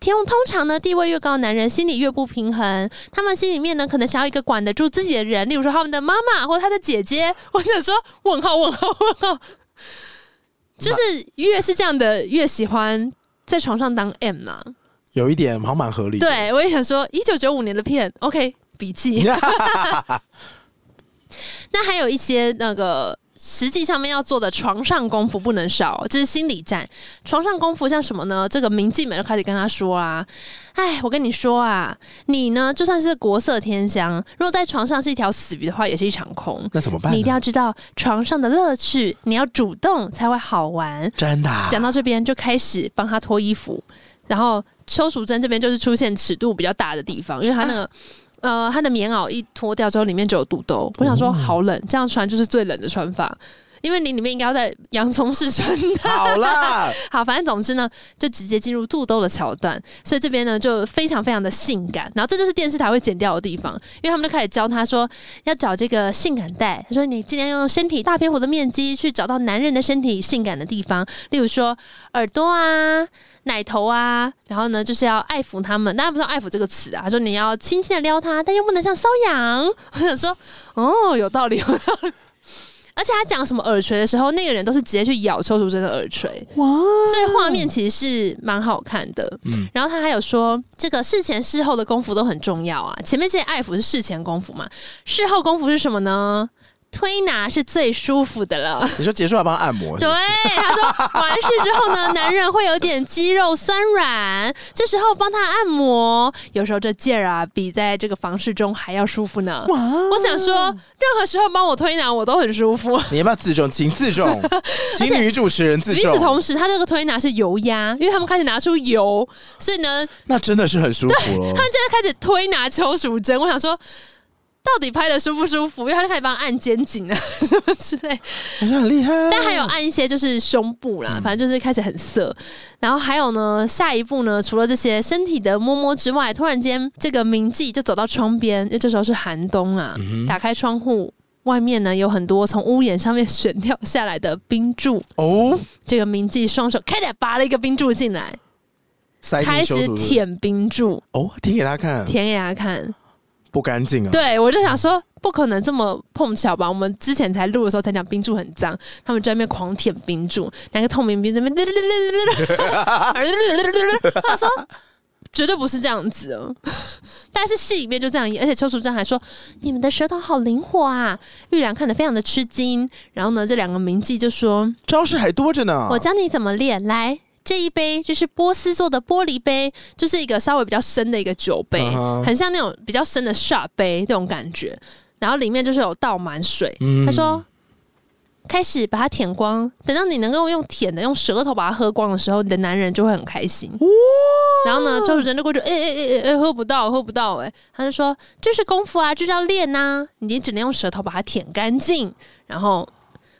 B: 天通常呢，地位越高的男人心里越不平衡，他们心里面呢，可能想要一个管得住自己的人，例如说他们的妈妈或他的姐姐。我想说，问号问号问号，就是越是这样的，越喜欢在床上当 M 嘛、
A: 有一点好像蛮合理的。
B: 对，我也想说，一九九五年的片，OK，笔记。那还有一些那个实际上面要做的床上功夫不能少，这是心理战。床上功夫像什么呢？这个明镜们就开始跟他说啊，哎，我跟你说啊，你呢就算是国色天香，如果在床上是一条死鱼的话，也是一场空。
A: [LAUGHS] 那怎么办呢？
B: 你一定要知道床上的乐趣，你要主动才会好玩。
A: 真的啊、
B: 讲到这边就开始帮他脱衣服，然后邱淑贞这边就是出现尺度比较大的地方，因为他那个。呃，他的棉袄一脱掉之后，里面就有肚兜。我想说，好冷，这样穿就是最冷的穿法，因为你里面应该要在洋葱式穿的。
A: 好
B: [LAUGHS]
A: 啦，
B: 好，反正总之呢，就直接进入肚兜的桥段，所以这边呢就非常非常的性感。然后这就是电视台会剪掉的地方，因为他们就开始教他说要找这个性感带。他说你尽量用身体大篇幅的面积去找到男人的身体性感的地方，例如说耳朵啊。奶头啊，然后呢，就是要爱抚他们。当然不是爱抚这个词啊，他说你要 [LAUGHS] 轻轻的撩他，但又不能像瘙痒。我想说，哦，有道理，有道理。 [LAUGHS] 而且他讲什么耳垂的时候，那个人都是直接去咬邱淑贞的耳垂，
A: 哇，
B: 所以画面其实是蛮好看的。
A: 嗯
B: 然后他还有说，这个事前事后的功夫都很重要啊。前面这些爱抚是事前功夫嘛，事后功夫是什么呢？推拿是最舒服的了。
A: 你说结束要帮他按摩是
B: 对，
A: 哦不是，
B: 他说完事之后呢，男人会有点肌肉酸软，这时候帮他按摩，有时候这劲儿啊，比在这个房事中还要舒服呢。
A: 哇，
B: 我想说，任何时候帮我推拿，我都很舒服。
A: 你要不要自重？请自
B: [LAUGHS]
A: 重，请女主持人自
B: 与此
A: 重，
B: 同时，他这个推拿是油压，因为他们开始拿出油，所以呢，
A: 那真的是很舒服哦
B: 他。们现在开始推拿邱淑贞。我想说，到底拍的舒不舒服？因为他就开始帮他按肩颈啊 [LAUGHS] 什么之类，
A: 好像很厉害，
B: 但还有按一些就是胸部
A: 嗯
B: 啦，反正就是开始很色。然后还有呢，下一步呢，除了这些身体的摸摸之外，突然间这个明记就走到窗边，因为这时候是寒冬啊，
A: 嗯
B: 打开窗户。外面呢有很多从屋檐上面悬吊下来的冰柱，
A: 哦，
B: 这个明记双手开点拔了一个冰柱进来，
A: 塞进
B: 开
A: 修
B: 始
A: 图是
B: 舔冰柱，
A: 哦，舔给他看，
B: 舔给他看。
A: 不干净啊。
B: 对，我就想说，不可能这么碰巧吧？我们之前才录的时候才讲冰柱很脏，他们就在那边狂舔冰柱，两个透明冰柱在那边
A: [LAUGHS]
B: 他说绝对不是这样子哦。但是戏里面就这样演，而且邱淑贞还说你们的舌头好灵活啊！玉良看得非常的吃惊，然后呢，这两个名妓就说
A: 招式还多着呢。
B: 我教你怎么练。来，这一杯就是波斯做的玻璃杯，就是一个稍微比较深的一个酒杯
A: 嗯哼
B: 很像那种比较深的 shot 杯这种感觉。然后里面就是有倒满水。
A: 嗯
B: 他说。开始把它舔光，等到你能够用舔的、用舌头把它喝光的时候，你的男人就会很开心。然后呢，邱淑贞就过去，哎哎哎哎哎，喝不到，喝不到、哎，他就说这是功夫啊，这叫练呐、你只能用舌头把它舔干净。然后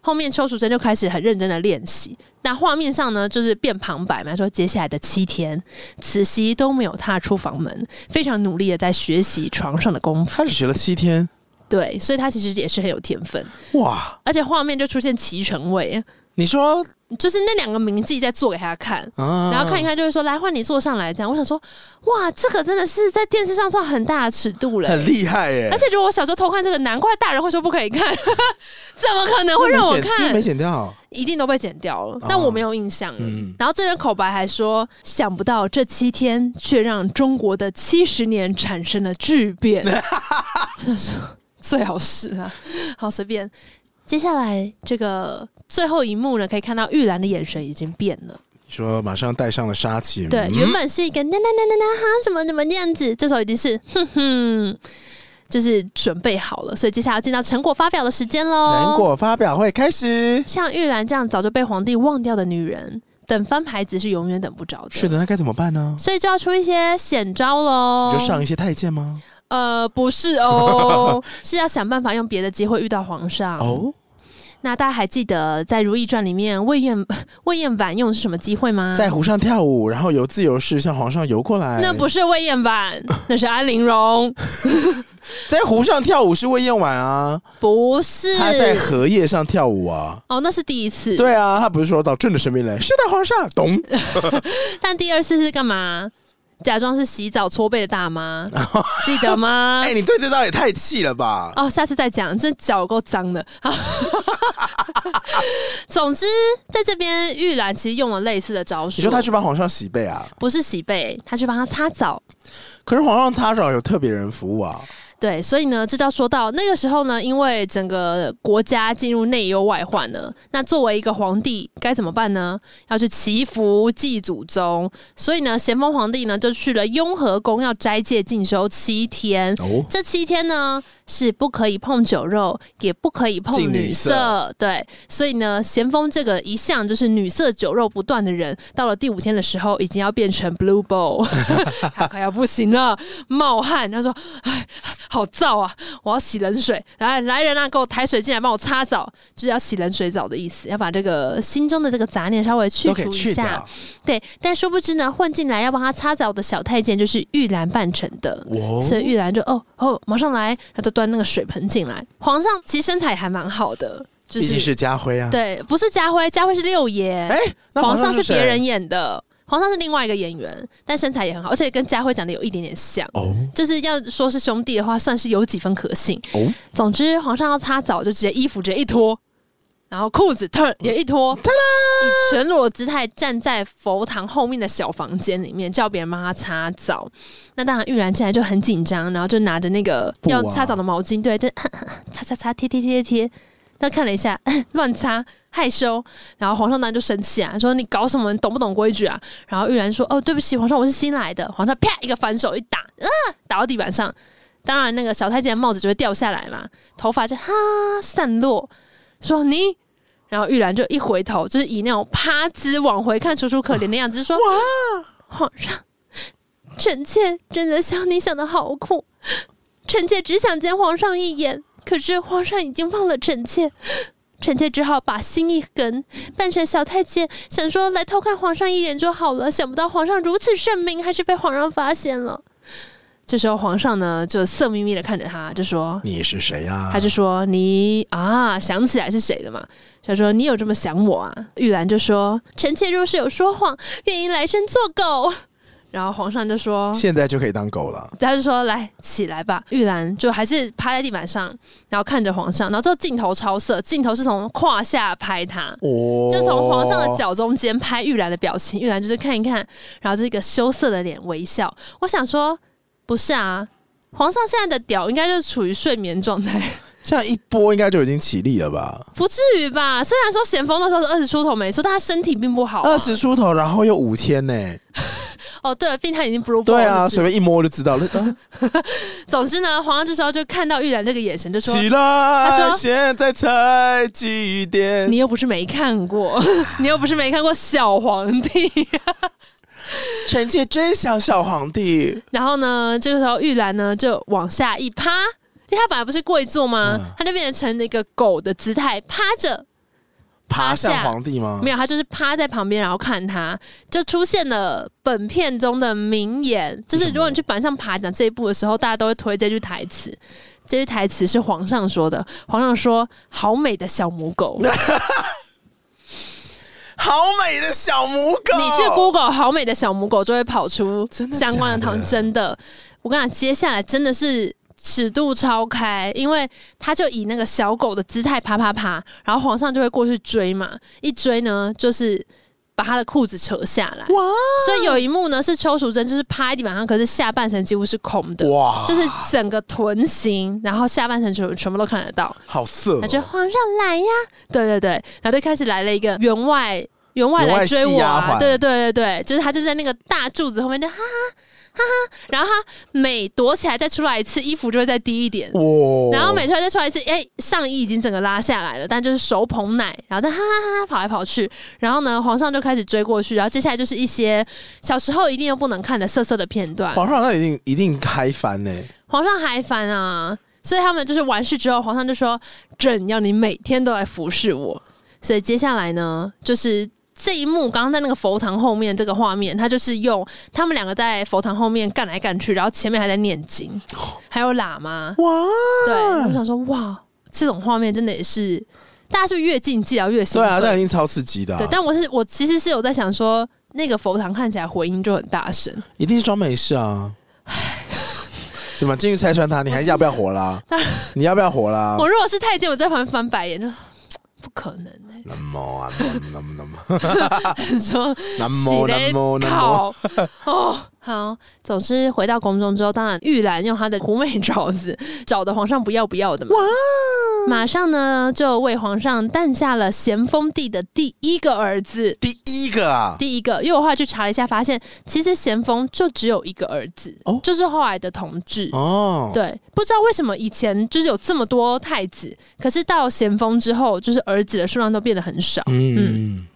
B: 后面邱淑贞就开始很认真的练习。那画面上呢，就是变旁白嘛，说接下来的七天，慈禧都没有踏出房门，非常努力的在学习床上的功夫。
A: 他只学了七天，
B: 对，所以她其实也是很有天分，
A: 哇！
B: 而且画面就出现齐成伟，
A: 你说
B: 就是那两个名妓在做给他看。
A: 啊，
B: 然后看一
A: 看
B: 看，就会说来换你坐上来这样。我想说，哇，这个真的是在电视上算很大的尺度了、
A: 很厉害耶，
B: 而且如果我小时候偷看这个，难怪大人会说不可以看， [LAUGHS] 怎么可能会让我
A: 这个没剪这个
B: 看
A: 没？剪掉，
B: 一定都被剪掉了，但我没有印象了。
A: 哦嗯
B: 然后这边口白还说，想不到这七天却让中国的七十年产生了巨变。我想说，最好是啊，好随便。接下来这个最后一幕呢，可以看到玉兰的眼神已经变了。
A: 你说马上带上了杀气，
B: 对，
A: 嗯
B: 原本是一个那那那那那哈，怎么怎么这样子，这时候已经是哼哼，就是准备好了，所以接下来要进到成果发表的时间喽。
A: 成果发表会开始。
B: 像玉兰这样早就被皇帝忘掉的女人，等翻牌子是永远等不着的。
A: 是，的，那该怎么办呢？
B: 所以就要出一些险招喽。
A: 你就上一些太监吗？
B: 呃，不是
A: [LAUGHS]
B: 哦，是要想办法用别的机会遇到皇上。
A: 哦，
B: 那大家还记得在《如懿传》里面魏燕魏燕婉用的是什么机会吗？
A: 在湖上跳舞，然后由自由式向皇上游过来。
B: 嗯那不是魏燕
A: [LAUGHS]
B: 婉，那是安陵容，
A: 在湖上跳舞是魏燕婉啊，
B: 不是。
A: 她在荷叶上跳舞啊。
B: 哦，那是第一次。
A: 对啊，她不是说到朕的身边来，是的，皇上，
B: [LAUGHS]
A: 懂？
B: 但第二次是干嘛？假装是洗澡搓背的大
A: [LAUGHS]
B: 妈，记得吗？
A: 哎，你对这招也太气了吧！
B: 哦，下次再讲，这脚有够脏的。 [LAUGHS] 好总之，在这边玉兰其实用了类似的招数，
A: 你说她去帮皇上洗背啊？
B: 不是洗背，她去帮他擦澡。
A: 可是皇上擦澡有特别人服务啊。
B: 对，所以呢，这就要说到那个时候呢，因为整个国家进入内忧外患了，那作为一个皇帝该怎么办呢？要去祈福祭祖宗，所以呢，咸丰皇帝呢就去了雍和宫要斋戒进修七天。
A: 哦，
B: 这七天呢是不可以碰酒肉，也不可以碰
A: 禁
B: 女
A: 女色
B: 对，所以呢，咸丰这个一向就是女色酒肉不断的人，到了第五天的时候，已经要变成 blue [LAUGHS] ball，他快要不行了，冒汗。他说：“哎，好燥啊，我要洗冷水。”来来人啊，给我抬水进来，帮我擦澡，就是要洗冷水澡的意思，要把这个心中的这个杂念稍微去
A: 都可
B: 除
A: 以
B: 一
A: 去
B: 下
A: 掉。。
B: 对，但殊不知呢，混进来要帮他擦澡的小太监就是玉兰扮成的。
A: 哦，
B: 所以玉兰就哦哦，马上来，他就端那个水盆进来。皇上其实身材还蛮好的，就
A: 毕竟
B: 是
A: 是家辉啊。
B: 对，不是家辉，家辉是六爷，
A: 哎，那
B: 皇上是
A: 谁
B: 别人演的，皇上是另外一个演员，但身材也很好，而且跟家辉长得有一点点像。
A: 哦
B: 就是要说是兄弟的话，算是有几分可信。
A: 哦
B: 总之，皇上要擦澡就直接衣服直接一脱，然后裤子特也一脱，以全裸姿态站在佛堂后面的小房间里面，叫别人帮他擦澡。那当然，玉兰进来就很紧张，然后就拿着那个
A: 布啊
B: 要擦澡的毛巾，对，就擦擦擦，贴贴贴贴。他看了一下， [LAUGHS] 乱擦，害羞。然后皇上当然就生气啊，说你搞什么？你懂不懂规矩啊？然后玉兰说：“哦，对不起，皇上，我是新来的。”皇上啪一个反手一打，啊，打到地板上。当然，那个小太监的帽子就会掉下来嘛，头发就哈散落。说你，然后玉兰就一回头，就是以那种趴姿往回看，楚楚可怜的样子，就说：“皇上，臣妾真的像你想的好苦，臣妾只想见皇上一眼，可是皇上已经忘了臣妾。”臣妾只好把心一横，扮成小太监，想说来偷看皇上一眼就好了。想不到皇上如此圣明，还是被皇上发现了。这时候皇上呢，就色眯眯的看着他，就说：“
A: 你是谁啊呀、
B: 他就说你啊，想起来是谁了嘛？他说你有这么想我啊？玉兰就说臣妾若是有说谎，愿意来生做狗。然后皇上就说，
A: 现在就可以当狗了。
B: 他就说来起来吧。玉兰就还是趴在地板上，然后看着皇上，然后这镜头超色，镜头是从胯下拍他。
A: 哦，
B: 就从皇上的，脚中间拍玉兰的表情，玉兰就是看一看，然后这个羞涩的脸微笑。我想说，不是啊，皇上现在的屌应该就是处于睡眠状态，
A: 这样一波应该就已经起立了吧？
B: 不至于吧？虽然说咸丰那时候是二十出头没错，但他身体并不好、啊。
A: 二十出头，然后又五千呢？
B: 哦，对了，并他已经 blue
A: 对啊，随
B: 所以
A: 便一摸就知道了。啊
B: 总之呢，皇上这时候就看到玉兰这个眼神，就说
A: 起
B: 他
A: 来，
B: 说
A: 现在才几：“点
B: 你？又不是没看过， [LAUGHS] 你又不是没看过小皇帝。 [LAUGHS]
A: 臣妾真想小皇帝。”
B: 然后呢，这个时候玉兰呢就往下一趴，因为她本来不是跪坐吗？
A: 嗯
B: 她就变成那个狗的姿态趴着，
A: 爬
B: 下
A: 向皇帝吗？
B: 没有，她就是趴在旁边，然后看他，就出现了本片中的名言，就是如果你去板上爬讲这一步的时候，大家都会推这句台词。这句台词是皇上说的，皇上说：“好美的小母狗。”
A: 好美的小母狗，
B: 你去 Google 好美的小母狗，就会跑出
A: 真的
B: 相关的
A: 假
B: 讨
A: 的
B: 论。真的，我跟你讲，接下来真的是尺度超开，因为他就以那个小狗的姿态爬爬爬，然后皇上就会过去追嘛，一追呢就是。把他的裤子扯下来，
A: 哇
B: 所以有一幕呢是邱淑贞就是趴在地板上，可是下半身几乎是空的，
A: 哇，
B: 就是整个臀型，然后下半身全全部都看得到。
A: 好色、
B: 他
A: 哦，
B: 就皇上来呀，对对对，然后就开始来了一个员外，员外来追我、
A: 员外戏丫
B: 啊，
A: 鬟
B: 对对对对对，就是他就在那个大柱子后面就哈哈哈哈，然后他每躲起来再出来一次，衣服就会再低一点。
A: 哇，
B: 然后每出来再出来一次，哎、上衣已经整个拉下来了，但就是手捧奶，然后再哈哈哈哈跑来跑去，然后呢，皇上就开始追过去，然后接下来就是一些小时候一定又不能看的色色的片段，
A: 皇上那一定一定开翻呢、
B: 皇上还烦啊，所以他们就是完事之后，皇上就说：“朕要你每天都来服侍我。”所以接下来呢，就是这一幕，刚刚在那个佛堂后面这个画面，他就是用他们两个在佛堂后面干来干去，然后前面还在念经，还有喇嘛。
A: 哇，
B: 对，我
A: 啊
B: 想说，哇，这种画面真的也是，大家是不是越禁忌啊越兴
A: 对啊，
B: 奋。
A: 这样一定超刺激的啊、
B: 对，但我是我其实是有在想说，那个佛堂看起来回音就很大声，
A: 一定是装没事啊。怎么进去拆穿他？你还要不要活啦
B: 当？
A: 你要不要活啦？
B: 我如果是太监，我在旁边翻白眼，就 [SIGHS] 不可
A: [LAUGHS]
B: 能、欸。
A: 南无啊，南无南无
B: 说
A: 南
B: 洗
A: 无
B: 嘞
A: 南无南无，
B: 靠哦，好。总之回到宫中之后，当然玉兰用她的狐媚爪子找的皇上不要不要的嘛，马上呢就为皇上诞下了咸丰帝的第一个儿子。
A: 第一个啊，
B: 第一个，因为我后来去查了一下，发现其实咸丰就只有一个儿子，
A: 哦
B: 就是后来的同治。
A: 哦，
B: 对，不知道为什么以前就是有这么多太子，可是到咸丰之后，就是儿子的数量都变得很少。
A: 嗯，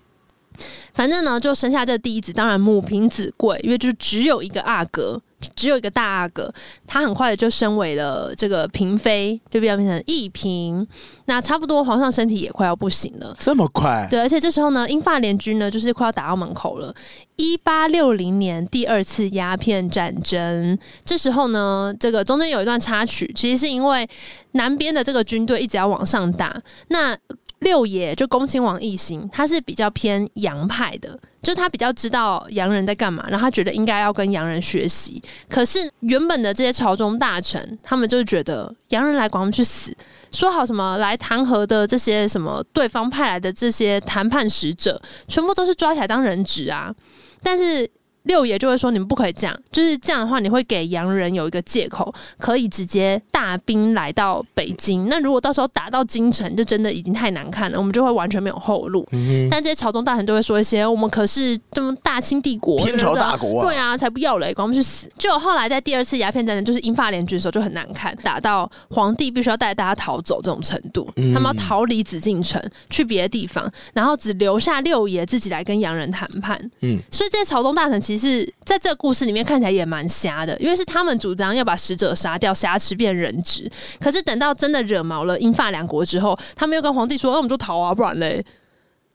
B: 反正呢，就生下这第一子，当然母凭子贵，因为就只有一个阿哥，只有一个大阿哥，他很快的就升为了这个嫔妃，就变成一嫔。那差不多皇上身体也快要不行了。
A: 这么快，
B: 对，而且这时候呢，英法联军呢，就是快要打到门口了。一八六零年第二次鸦片战争，这时候呢，这个中间有一段插曲，其实是因为南边的这个军队一直要往上打，那六爷就恭亲王奕欣，他是比较偏洋派的，就他比较知道洋人在干嘛，然后他觉得应该要跟洋人学习。可是原本的这些朝中大臣，他们就觉得洋人来管我们去死，说好什么来弹劾的这些什么对方派来的这些谈判使者，全部都是抓起来当人质啊。但是六爷就会说你们不可以这样，就是这样的话，你会给洋人有一个借口，可以直接大兵来到北京。那如果到时候打到京城，就真的已经太难看了，我们就会完全没有后路。
A: 嗯
B: 但这些朝中大臣都会说一些，我们可是这么大清帝国，
A: 哼，天朝大
B: 对
A: 国
B: 啊，
A: 啊，
B: 对啊，才不要嘞，管我们去死！就后来在第二次鸦片战争，就是英法联军的时候就很难看，打到皇帝必须要带大家逃走这种程度，
A: 嗯
B: 他们要逃离紫禁城去别的地方，然后只留下六爷自己来跟洋人谈判。
A: 嗯，
B: 所以这些朝中大臣其实在这个故事里面看起来也蛮瞎的，因为是他们主张要把使者杀掉，挟持变人质。可是等到真的惹毛了英法两国之后，他们又跟皇帝说：“那、我们就逃啊，不然嘞。”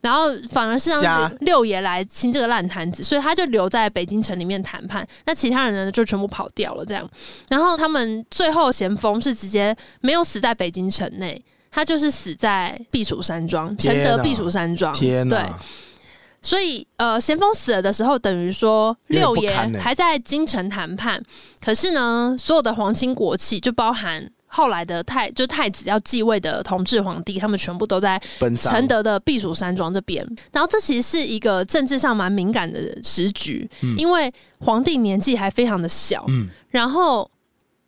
B: 然后反而是
A: 瞎
B: 让六爷来清这个烂摊子，所以他就留在北京城里面谈判。那其他人呢，就全部跑掉了这样。然后他们最后咸丰是直接没有死在北京城内，他就是死在避暑山庄，承
A: 天
B: 德
A: 哪
B: 避暑山庄。
A: 天
B: 对，
A: 哪，
B: 所以，呃，咸丰死了的时候，等于说
A: 有点
B: 六
A: 不
B: 爷
A: 堪欸
B: 还在京城谈判，可是呢，所有的皇亲国戚，就包含后来的太就太子要继位的同治皇帝，他们全部都在
A: 奔
B: 承
A: 丧，
B: 德的避暑山庄这边。然后，这其实是一个政治上蛮敏感的时局，因为皇帝年纪还非常的小，
A: 嗯，
B: 然后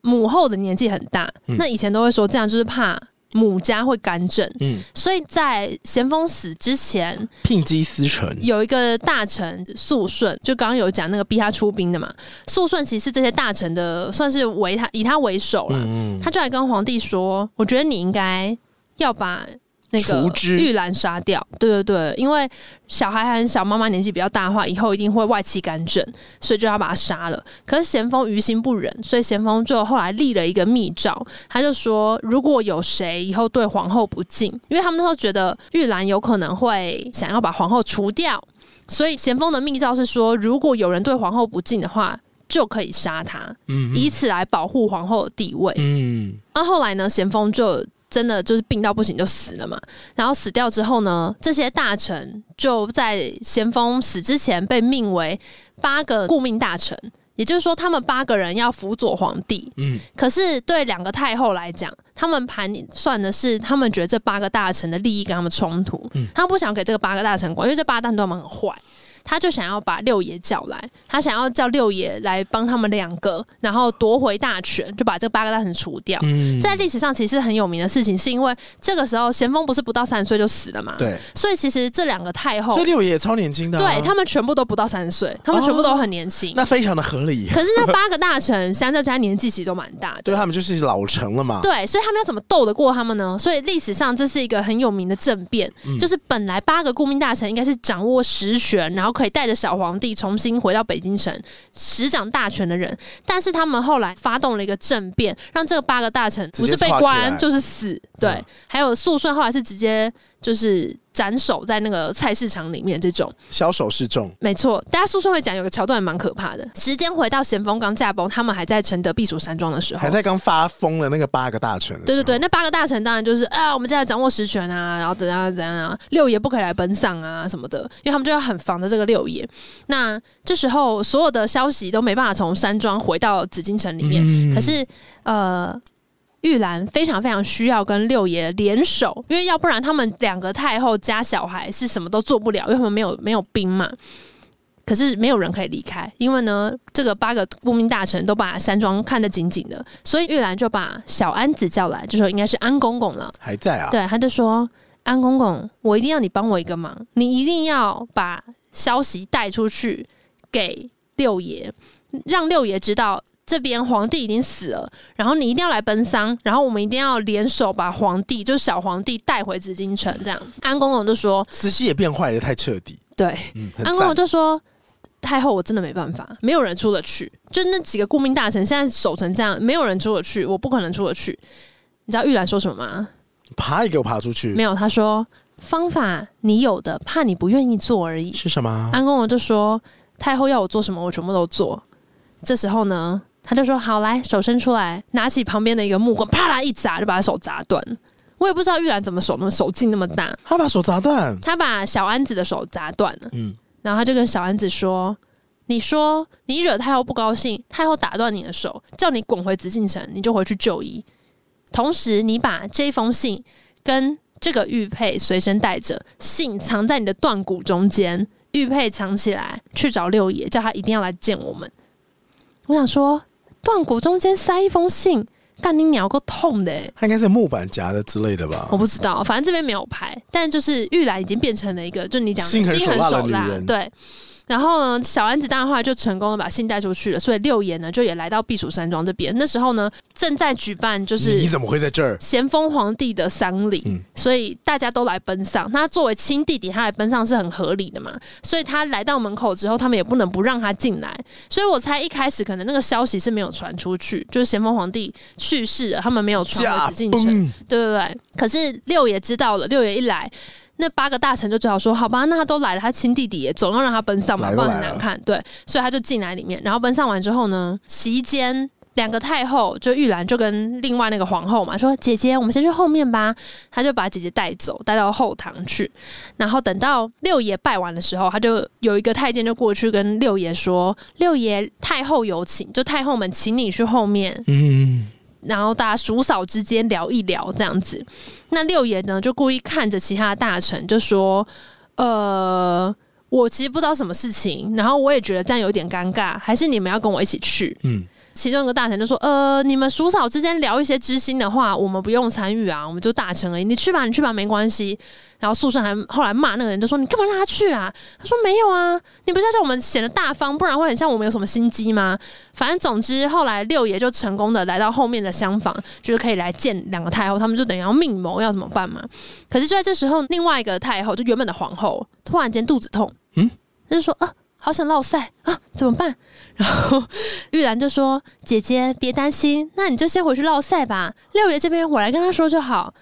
B: 母后的年纪很大。
A: 嗯
B: 那以前都会说，这样就是怕母家会干政，
A: 嗯，
B: 所以在咸丰死之前，
A: 聘姬司臣，
B: 有一个大臣肃顺，就刚刚有讲那个逼他出兵的嘛。肃顺其实是这些大臣的算是为他以他为首啦，
A: 嗯
B: 他就来跟皇帝说：“我觉得你应该要把那
A: 除
B: 个
A: 之
B: 玉兰杀掉。”对对对，因为小孩还很小，妈妈年纪比较大的话，以后一定会外戚干政，所以就要把他杀了。可是咸丰于心不忍，所以咸丰就后来立了一个密诏，他就说：“如果有谁以后对皇后不敬，因为他们那时候觉得玉兰有可能会想要把皇后除掉。”所以咸丰的密诏是说，如果有人对皇后不敬的话，就可以杀他，
A: 嗯
B: 以此来保护皇后的地位。
A: 嗯
B: 那后来呢，咸丰就真的就是病到不行就死了嘛。然后死掉之后呢，这些大臣就在咸丰死之前被命为八个顾命大臣，也就是说，他们八个人要辅佐皇帝。
A: 嗯，
B: 可是对两个太后来讲，他们盘算的是，他们觉得这八个大臣的利益跟他们冲突，
A: 嗯
B: 他们不想给这个八个大臣管，因为这八个大臣都很坏。他就想要把六爷叫来，他想要叫六爷来帮他们两个，然后夺回大权，就把这八个大臣除掉。
A: 嗯
B: 在历史上其实很有名的事情，是因为这个时候咸丰不是不到三十岁就死了嘛？。
A: 对，
B: 所以其实这两个太后
A: 所以，六爷也超年轻的啊，
B: 哦对他们全部都不到三十岁，他们全部都很年轻。
A: 那非常的合理，
B: 可是那八个大臣 [LAUGHS] 相较之下年纪其实都蛮大的。
A: 对他们就是老成了嘛，
B: 对，所以他们要怎么斗得过他们呢？所以历史上这是一个很有名的政变，
A: 嗯
B: 就是本来八个顾命大臣应该是掌握实权，然后可以带着小皇帝重新回到北京城执掌大权的人，但是他们后来发动了一个政变，让这八个大臣
A: 直
B: 不
A: 接
B: 是被
A: 抓起来
B: 关就是死。对，
A: 嗯
B: 还有肃顺后来是直接就是斩首在那个菜市场里面这种。
A: 小手示众，
B: 没错，大家诉说会讲有个桥段也蛮可怕的。时间回到咸丰刚驾崩，他们还在承德避暑山庄的时候
A: 还。在刚发疯的那个八个大臣，
B: 对对对，，那八个大臣当然就是啊，我们现在掌握实权啊，然后怎样怎样啊，六爷不可以来奔丧啊什么的，因为他们就要很防着这个六爷。那这时候所有的消息都没办法从山庄回到紫禁城里面，
A: 嗯
B: 可是呃，玉兰非常非常需要跟六爷联手，因为要不然他们两个太后加小孩是什么都做不了，因为他们没有没有兵嘛。可是没有人可以离开，因为呢，这个八个顾命大臣都把山庄看得紧紧的，所以玉兰就把小安子叫来，就说应该是安公公了。
A: 还在啊，
B: 对，他就说：“安公公，我一定要你帮我一个忙，
A: 嗯
B: 你一定要把消息带出去给六爷，让六爷知道这边皇帝已经死了，然后你一定要来奔丧，然后我们一定要联手把皇帝，就是小皇帝带回紫禁城。”这样，安公公就说
A: 慈禧也变坏的太彻底，：“
B: 对，
A: 嗯，很
B: 安公
A: 赞，
B: 公就说。太后，我真的没办法，没有人出得去。就那几个顾命大臣现在守成这样，没有人出得去，我不可能出得去。你知道玉兰说什么吗？
A: 爬也给我爬出去
B: 没，有，他说方法你有的，怕你不愿意做而已。
A: 是什么？啊
B: 安公公就说太后要我做什么，我全部都做。这时候呢，他就说好来，手伸出来，拿起旁边的一个木棍，啪啦一砸，就把他手砸断。我也不知道玉兰怎么手那么手劲那么大，
A: 他把手砸断，
B: 他把小安子的手砸断了。
A: 嗯，
B: 然后他就跟小丸子说：“你说你惹太后不高兴，太后打断你的手，叫你滚回紫禁城，你就回去就医。同时，你把这封信跟这个玉佩随身带着，信藏在你的断骨中间，玉佩藏起来，去找六爷，叫他一定要来见我们。”我想说，断骨中间塞一封信，干你鸟够痛的、欸！
A: 他应该是木板夹的之类的吧
B: 我？不知道，反正这边没有拍，但就是玉兰已经变成了一个，就你讲的
A: 心狠
B: 心狠
A: 手辣的
B: 手
A: 女
B: 辣
A: 人
B: 对。然后呢，小丸子当然后来就成功的把信带出去了，所以六爷呢就也来到避暑山庄这边。那时候呢，正在举办就
A: 你
B: 是
A: 怎么会在这儿？
B: 咸丰皇帝的丧礼，
A: 嗯
B: 所以大家都来奔丧。那他作为亲弟弟，他来奔丧是很合理的嘛。所以他来到门口之后，他们也不能不让他进来。所以我猜一开始可能那个消息是没有传出去，就是咸丰皇帝去世了，他们没有传回
A: 驾
B: 紫禁城。
A: 崩！
B: 对对对。可是六爷知道了，六爷一来，那八个大臣就只好说：“好吧，那他都来了，他亲弟弟也总要让他奔丧嘛，
A: 来
B: 不
A: 都
B: 然
A: 来
B: 很难看。”对，所以他就进来里面，然后奔丧完之后呢，席间。两个太后就玉兰就跟另外那个皇后嘛说：“姐姐，我们先去后面吧。”他就把姐姐带走，带到后堂去。然后等到六爷拜完的时候，他就有一个太监就过去跟六爷说：“六爷，太后有请，就太后们请你去后面
A: 嗯，
B: 然后大家叔嫂之间聊一聊这样子。那六爷呢，就故意看着其他的大臣，就说：“呃，我其实不知道什么事情，然后我也觉得这样有点尴尬，还是你们要跟我一起去。”
A: 嗯，
B: 其中一个大臣就说：“呃，你们叔嫂之间聊一些知心的话，我们不用参与啊，我们就大臣而已，你去吧，你去吧，没关系。”然后素胜还后来骂那个人，就说：“你干嘛让他去啊？”他说：“没有啊，你不是要叫我们显得大方，不然会很像我们有什么心机吗？”反正总之，后来六爷就成功的来到后面的厢房，就是可以来见两个太后，他们就等于要密谋要怎么办嘛。可是就在这时候，另外一个太后，就原本的皇后，突然间肚子痛，
A: 嗯，
B: 她就说啊，好想落塞啊，怎么办？然后玉兰就说：“姐姐别担心，那你就先回去落塞吧，六爷这边我来跟他说就好。”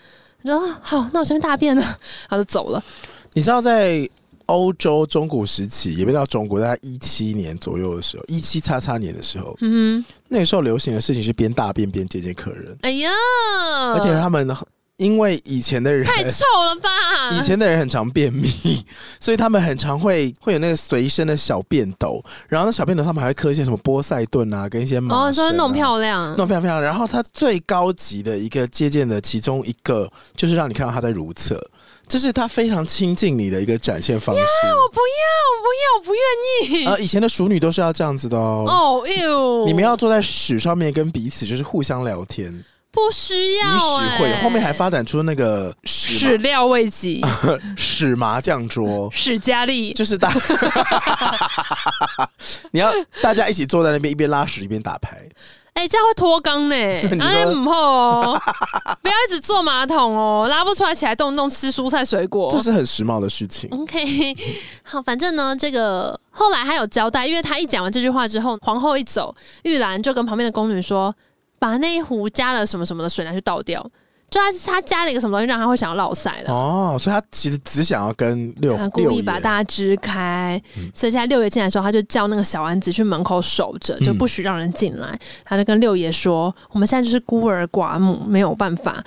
B: 我说啊好，那我先去大便了，然后就走了。
A: 你知道在欧洲中古时期，也不到中国，大概一七年左右的时候，一七叉叉年的时候，
B: 嗯哼，
A: 那个时候流行的事情是边大便边接见客人，
B: 哎呀，
A: 而且他们因为以前的人
B: 太臭了吧！
A: 以前的人很常便秘， [LAUGHS] 所以他们很常会会有那个随身的小便斗，然后那小便斗他们还会刻一些什么波塞顿啊，跟一些麻绳、啊。
B: 哦，说弄漂亮，
A: 弄漂亮。然后它最高级的一个接见的其中一个，就是让你看到他在如厕，这是他非常亲近你的一个展现方式。
B: 我哦不要，我不要，我不愿意。
A: 呃，以前的熟女都是要这样子的哦。
B: 哦，哟，
A: 你们要坐在屎上面跟彼此就是互相聊天，以
B: 不需要、欸？
A: 屎会友，后面还发展出那个
B: 始
A: 屎
B: 料未及，
A: 麻 [LAUGHS] 屎麻将桌，
B: 史佳
A: [LAUGHS]
B: 丽
A: 就是大， [LAUGHS] 你要大家一起坐在那边一边拉屎一边打牌，
B: 哎、这样会脱肛呢、
A: [LAUGHS] 你说
B: 哎，母后哦，不要一直坐马桶哦，拉不出来起来动一动，吃蔬菜水果。
A: 这是很时髦的事情。
B: OK，好，反正呢，这个后来还有交代，因为他一讲完这句话之后，皇后一走，玉兰就跟旁边的宫女说，把那一壶加了什么什么的水拿去倒掉，就他他加了一个什么东西，让他会想要落塞的。
A: 哦，所以他其实只想要跟六
B: 他故
A: 六
B: 意
A: 爷嗯
B: 把大家支开，所以现在六爷进来的时候，他就叫那个小丸子去门口守着，
A: 嗯
B: 就不许让人进来。他就跟六爷说：“我们现在就是孤儿寡母，没有办法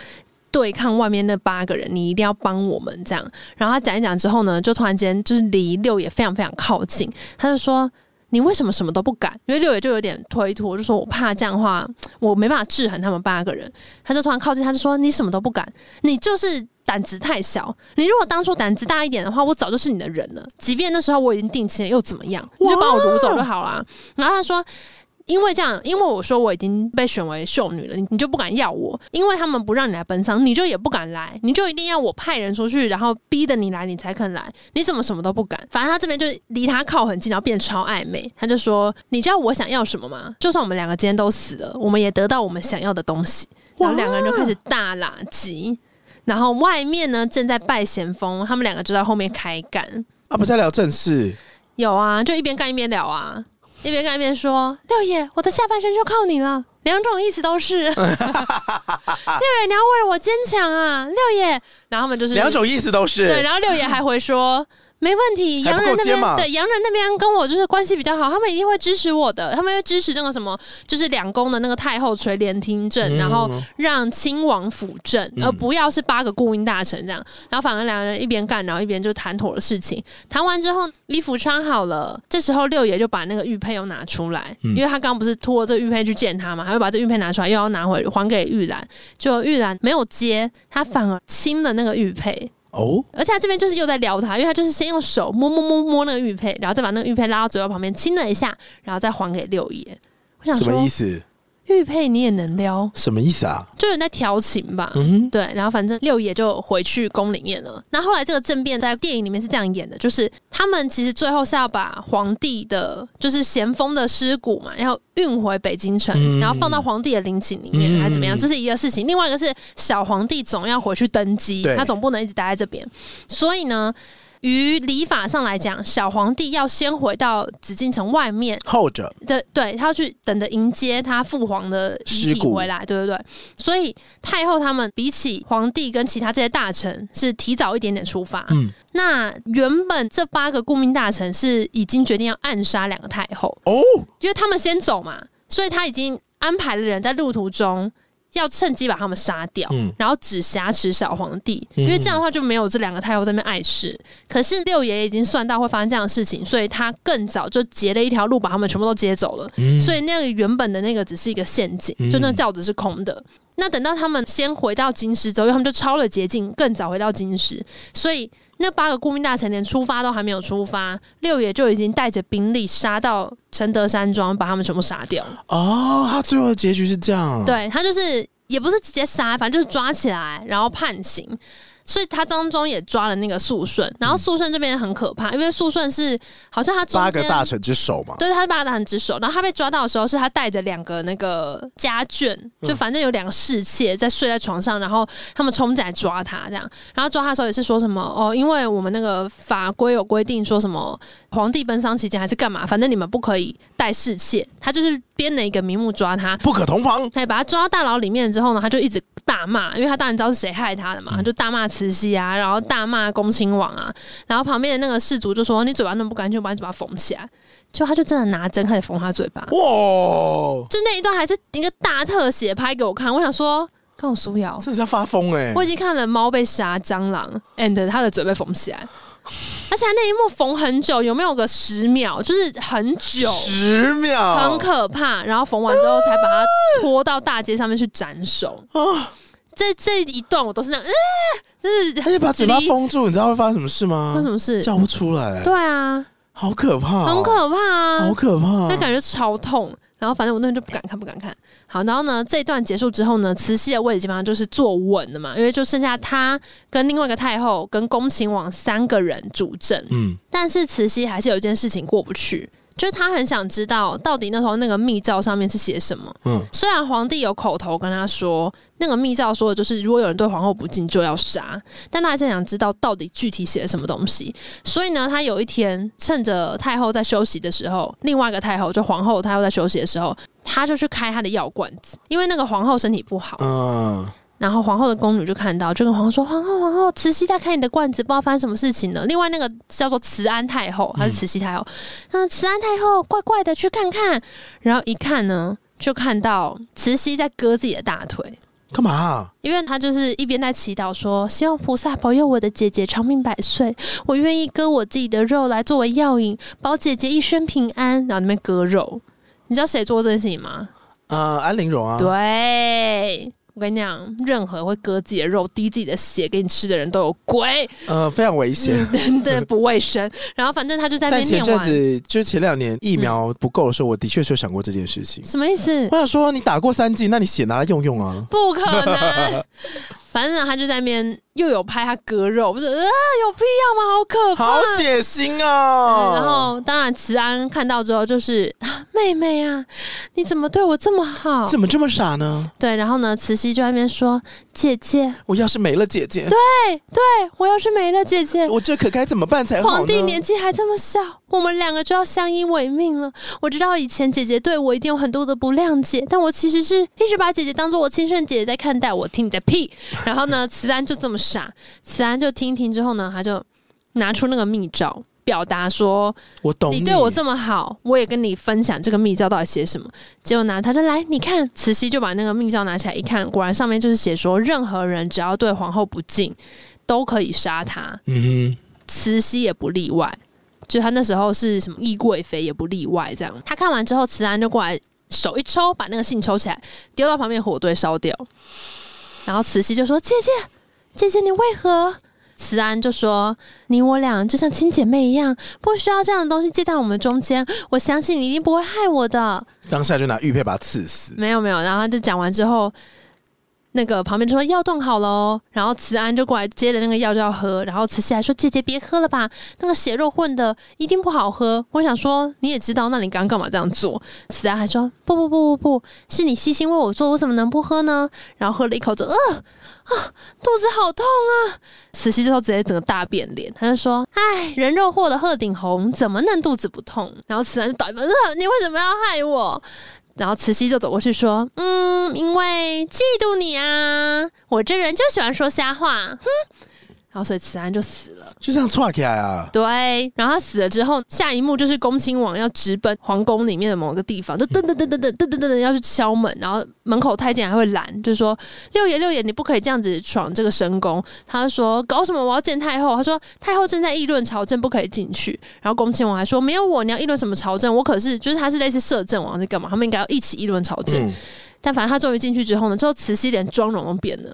B: 对抗外面那八个人，你一定要帮我们。”这样，然后他讲一讲之后呢，就突然间就是离六爷非常非常靠近，他就说。你为什么什么都不敢？因为六爷就有点推脱，就说我怕这样的话，我没办法制衡他们八个人。他就突然靠近，他就说：“你什么都不敢，你就是胆子太小。你如果当初胆子大一点的话，我早就是你的人了。即便那时候我已经定亲了，又怎么样？你就把我掳走哦就好啦。然后他说。因为这样，因为我说我已经被选为秀女了，你你就不敢要我，因为他们不让你来奔丧，你就也不敢来，你就一定要我派人出去，然后逼着你来，你才肯来，你怎么什么都不敢？反正他这边就离他靠很近，然后变得超暧昧，他就说：“你知道我想要什么吗？就算我们两个今天都死了，我们也得到我们想要的东西。”然后两个人就开始大喇急。然后外面呢正在拜咸丰，他们两个就在后面开干。
A: 啊，不是在聊正事，
B: 有啊，就一边干一边聊啊，一边干一边说：“六爷，我的下半身就靠你了。”两种意思都是。六爷，你要为了我坚强啊，六爷。然后他们就是
A: 两种意思都是。
B: 对，然后六爷还回说：“没问题，
A: 还
B: 洋
A: 不
B: 人
A: 够
B: 那
A: 尖
B: 边
A: 嘛
B: 对洋人那边跟我就是关系比较好，他们一定会支持我的，他们会支持那个什么，就是两宫的那个太后垂帘听政，然后让亲王辅政，
A: 嗯
B: 而不要是八个顾命大臣这样。然后反而两人一边干，然后一边就谈妥了事情。谈完之后，衣服穿好了，这时候六爷就把那个玉佩又拿出来，
A: 嗯
B: 因为他刚刚不是拖这个玉佩去见他嘛，他又把这玉佩拿出来，又要拿回还给玉兰，就玉兰没有接，他反而亲了那个玉佩。
A: 哦，
B: 而且他这边就是又在撩他，因为他就是先用手摸摸摸摸那个玉佩，然后再把那个玉佩拉到嘴巴旁边亲了一下，然后再还给六爷。我想
A: 什么
B: 说
A: 意，思？
B: 玉佩你也能撩，
A: 什么意思啊？
B: 就有人在调情吧？
A: 嗯，
B: 对，然后反正六爷就回去宫里面了。那后来这个政变在电影里面是这样演的，就是他们其实最后是要把皇帝的，就是咸丰的尸骨嘛，然后运回北京城，
A: 嗯
B: 然后放到皇帝的陵寝里
A: 嗯
B: 面，还是怎么样？这是一个事情。另外一个是小皇帝总要回去登基
A: 对，
B: 他总不能一直待在这边，所以呢。于礼法上来讲，小皇帝要先回到紫禁城外面，
A: 后者
B: 对对，他要去等着迎接他父皇的
A: 尸
B: 遗体
A: 骨
B: 回来，对不对？所以太后他们比起皇帝跟其他这些大臣是提早一点点出发。
A: 嗯
B: 那原本这八个顾命大臣是已经决定要暗杀两个太后，
A: 哦，
B: 因为他们先走嘛，所以他已经安排了人在路途中要趁机把他们杀掉。
A: 嗯
B: 然后只挟持小皇帝，因为这样的话就没有这两个太后在那边碍事。可是六爷已经算到会发生这样的事情，所以他更早就截了一条路，把他们全部都接走了。
A: 嗯
B: 所以那个原本的那个只是一个陷阱
A: 嗯，
B: 就那个轿子是空的。那等到他们先回到京师之后，因为他们就抄了捷径，更早回到京师，所以那八个顾命大臣连出发都还没有出发，六爷就已经带着兵力杀到承德山庄，把他们全部杀掉。
A: 哦，他最后的结局是这样，，
B: 对他就是也不是直接杀，反正就是抓起来，然后判刑。所以他当中也抓了那个肃顺，然后肃顺这边很可怕，因为肃顺是好像他中
A: 八
B: 间
A: 个大臣之首嘛，
B: 对，他是八大很职守。然后他被抓到的时候，是他带着两个那个家眷，就
A: 嗯
B: 反正有两个侍妾在睡在床上，然后他们冲进来抓他，这样。然后抓他的时候也是说什么哦，因为我们那个法规有规定说什么皇帝奔丧期间还是干嘛，反正你们不可以带侍妾。他就是编了一个名目抓他。
A: 不可同房，
B: 哎，把他抓到大牢里面之后呢，他就一直大骂，因为他当然知道是谁害他的嘛，
A: 嗯
B: 他就大骂慈禧啊，然后大骂恭亲王啊，然后旁边的那个士卒就说：“你嘴巴那么不干净，我把你嘴巴缝起来。”就他就真的拿针开始缝他嘴巴，
A: 哇，
B: 就那一段还是一个大特写拍给我看，我想说，看我苏瑶，
A: 真的是要发疯哎
B: 我，已经看了猫被杀、蟑螂，and 他的嘴被缝起来，而且他那一幕缝很久，有没有个十秒？就是很久。
A: 十秒，
B: 很可怕。然后缝完之后才把它拖到大街上面去斩首。
A: 啊，
B: 这这一段我都是那样，嗯、就是
A: 他就把嘴巴封住，你知道会发生什么事吗？
B: 为什么是？
A: 叫不出来？
B: 对啊，
A: 好可怕哦，
B: 很可怕啊
A: 好，可怕哦，
B: 那感觉超痛。然后反正我那天就不敢看，不敢看。好，然后呢，这一段结束之后呢，慈禧的位置基本上就是坐稳了嘛，因为就剩下她跟另外一个太后跟恭亲王三个人主政。
A: 嗯，
B: 但是慈禧还是有一件事情过不去，就是她很想知道到底那时候那个密诏上面是写什么。
A: 嗯
B: 嗯，虽然皇帝有口头跟她说，那个密诏说的就是如果有人对皇后不敬就要杀，但她还是想知道到底具体写了什么东西。所以呢，她有一天趁着太后在休息的时候，另外一个太后就皇后太后在休息的时候，她就去开她的药罐子，因为那个皇后身体不好。
A: 嗯，
B: 然后皇后的宫女就看到，就跟皇后说：“皇后，皇后，慈禧在开你的罐子，不知道发生什么事情了。”另外那个叫做慈安太后，还是慈禧太后？嗯，慈安太后怪怪的，去看看。然后一看呢，就看到慈禧在割自己的大腿，
A: 干嘛啊？
B: 因为她就是一边在祈祷说：“希望菩萨保佑我的姐姐长命百岁，我愿意割我自己的肉来作为药引，保姐姐一生平安。”然后那边割肉，你知道谁做这件事情吗？
A: 呃，安陵容啊，
B: 对，我跟你讲，任何会割自己的肉、滴自己的血给你吃的人都有鬼，
A: 呃，非常危险。
B: 真的不卫生。然后反正他就在那
A: 但
B: 嗯边
A: 前
B: 念
A: 阵
B: 完，
A: 子，就前两年疫苗不够的时候，我的确是有想过这件事情。
B: 什么意思？
A: 我想说，你打过三剂，那你血拿来用用啊。
B: 不可能！ [LAUGHS] 反正呢他就在那边又有拍他割肉，不是呃有必要吗？好可怕！
A: 好血腥
B: 嗯
A: 哦！
B: 然后，当然，慈安看到之后就是、啊妹妹啊，你怎么对我这么好？
A: 怎么这么傻呢？
B: 对，然后呢，慈禧就在那边说：“姐姐，
A: 我要是没了姐姐，
B: 哎我要是没了姐姐，
A: 我这可该怎么办哎才好呢？
B: 皇帝年纪还这么小，我们两个就要相依为命了。我知道以前姐姐对我一定有很多的不谅解，但我其实是一直把姐姐当做我亲生姐姐在看 [LAUGHS] 待。我听你的屁！然后呢，慈安就这么傻，慈安就听一听之后呢，他就拿出那个密照，表达说
A: 我懂
B: 你对我这么好，我也跟你分享这个密照到底写什么。结果呢，他说来，你看，慈禧就把那个密照拿起来一看，果然上面就是写说，任何人只要对皇后不敬，都可以杀他，
A: 嗯哼，
B: 慈禧也不例外。就他那时候是什么懿贵妃也不例外，这样。他看完之后，慈安就过来手一抽，把那个信抽起来，丢到旁边火堆烧掉。然后慈禧就说：“姐姐，姐姐，你为何？”慈安就说：“你我俩就像亲姐妹一样，不需要这样的东西介在我们中间。我相信你一定不会害我的。
A: 当下就拿玉佩把他刺”死。
B: 没有没有，然后他就讲完之后，那个旁边就说药炖好喽，然后慈安就过来接着那个药就要喝，然后慈禧还说：“姐姐别喝了吧，那个血肉混的一定不好喝。”我想说你也知道，那你刚刚干嘛这样做？慈安还说：“不不不不不，是你细心为我做，我怎么能不喝呢？”然后喝了一口就呃啊肚子好痛啊！慈禧之后直接整个大变脸，他就说：“哎，人肉货的鹤顶红怎么能肚子不痛？”然后慈安就打一呃，你为什么要害我？然后慈禧就走过去说：“嗯，因为嫉妒你啊，我这人就喜欢说瞎话。”哼，然后所以慈安就死了。
A: 就这样岔起来啊！
B: 对，然后他死了之后，下一幕就是恭亲王要直奔皇宫里面的某个地方，就噔噔噔噔噔噔噔噔要去敲门，然后门口太监还会拦，就说六爷六爷，你不可以这样子闯这个深宫。他就说搞什么？我要见太后。他说太后正在议论朝政，不可以进去。然后恭亲王还说没有我，你要议论什么朝政？我可是就是他是类似摄政王在干嘛？他们应该要一起议论朝政。
A: 嗯，
B: 但反正他终于进去之后呢，之后慈禧连妆容都变了，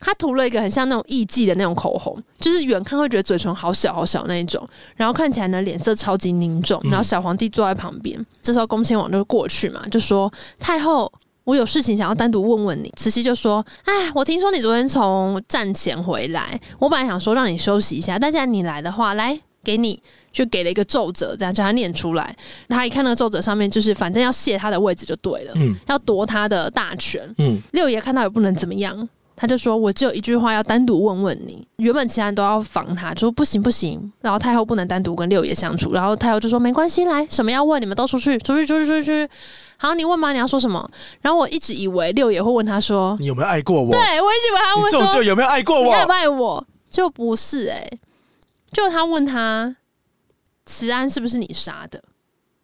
B: 她涂了一个很像那种艺妓的那种口红，就是远看会觉得嘴唇好小好小那一种，然后看起来呢脸色超级凝重，
A: 嗯
B: 然后小皇帝坐在旁边，这时候恭亲王就过去嘛，就说太后。我有事情想要单独问问你，慈禧就说：“哎，我听说你昨天从战前回来，我本来想说让你休息一下，但既然你来的话，来给你就给了一个奏折，这样叫他念出来。他一看那个奏折上面就是，反正要卸他的位置就对了。
A: 嗯
B: 要夺他的大权。
A: 嗯，
B: 六爷看到也不能怎么样，他就说：“我只有一句话要单独问问你。”原本其他人都要防他，就说：“不行不行。”然后太后不能单独跟六爷相处，然后太后就说：“没关系，来，什么要问你们都出去，出去出去出去出去。好，你问吧，你要说什么？”然后我一直以为六爷会问他说
A: 你有没有爱过：“我？
B: 对，我一直以为他
A: 你
B: 会
A: 这种
B: 说
A: 就有没有爱过
B: 你爱不
A: 我？
B: 爱我？”就不是哎、欸就他问他慈安是不是你杀的，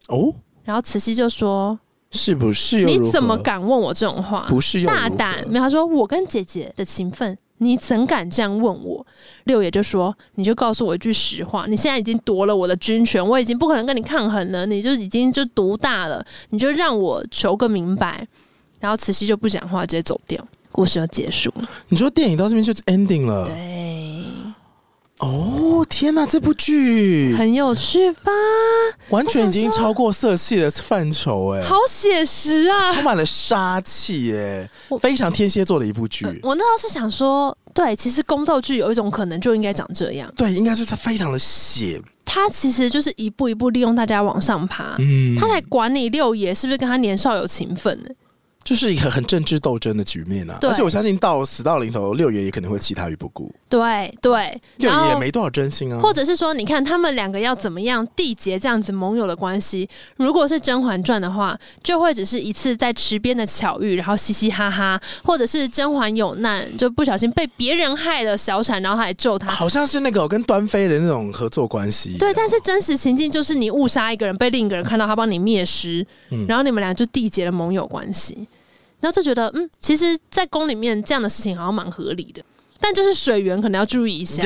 A: 哦，
B: 然后慈禧就说
A: 是不是：“又如
B: 你
A: 何
B: 怎么？敢问我这种话？”
A: 不是又如
B: 大
A: 何
B: 胆，没有他说我跟姐姐的情分，你怎敢这样问我？六爷就说，你就告诉我一句实话，你现在已经夺了我的军权，我已经不可能跟你抗衡了，你就已经就独大了，你就让我求个明白。然后慈禧就不讲话，直接走掉，故事就结束了。
A: 你说电影到这边就是 ending 了。
B: 对，
A: 哦，天哪，这部剧
B: 很有趣吧？
A: 完全已经
B: 我想说
A: 超过色气的范畴哎、
B: 好写实啊！
A: 充满了杀气哎、
B: 我
A: 非常天蝎座的一部剧。
B: 我那时候是想说，对，其实宫斗剧有一种可能就应该长这样，
A: 对，应该说它非常的血，
B: 它其实就是一步一步利用大家往上爬。
A: 嗯，
B: 他才管你六爷是不是跟他年少有情分呢？
A: 就是一个很政治斗争的局面啊。
B: 对
A: 而且我相信到死到临头，六爷也可能会弃他于不顾，
B: 对对，
A: 六
B: 然
A: 爷也
B: 后
A: 没多少真心啊。
B: 或者是说，你看他们两个要怎么样缔结这样子盟友的关系？如果是《甄嬛传》的话，就会只是一次在池边的巧遇，然后嘻嘻哈哈；或者是甄嬛有难，就不小心被别人害了小产，然后他来救他。
A: 好像是那个我跟端妃的那种合作关系一样。
B: 对，但是真实情境就是你误杀一个人，被另一个人看到，他帮你灭尸，
A: 嗯
B: 然后你们俩就缔结了盟友关系，然后就觉得嗯，其实，在宫里面这样的事情好像蛮合理的，但就是水源可能要注意
A: [LAUGHS]
B: 一下，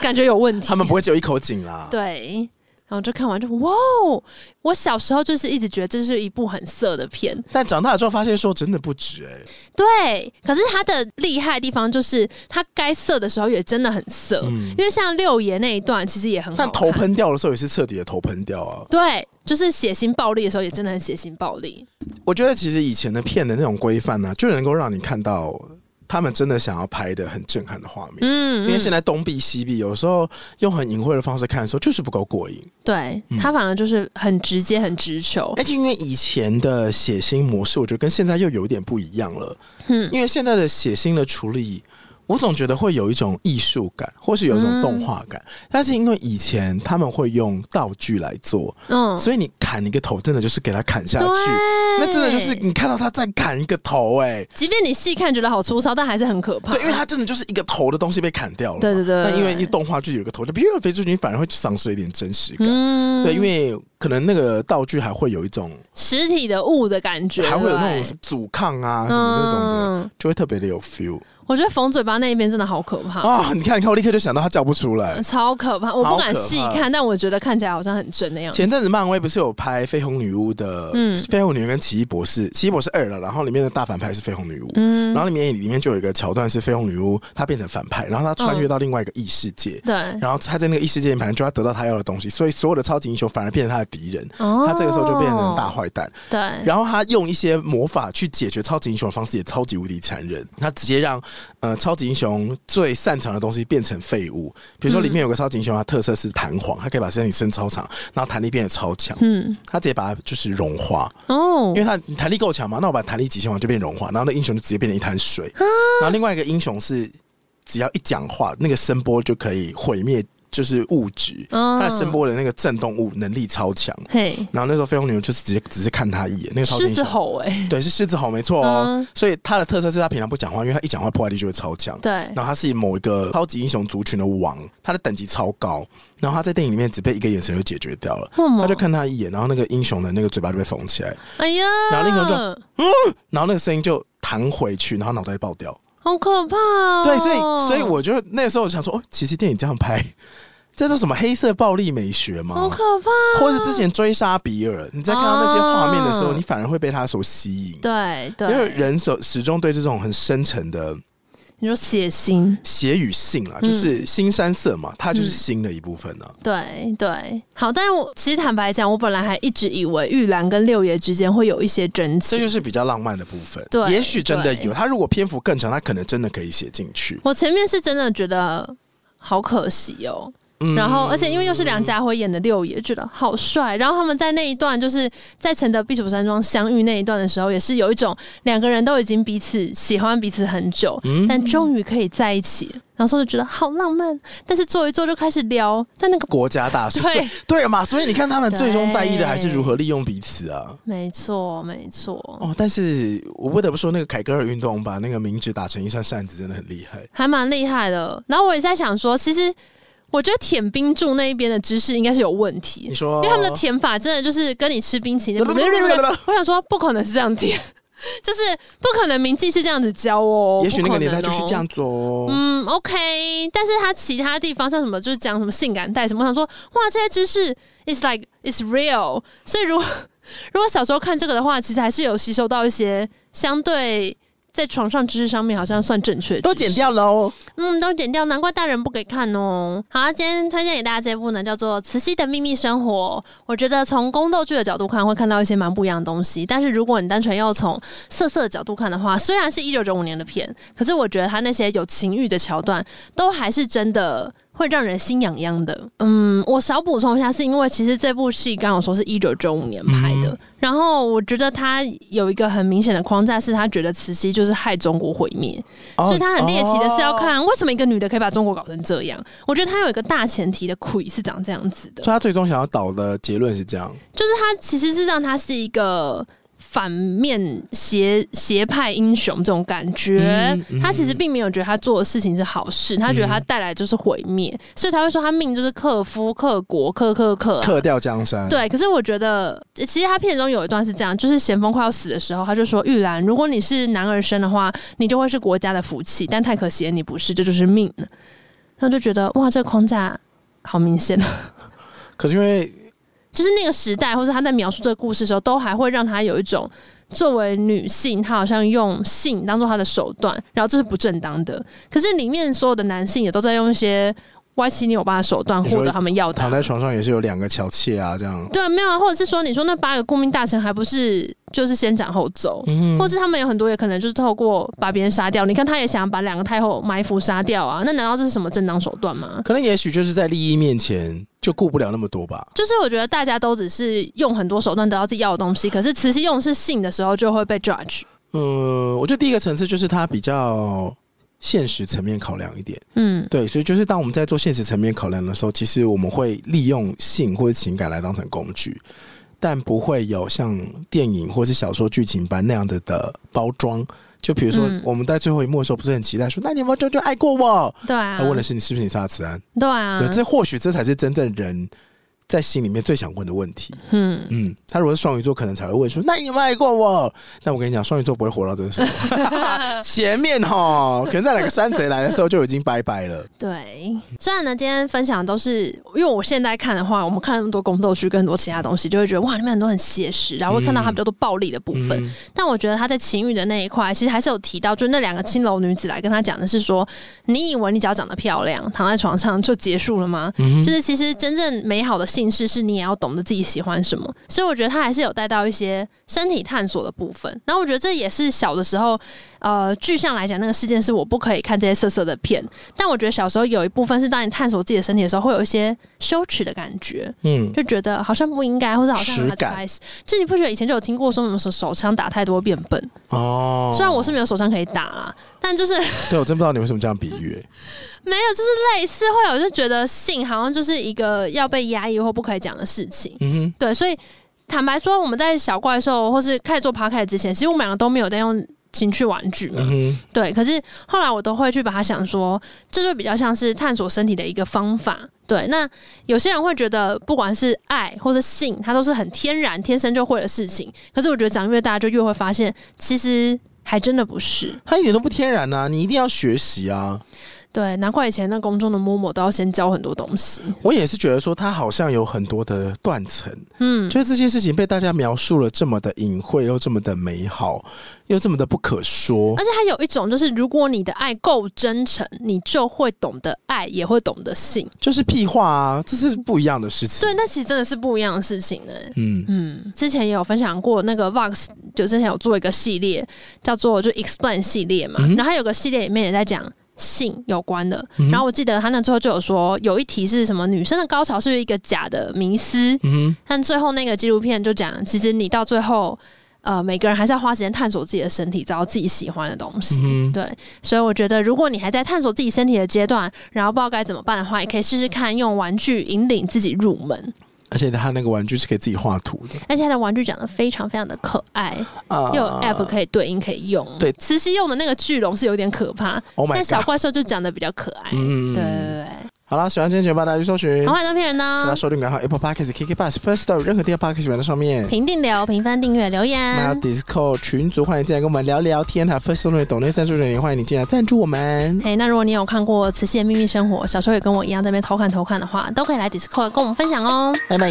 B: 感觉有问题。
A: 他们不会只有一口井啦。
B: 对。然后就看完就哇哦！我小时候就是一直觉得这是一部很色的片，
A: 但长大之后发现说真的不止哎、
B: 对。可是它的厉害的地方就是它该色的时候也真的很色，
A: 嗯，
B: 因为像六爷那一段其实也很好
A: 但
B: 看。
A: 头喷掉的时候也是彻底的头喷掉啊。
B: 对，就是血腥暴力的时候，也真的很血腥暴力。
A: 我觉得其实以前的片的那种规范啊呢，就能够让你看到他们真的想要拍的很震撼的画面。
B: 嗯，
A: 因为现
B: 在
A: 在东避西避，有时候用很隐晦的方式看的时候，就是不够过瘾。
B: 对、
A: 嗯哎
B: 他反而就是很直接、很直球。
A: 而且因为以前的血腥模式，我觉得跟现在又有点不一样了。
B: 嗯
A: 因为现在的血腥的处理，我总觉得会有一种艺术感，或是有一种
B: 嗯
A: 动画感。但是因为以前他们会用道具来做，
B: 嗯，
A: 所以你砍一个头，真的就是给它砍下去，那真的就是
B: 对
A: 你看到他在砍一个头、哎。
B: 即便你细看觉得好粗糙，但还是很可怕。
A: 对，因为它真的就是一个头的东西被砍掉了嘛。
B: 对对对
A: 那因为一动画剧有一个头，就比如说肥猪你反而会丧失一点真实感。
B: 嗯
A: 对，因为可能那个道具还会有一种，
B: 实体的物的感觉，
A: 还会有那
B: 对
A: 种什么阻抗啊什么那种的，
B: 嗯
A: 就会特别的有 feel
B: 我觉得缝嘴巴那一边真的好可怕，
A: 啊！你看，你看，我立刻就想到他叫不出来。
B: 超可怕，我不
A: 好
B: 敢
A: 可怕
B: 细看，但我觉得看起来好像很真那样。
A: 前阵子漫威不是有拍《绯红女巫》的，
B: 嗯
A: 绯红女巫》跟奇异博士，奇异博士二了，然后里面的大反派是绯红女巫，
B: 嗯，
A: 然后里面里面就有一个桥段是绯红女巫她变成反派，然后她穿越到另外一个异世界，
B: 对，
A: 然后她在那个异世界里面就要得到她要的东西，所以所有的超级英雄反而变成她的敌人，
B: 哦
A: 她这个时候就变成大坏蛋。
B: 对，
A: 然后她用一些魔法去解决超级英雄的方式也超级无敌残忍，她直接让呃超级英雄最擅长的东西变成废物。比如说里面有个超级英雄，他特色是弹簧，他可以把身体伸超长，然后弹力变得超强，
B: 嗯，
A: 他直接把它就是融化。
B: 哦
A: 因，为他弹力够强嘛，那我把弹力极限完就变融化，然后那英雄就直接变成一滩水。
B: 啊
A: 然后另外一个英雄是，只要一讲话，那个声波就可以毁灭，就是物质。
B: 嗯
A: 他的声波的那个震动物能力超强。
B: 嘿，
A: 然后那时候飞鸿女巫就是直接只是看他一眼，那个超级
B: 狮
A: 英
B: 子
A: 雄
B: 吼，哎，
A: 对是狮子吼没错哦。
B: 嗯
A: 所以他的特色是他平常不讲话，因为他一讲话破坏力就会超强。
B: 对
A: 然，后他是某一个超级英雄族群的王，他的等级超高。然后他在电影里面只被一个眼神就解决掉了，
B: 为什么
A: 他就看他一眼，然后那个英雄的那个嘴巴就被缝起来。
B: 哎呀，
A: 然后另一个就然后那个声音就弹回去，然后脑袋爆掉。
B: 好可怕哦，
A: 对，所以所以我就那时候我就想说，哦，其实电影这样拍，这叫什么黑色暴力美学
B: 好
A: 吗？
B: 可怕，
A: 或者之前追杀比尔，你在看到那些画面的时候，
B: 啊
A: 你反而会被他所吸引，
B: 对
A: 因为
B: 对，
A: 人手始终对这种很深沉的
B: 你说血腥，
A: 血与性
B: 嗯
A: 啦，就是新山色嘛，它就是新的一部分呢、啊
B: 对对，好，但是我其实坦白讲，我本来还一直以为玉兰跟六爷之间会有一些争
A: 这
B: 执。
A: 就是比较浪漫的部分。
B: 对
A: 也许真的
B: 对
A: 有，它如果篇幅更长，它可能真的可以写进去。
B: 我前面是真的觉得好可惜哦，
A: 嗯
B: 然后，而且因为又是梁家辉演的六爷，觉得好帅。然后他们在那一段，就是在承德避暑山庄相遇那一段的时候，也是有一种两个人都已经彼此喜欢彼此很久，
A: 嗯
B: 但终于可以在一起，然后所以就觉得好浪漫。但是坐一坐就开始聊，但那个
A: 国家大事，
B: 对
A: 对嘛，所以你看他们最终在意的还是
B: 对
A: 如何利用彼此啊。
B: 没错，没错。
A: 哦，但是我不得不说，那个凯格尔运动把那个名字打成一扇扇子，真的很厉害。
B: 还蛮厉害的。然后我也在想说，其实我觉得舔冰柱那一边的知识应该是有问题
A: 你，说，
B: 因为他们的舔法真的就是跟你吃冰淇淋。
A: 不不不不不
B: 我想说，不可能是这样舔，就是不可能明记是这样子教哦。
A: 也许那个年代
B: 不
A: 就
B: 可能
A: 是
B: 哦
A: 这样。做哦。
B: 嗯，OK，但是他其他地方像什么，就是讲什么性感带什么，我想说，哇，这些知识，it's like it's real。所以如果如果小时候看这个的话，其实还是有吸收到一些相对在床上知识上面好像算正确的知识，
A: 都剪掉哦喽，
B: 嗯，都剪掉，难怪大人不给看哦。好啊，今天推荐给大家这部呢，叫做《慈禧的秘密生活》。我觉得从宫斗剧的角度看，会看到一些蛮不一样的东西。但是如果你单纯要从色色的角度看的话，虽然是一九九五年的片，可是我觉得它那些有情欲的桥段，都还是真的。会让人心痒痒的。嗯，我少补充一下，是因为其实这部戏刚好说是一九九五年拍的，然后我觉得它有一个很明显的框架，是他觉得慈禧就是害中国毁灭，
A: 哦
B: 所以他很猎奇的是要
A: 哦
B: 看为什么一个女的可以把中国搞成这样。我觉得他有一个大前提的鬼是长这样子的
A: 所以，他最终想要导的结论是这样，
B: 就是他其实是让他是一个。反面邪邪派英雄这种感觉
A: 嗯，嗯
B: 他其实并没有觉得他做的事情是好事，他觉得他带来就是毁灭，所以才会说他命就是克夫、克国、克克克啊
A: 克掉江山。，
B: 对，可是我觉得，呃其实他片中有一段是这样，就是咸丰快要死的时候，他就说：“玉兰，如果你是男儿身的话，你就会是国家的福气，但太可惜了，你不是，这就是命了。”他就觉得哇，这个框架好明显，哦
A: 可是因为
B: 就是那个时代，或者他在描述这个故事的时候，都还会让他有一种作为女性，她好像用性当做她的手段，然后这是不正当的。可是里面所有的男性也都在用一些歪七扭八的手段
A: 你说
B: 获得他们要的
A: 躺。在床上也是有两个小妾啊，这样。
B: 对，没有，啊，或者是说，你说那八个顾命大臣还不是就是先斩后奏，
A: 嗯
B: 或是他们有很多也可能就是透过把别人杀掉。你看，他也想把两个太后埋伏杀掉啊，那难道这是什么正当手段吗？
A: 可能也许就是在利益面前就顾不了那么多吧。
B: 就是我觉得大家都只是用很多手段得到自己要的东西，可是慈禧用的是性的时候就会被 judge。
A: 呃嗯，我觉得第一个层次就是他比较现实层面考量一点。
B: 嗯，
A: 对，所以就是当我们在做现实层面考量的时候，其实我们会利用性或者情感来当成工具，但不会有像电影或是小说剧情般那样的的包装。就比如说
B: 嗯，
A: 我们在最后一幕的时候，不是很期待说，那你有没有久久爱过我？
B: 对啊，
A: 他问的是你是不是你杀的子安？
B: 对啊
A: 对，，这或许这才是真正人在心里面最想问的问题。
B: 嗯，
A: 嗯，他如果是双鱼座，可能才会问说：“那你有没有爱过我？”但我跟你讲，双鱼座不会活到这个
B: [LAUGHS]
A: 时候， [LAUGHS] 前面哈，可能在哪个山贼来的时候就已经拜拜
B: [LAUGHS]
A: 了。
B: 对。虽然呢，今天分享的都是，因为我现在看的话，我们看那么多宫斗剧跟很多其他东西，就会觉得哇，里面很多很写实，然后会看到他比较多暴力的部分。
A: 嗯
B: 但我觉得他在情欲的那一块，其实还是有提到，就那两个青楼女子来跟他讲的是说，你以为你只要长得漂亮，躺在床上就结束了吗？就是其实真正美好的性事，是你也要懂得自己喜欢什么。所以我觉得他还是有带到一些身体探索的部分。然后我觉得这也是小的时候，呃，具象来讲，那个事件是我不可以看这些色色的片。但我觉得小时候有一部分是，当你探索自己的身体的时候，会有一些羞耻的感觉。
A: 嗯，
B: 就觉得好像不应该，或者好像
A: 实
B: 很
A: 感
B: 开始。就你不觉得以前就有听过说什么手手枪打太多变笨？
A: 哦，
B: 虽然我是没有手枪可以打啦，但就是 [LAUGHS] 没
A: 对我真不知道你为什么这样比喻、欸
B: 有，就是类似会有就觉得性好像就是一个要被压抑或不可以讲的事情。
A: 嗯
B: 对，所以坦白说，我们在小怪兽或是开始做 p o c a s t 之前，其实我们两个都没有在用情趣玩具
A: 哼，
B: 嘛。
A: 嗯
B: 对，可是后来我都会去把它想说，这就比较像是探索身体的一个方法。对，那有些人会觉得，不管是爱或者性，它都是很天然、天生就会的事情。可是我觉得长越大，就越会发现，其实还真的不是
A: 哼，。他一点都不天然呐、你一定要学习啊。
B: 对，难怪以前那公众的摸摸都要先教很多东西。
A: 我也是觉得说，他好像有很多的断层，
B: 嗯，
A: 就是这些事情被大家描述了这么的隐晦，又这么的美好，又这么的不可说
B: 而。且还有一种就是，如果你的爱够真诚，你就会懂得爱，也会懂得性。
A: 就是屁话啊，这是不一样的事情。
B: 对，那其实真的是不一样的事情呢、
A: 嗯，
B: 嗯，之前也有分享过那个 Vox，就之前有做一个系列叫做就 Explain 系列嘛，
A: 嗯
B: 然后它有个系列里面也在讲。性有关的，
A: 嗯
B: 然后我记得他那最后就有说，有一题是什么女生的高潮是一个假的迷思，
A: 嗯
B: 但最后那个纪录片就讲，其实你到最后，呃，每个人还是要花时间探索自己的身体，找到自己喜欢的东西。
A: 嗯，
B: 对，所以我觉得，如果你还在探索自己身体的阶段，然后不知道该怎么办的话，也可以试试看用玩具引领自己入门。
A: 而且他那个玩具是可以自己画图的
B: 而且它的玩具长得非常非常的可爱，
A: 啊
B: 又有 app 可以对应可以用。
A: 对
B: 慈禧用的那个巨龙是有点可怕，
A: Oh my
B: 但
A: god！
B: 小怪兽就长得比较可爱。
A: 嗯
B: 对对对
A: 好啦，喜欢今天节目，大家去搜
B: 对，
A: 寻
B: 好，。欢啊迎片人
A: 大家
B: 呢，
A: 收听感好 Apple Podcast、KK Bus、First Story 任何地方 Podcast 版在上面。
B: 评定留、评分、订阅、留
A: 还有
B: 言。
A: Discord 群组，欢迎进来跟我们聊聊天。还有 First Story 抖内赞助人也欢迎你进来赞助我们。
B: 哎，那如果你有看过《慈禧的秘密生活》，小时候也跟我一样在那边偷看偷看的话，都可以来 Discord 跟我们分享哦。
A: 拜拜。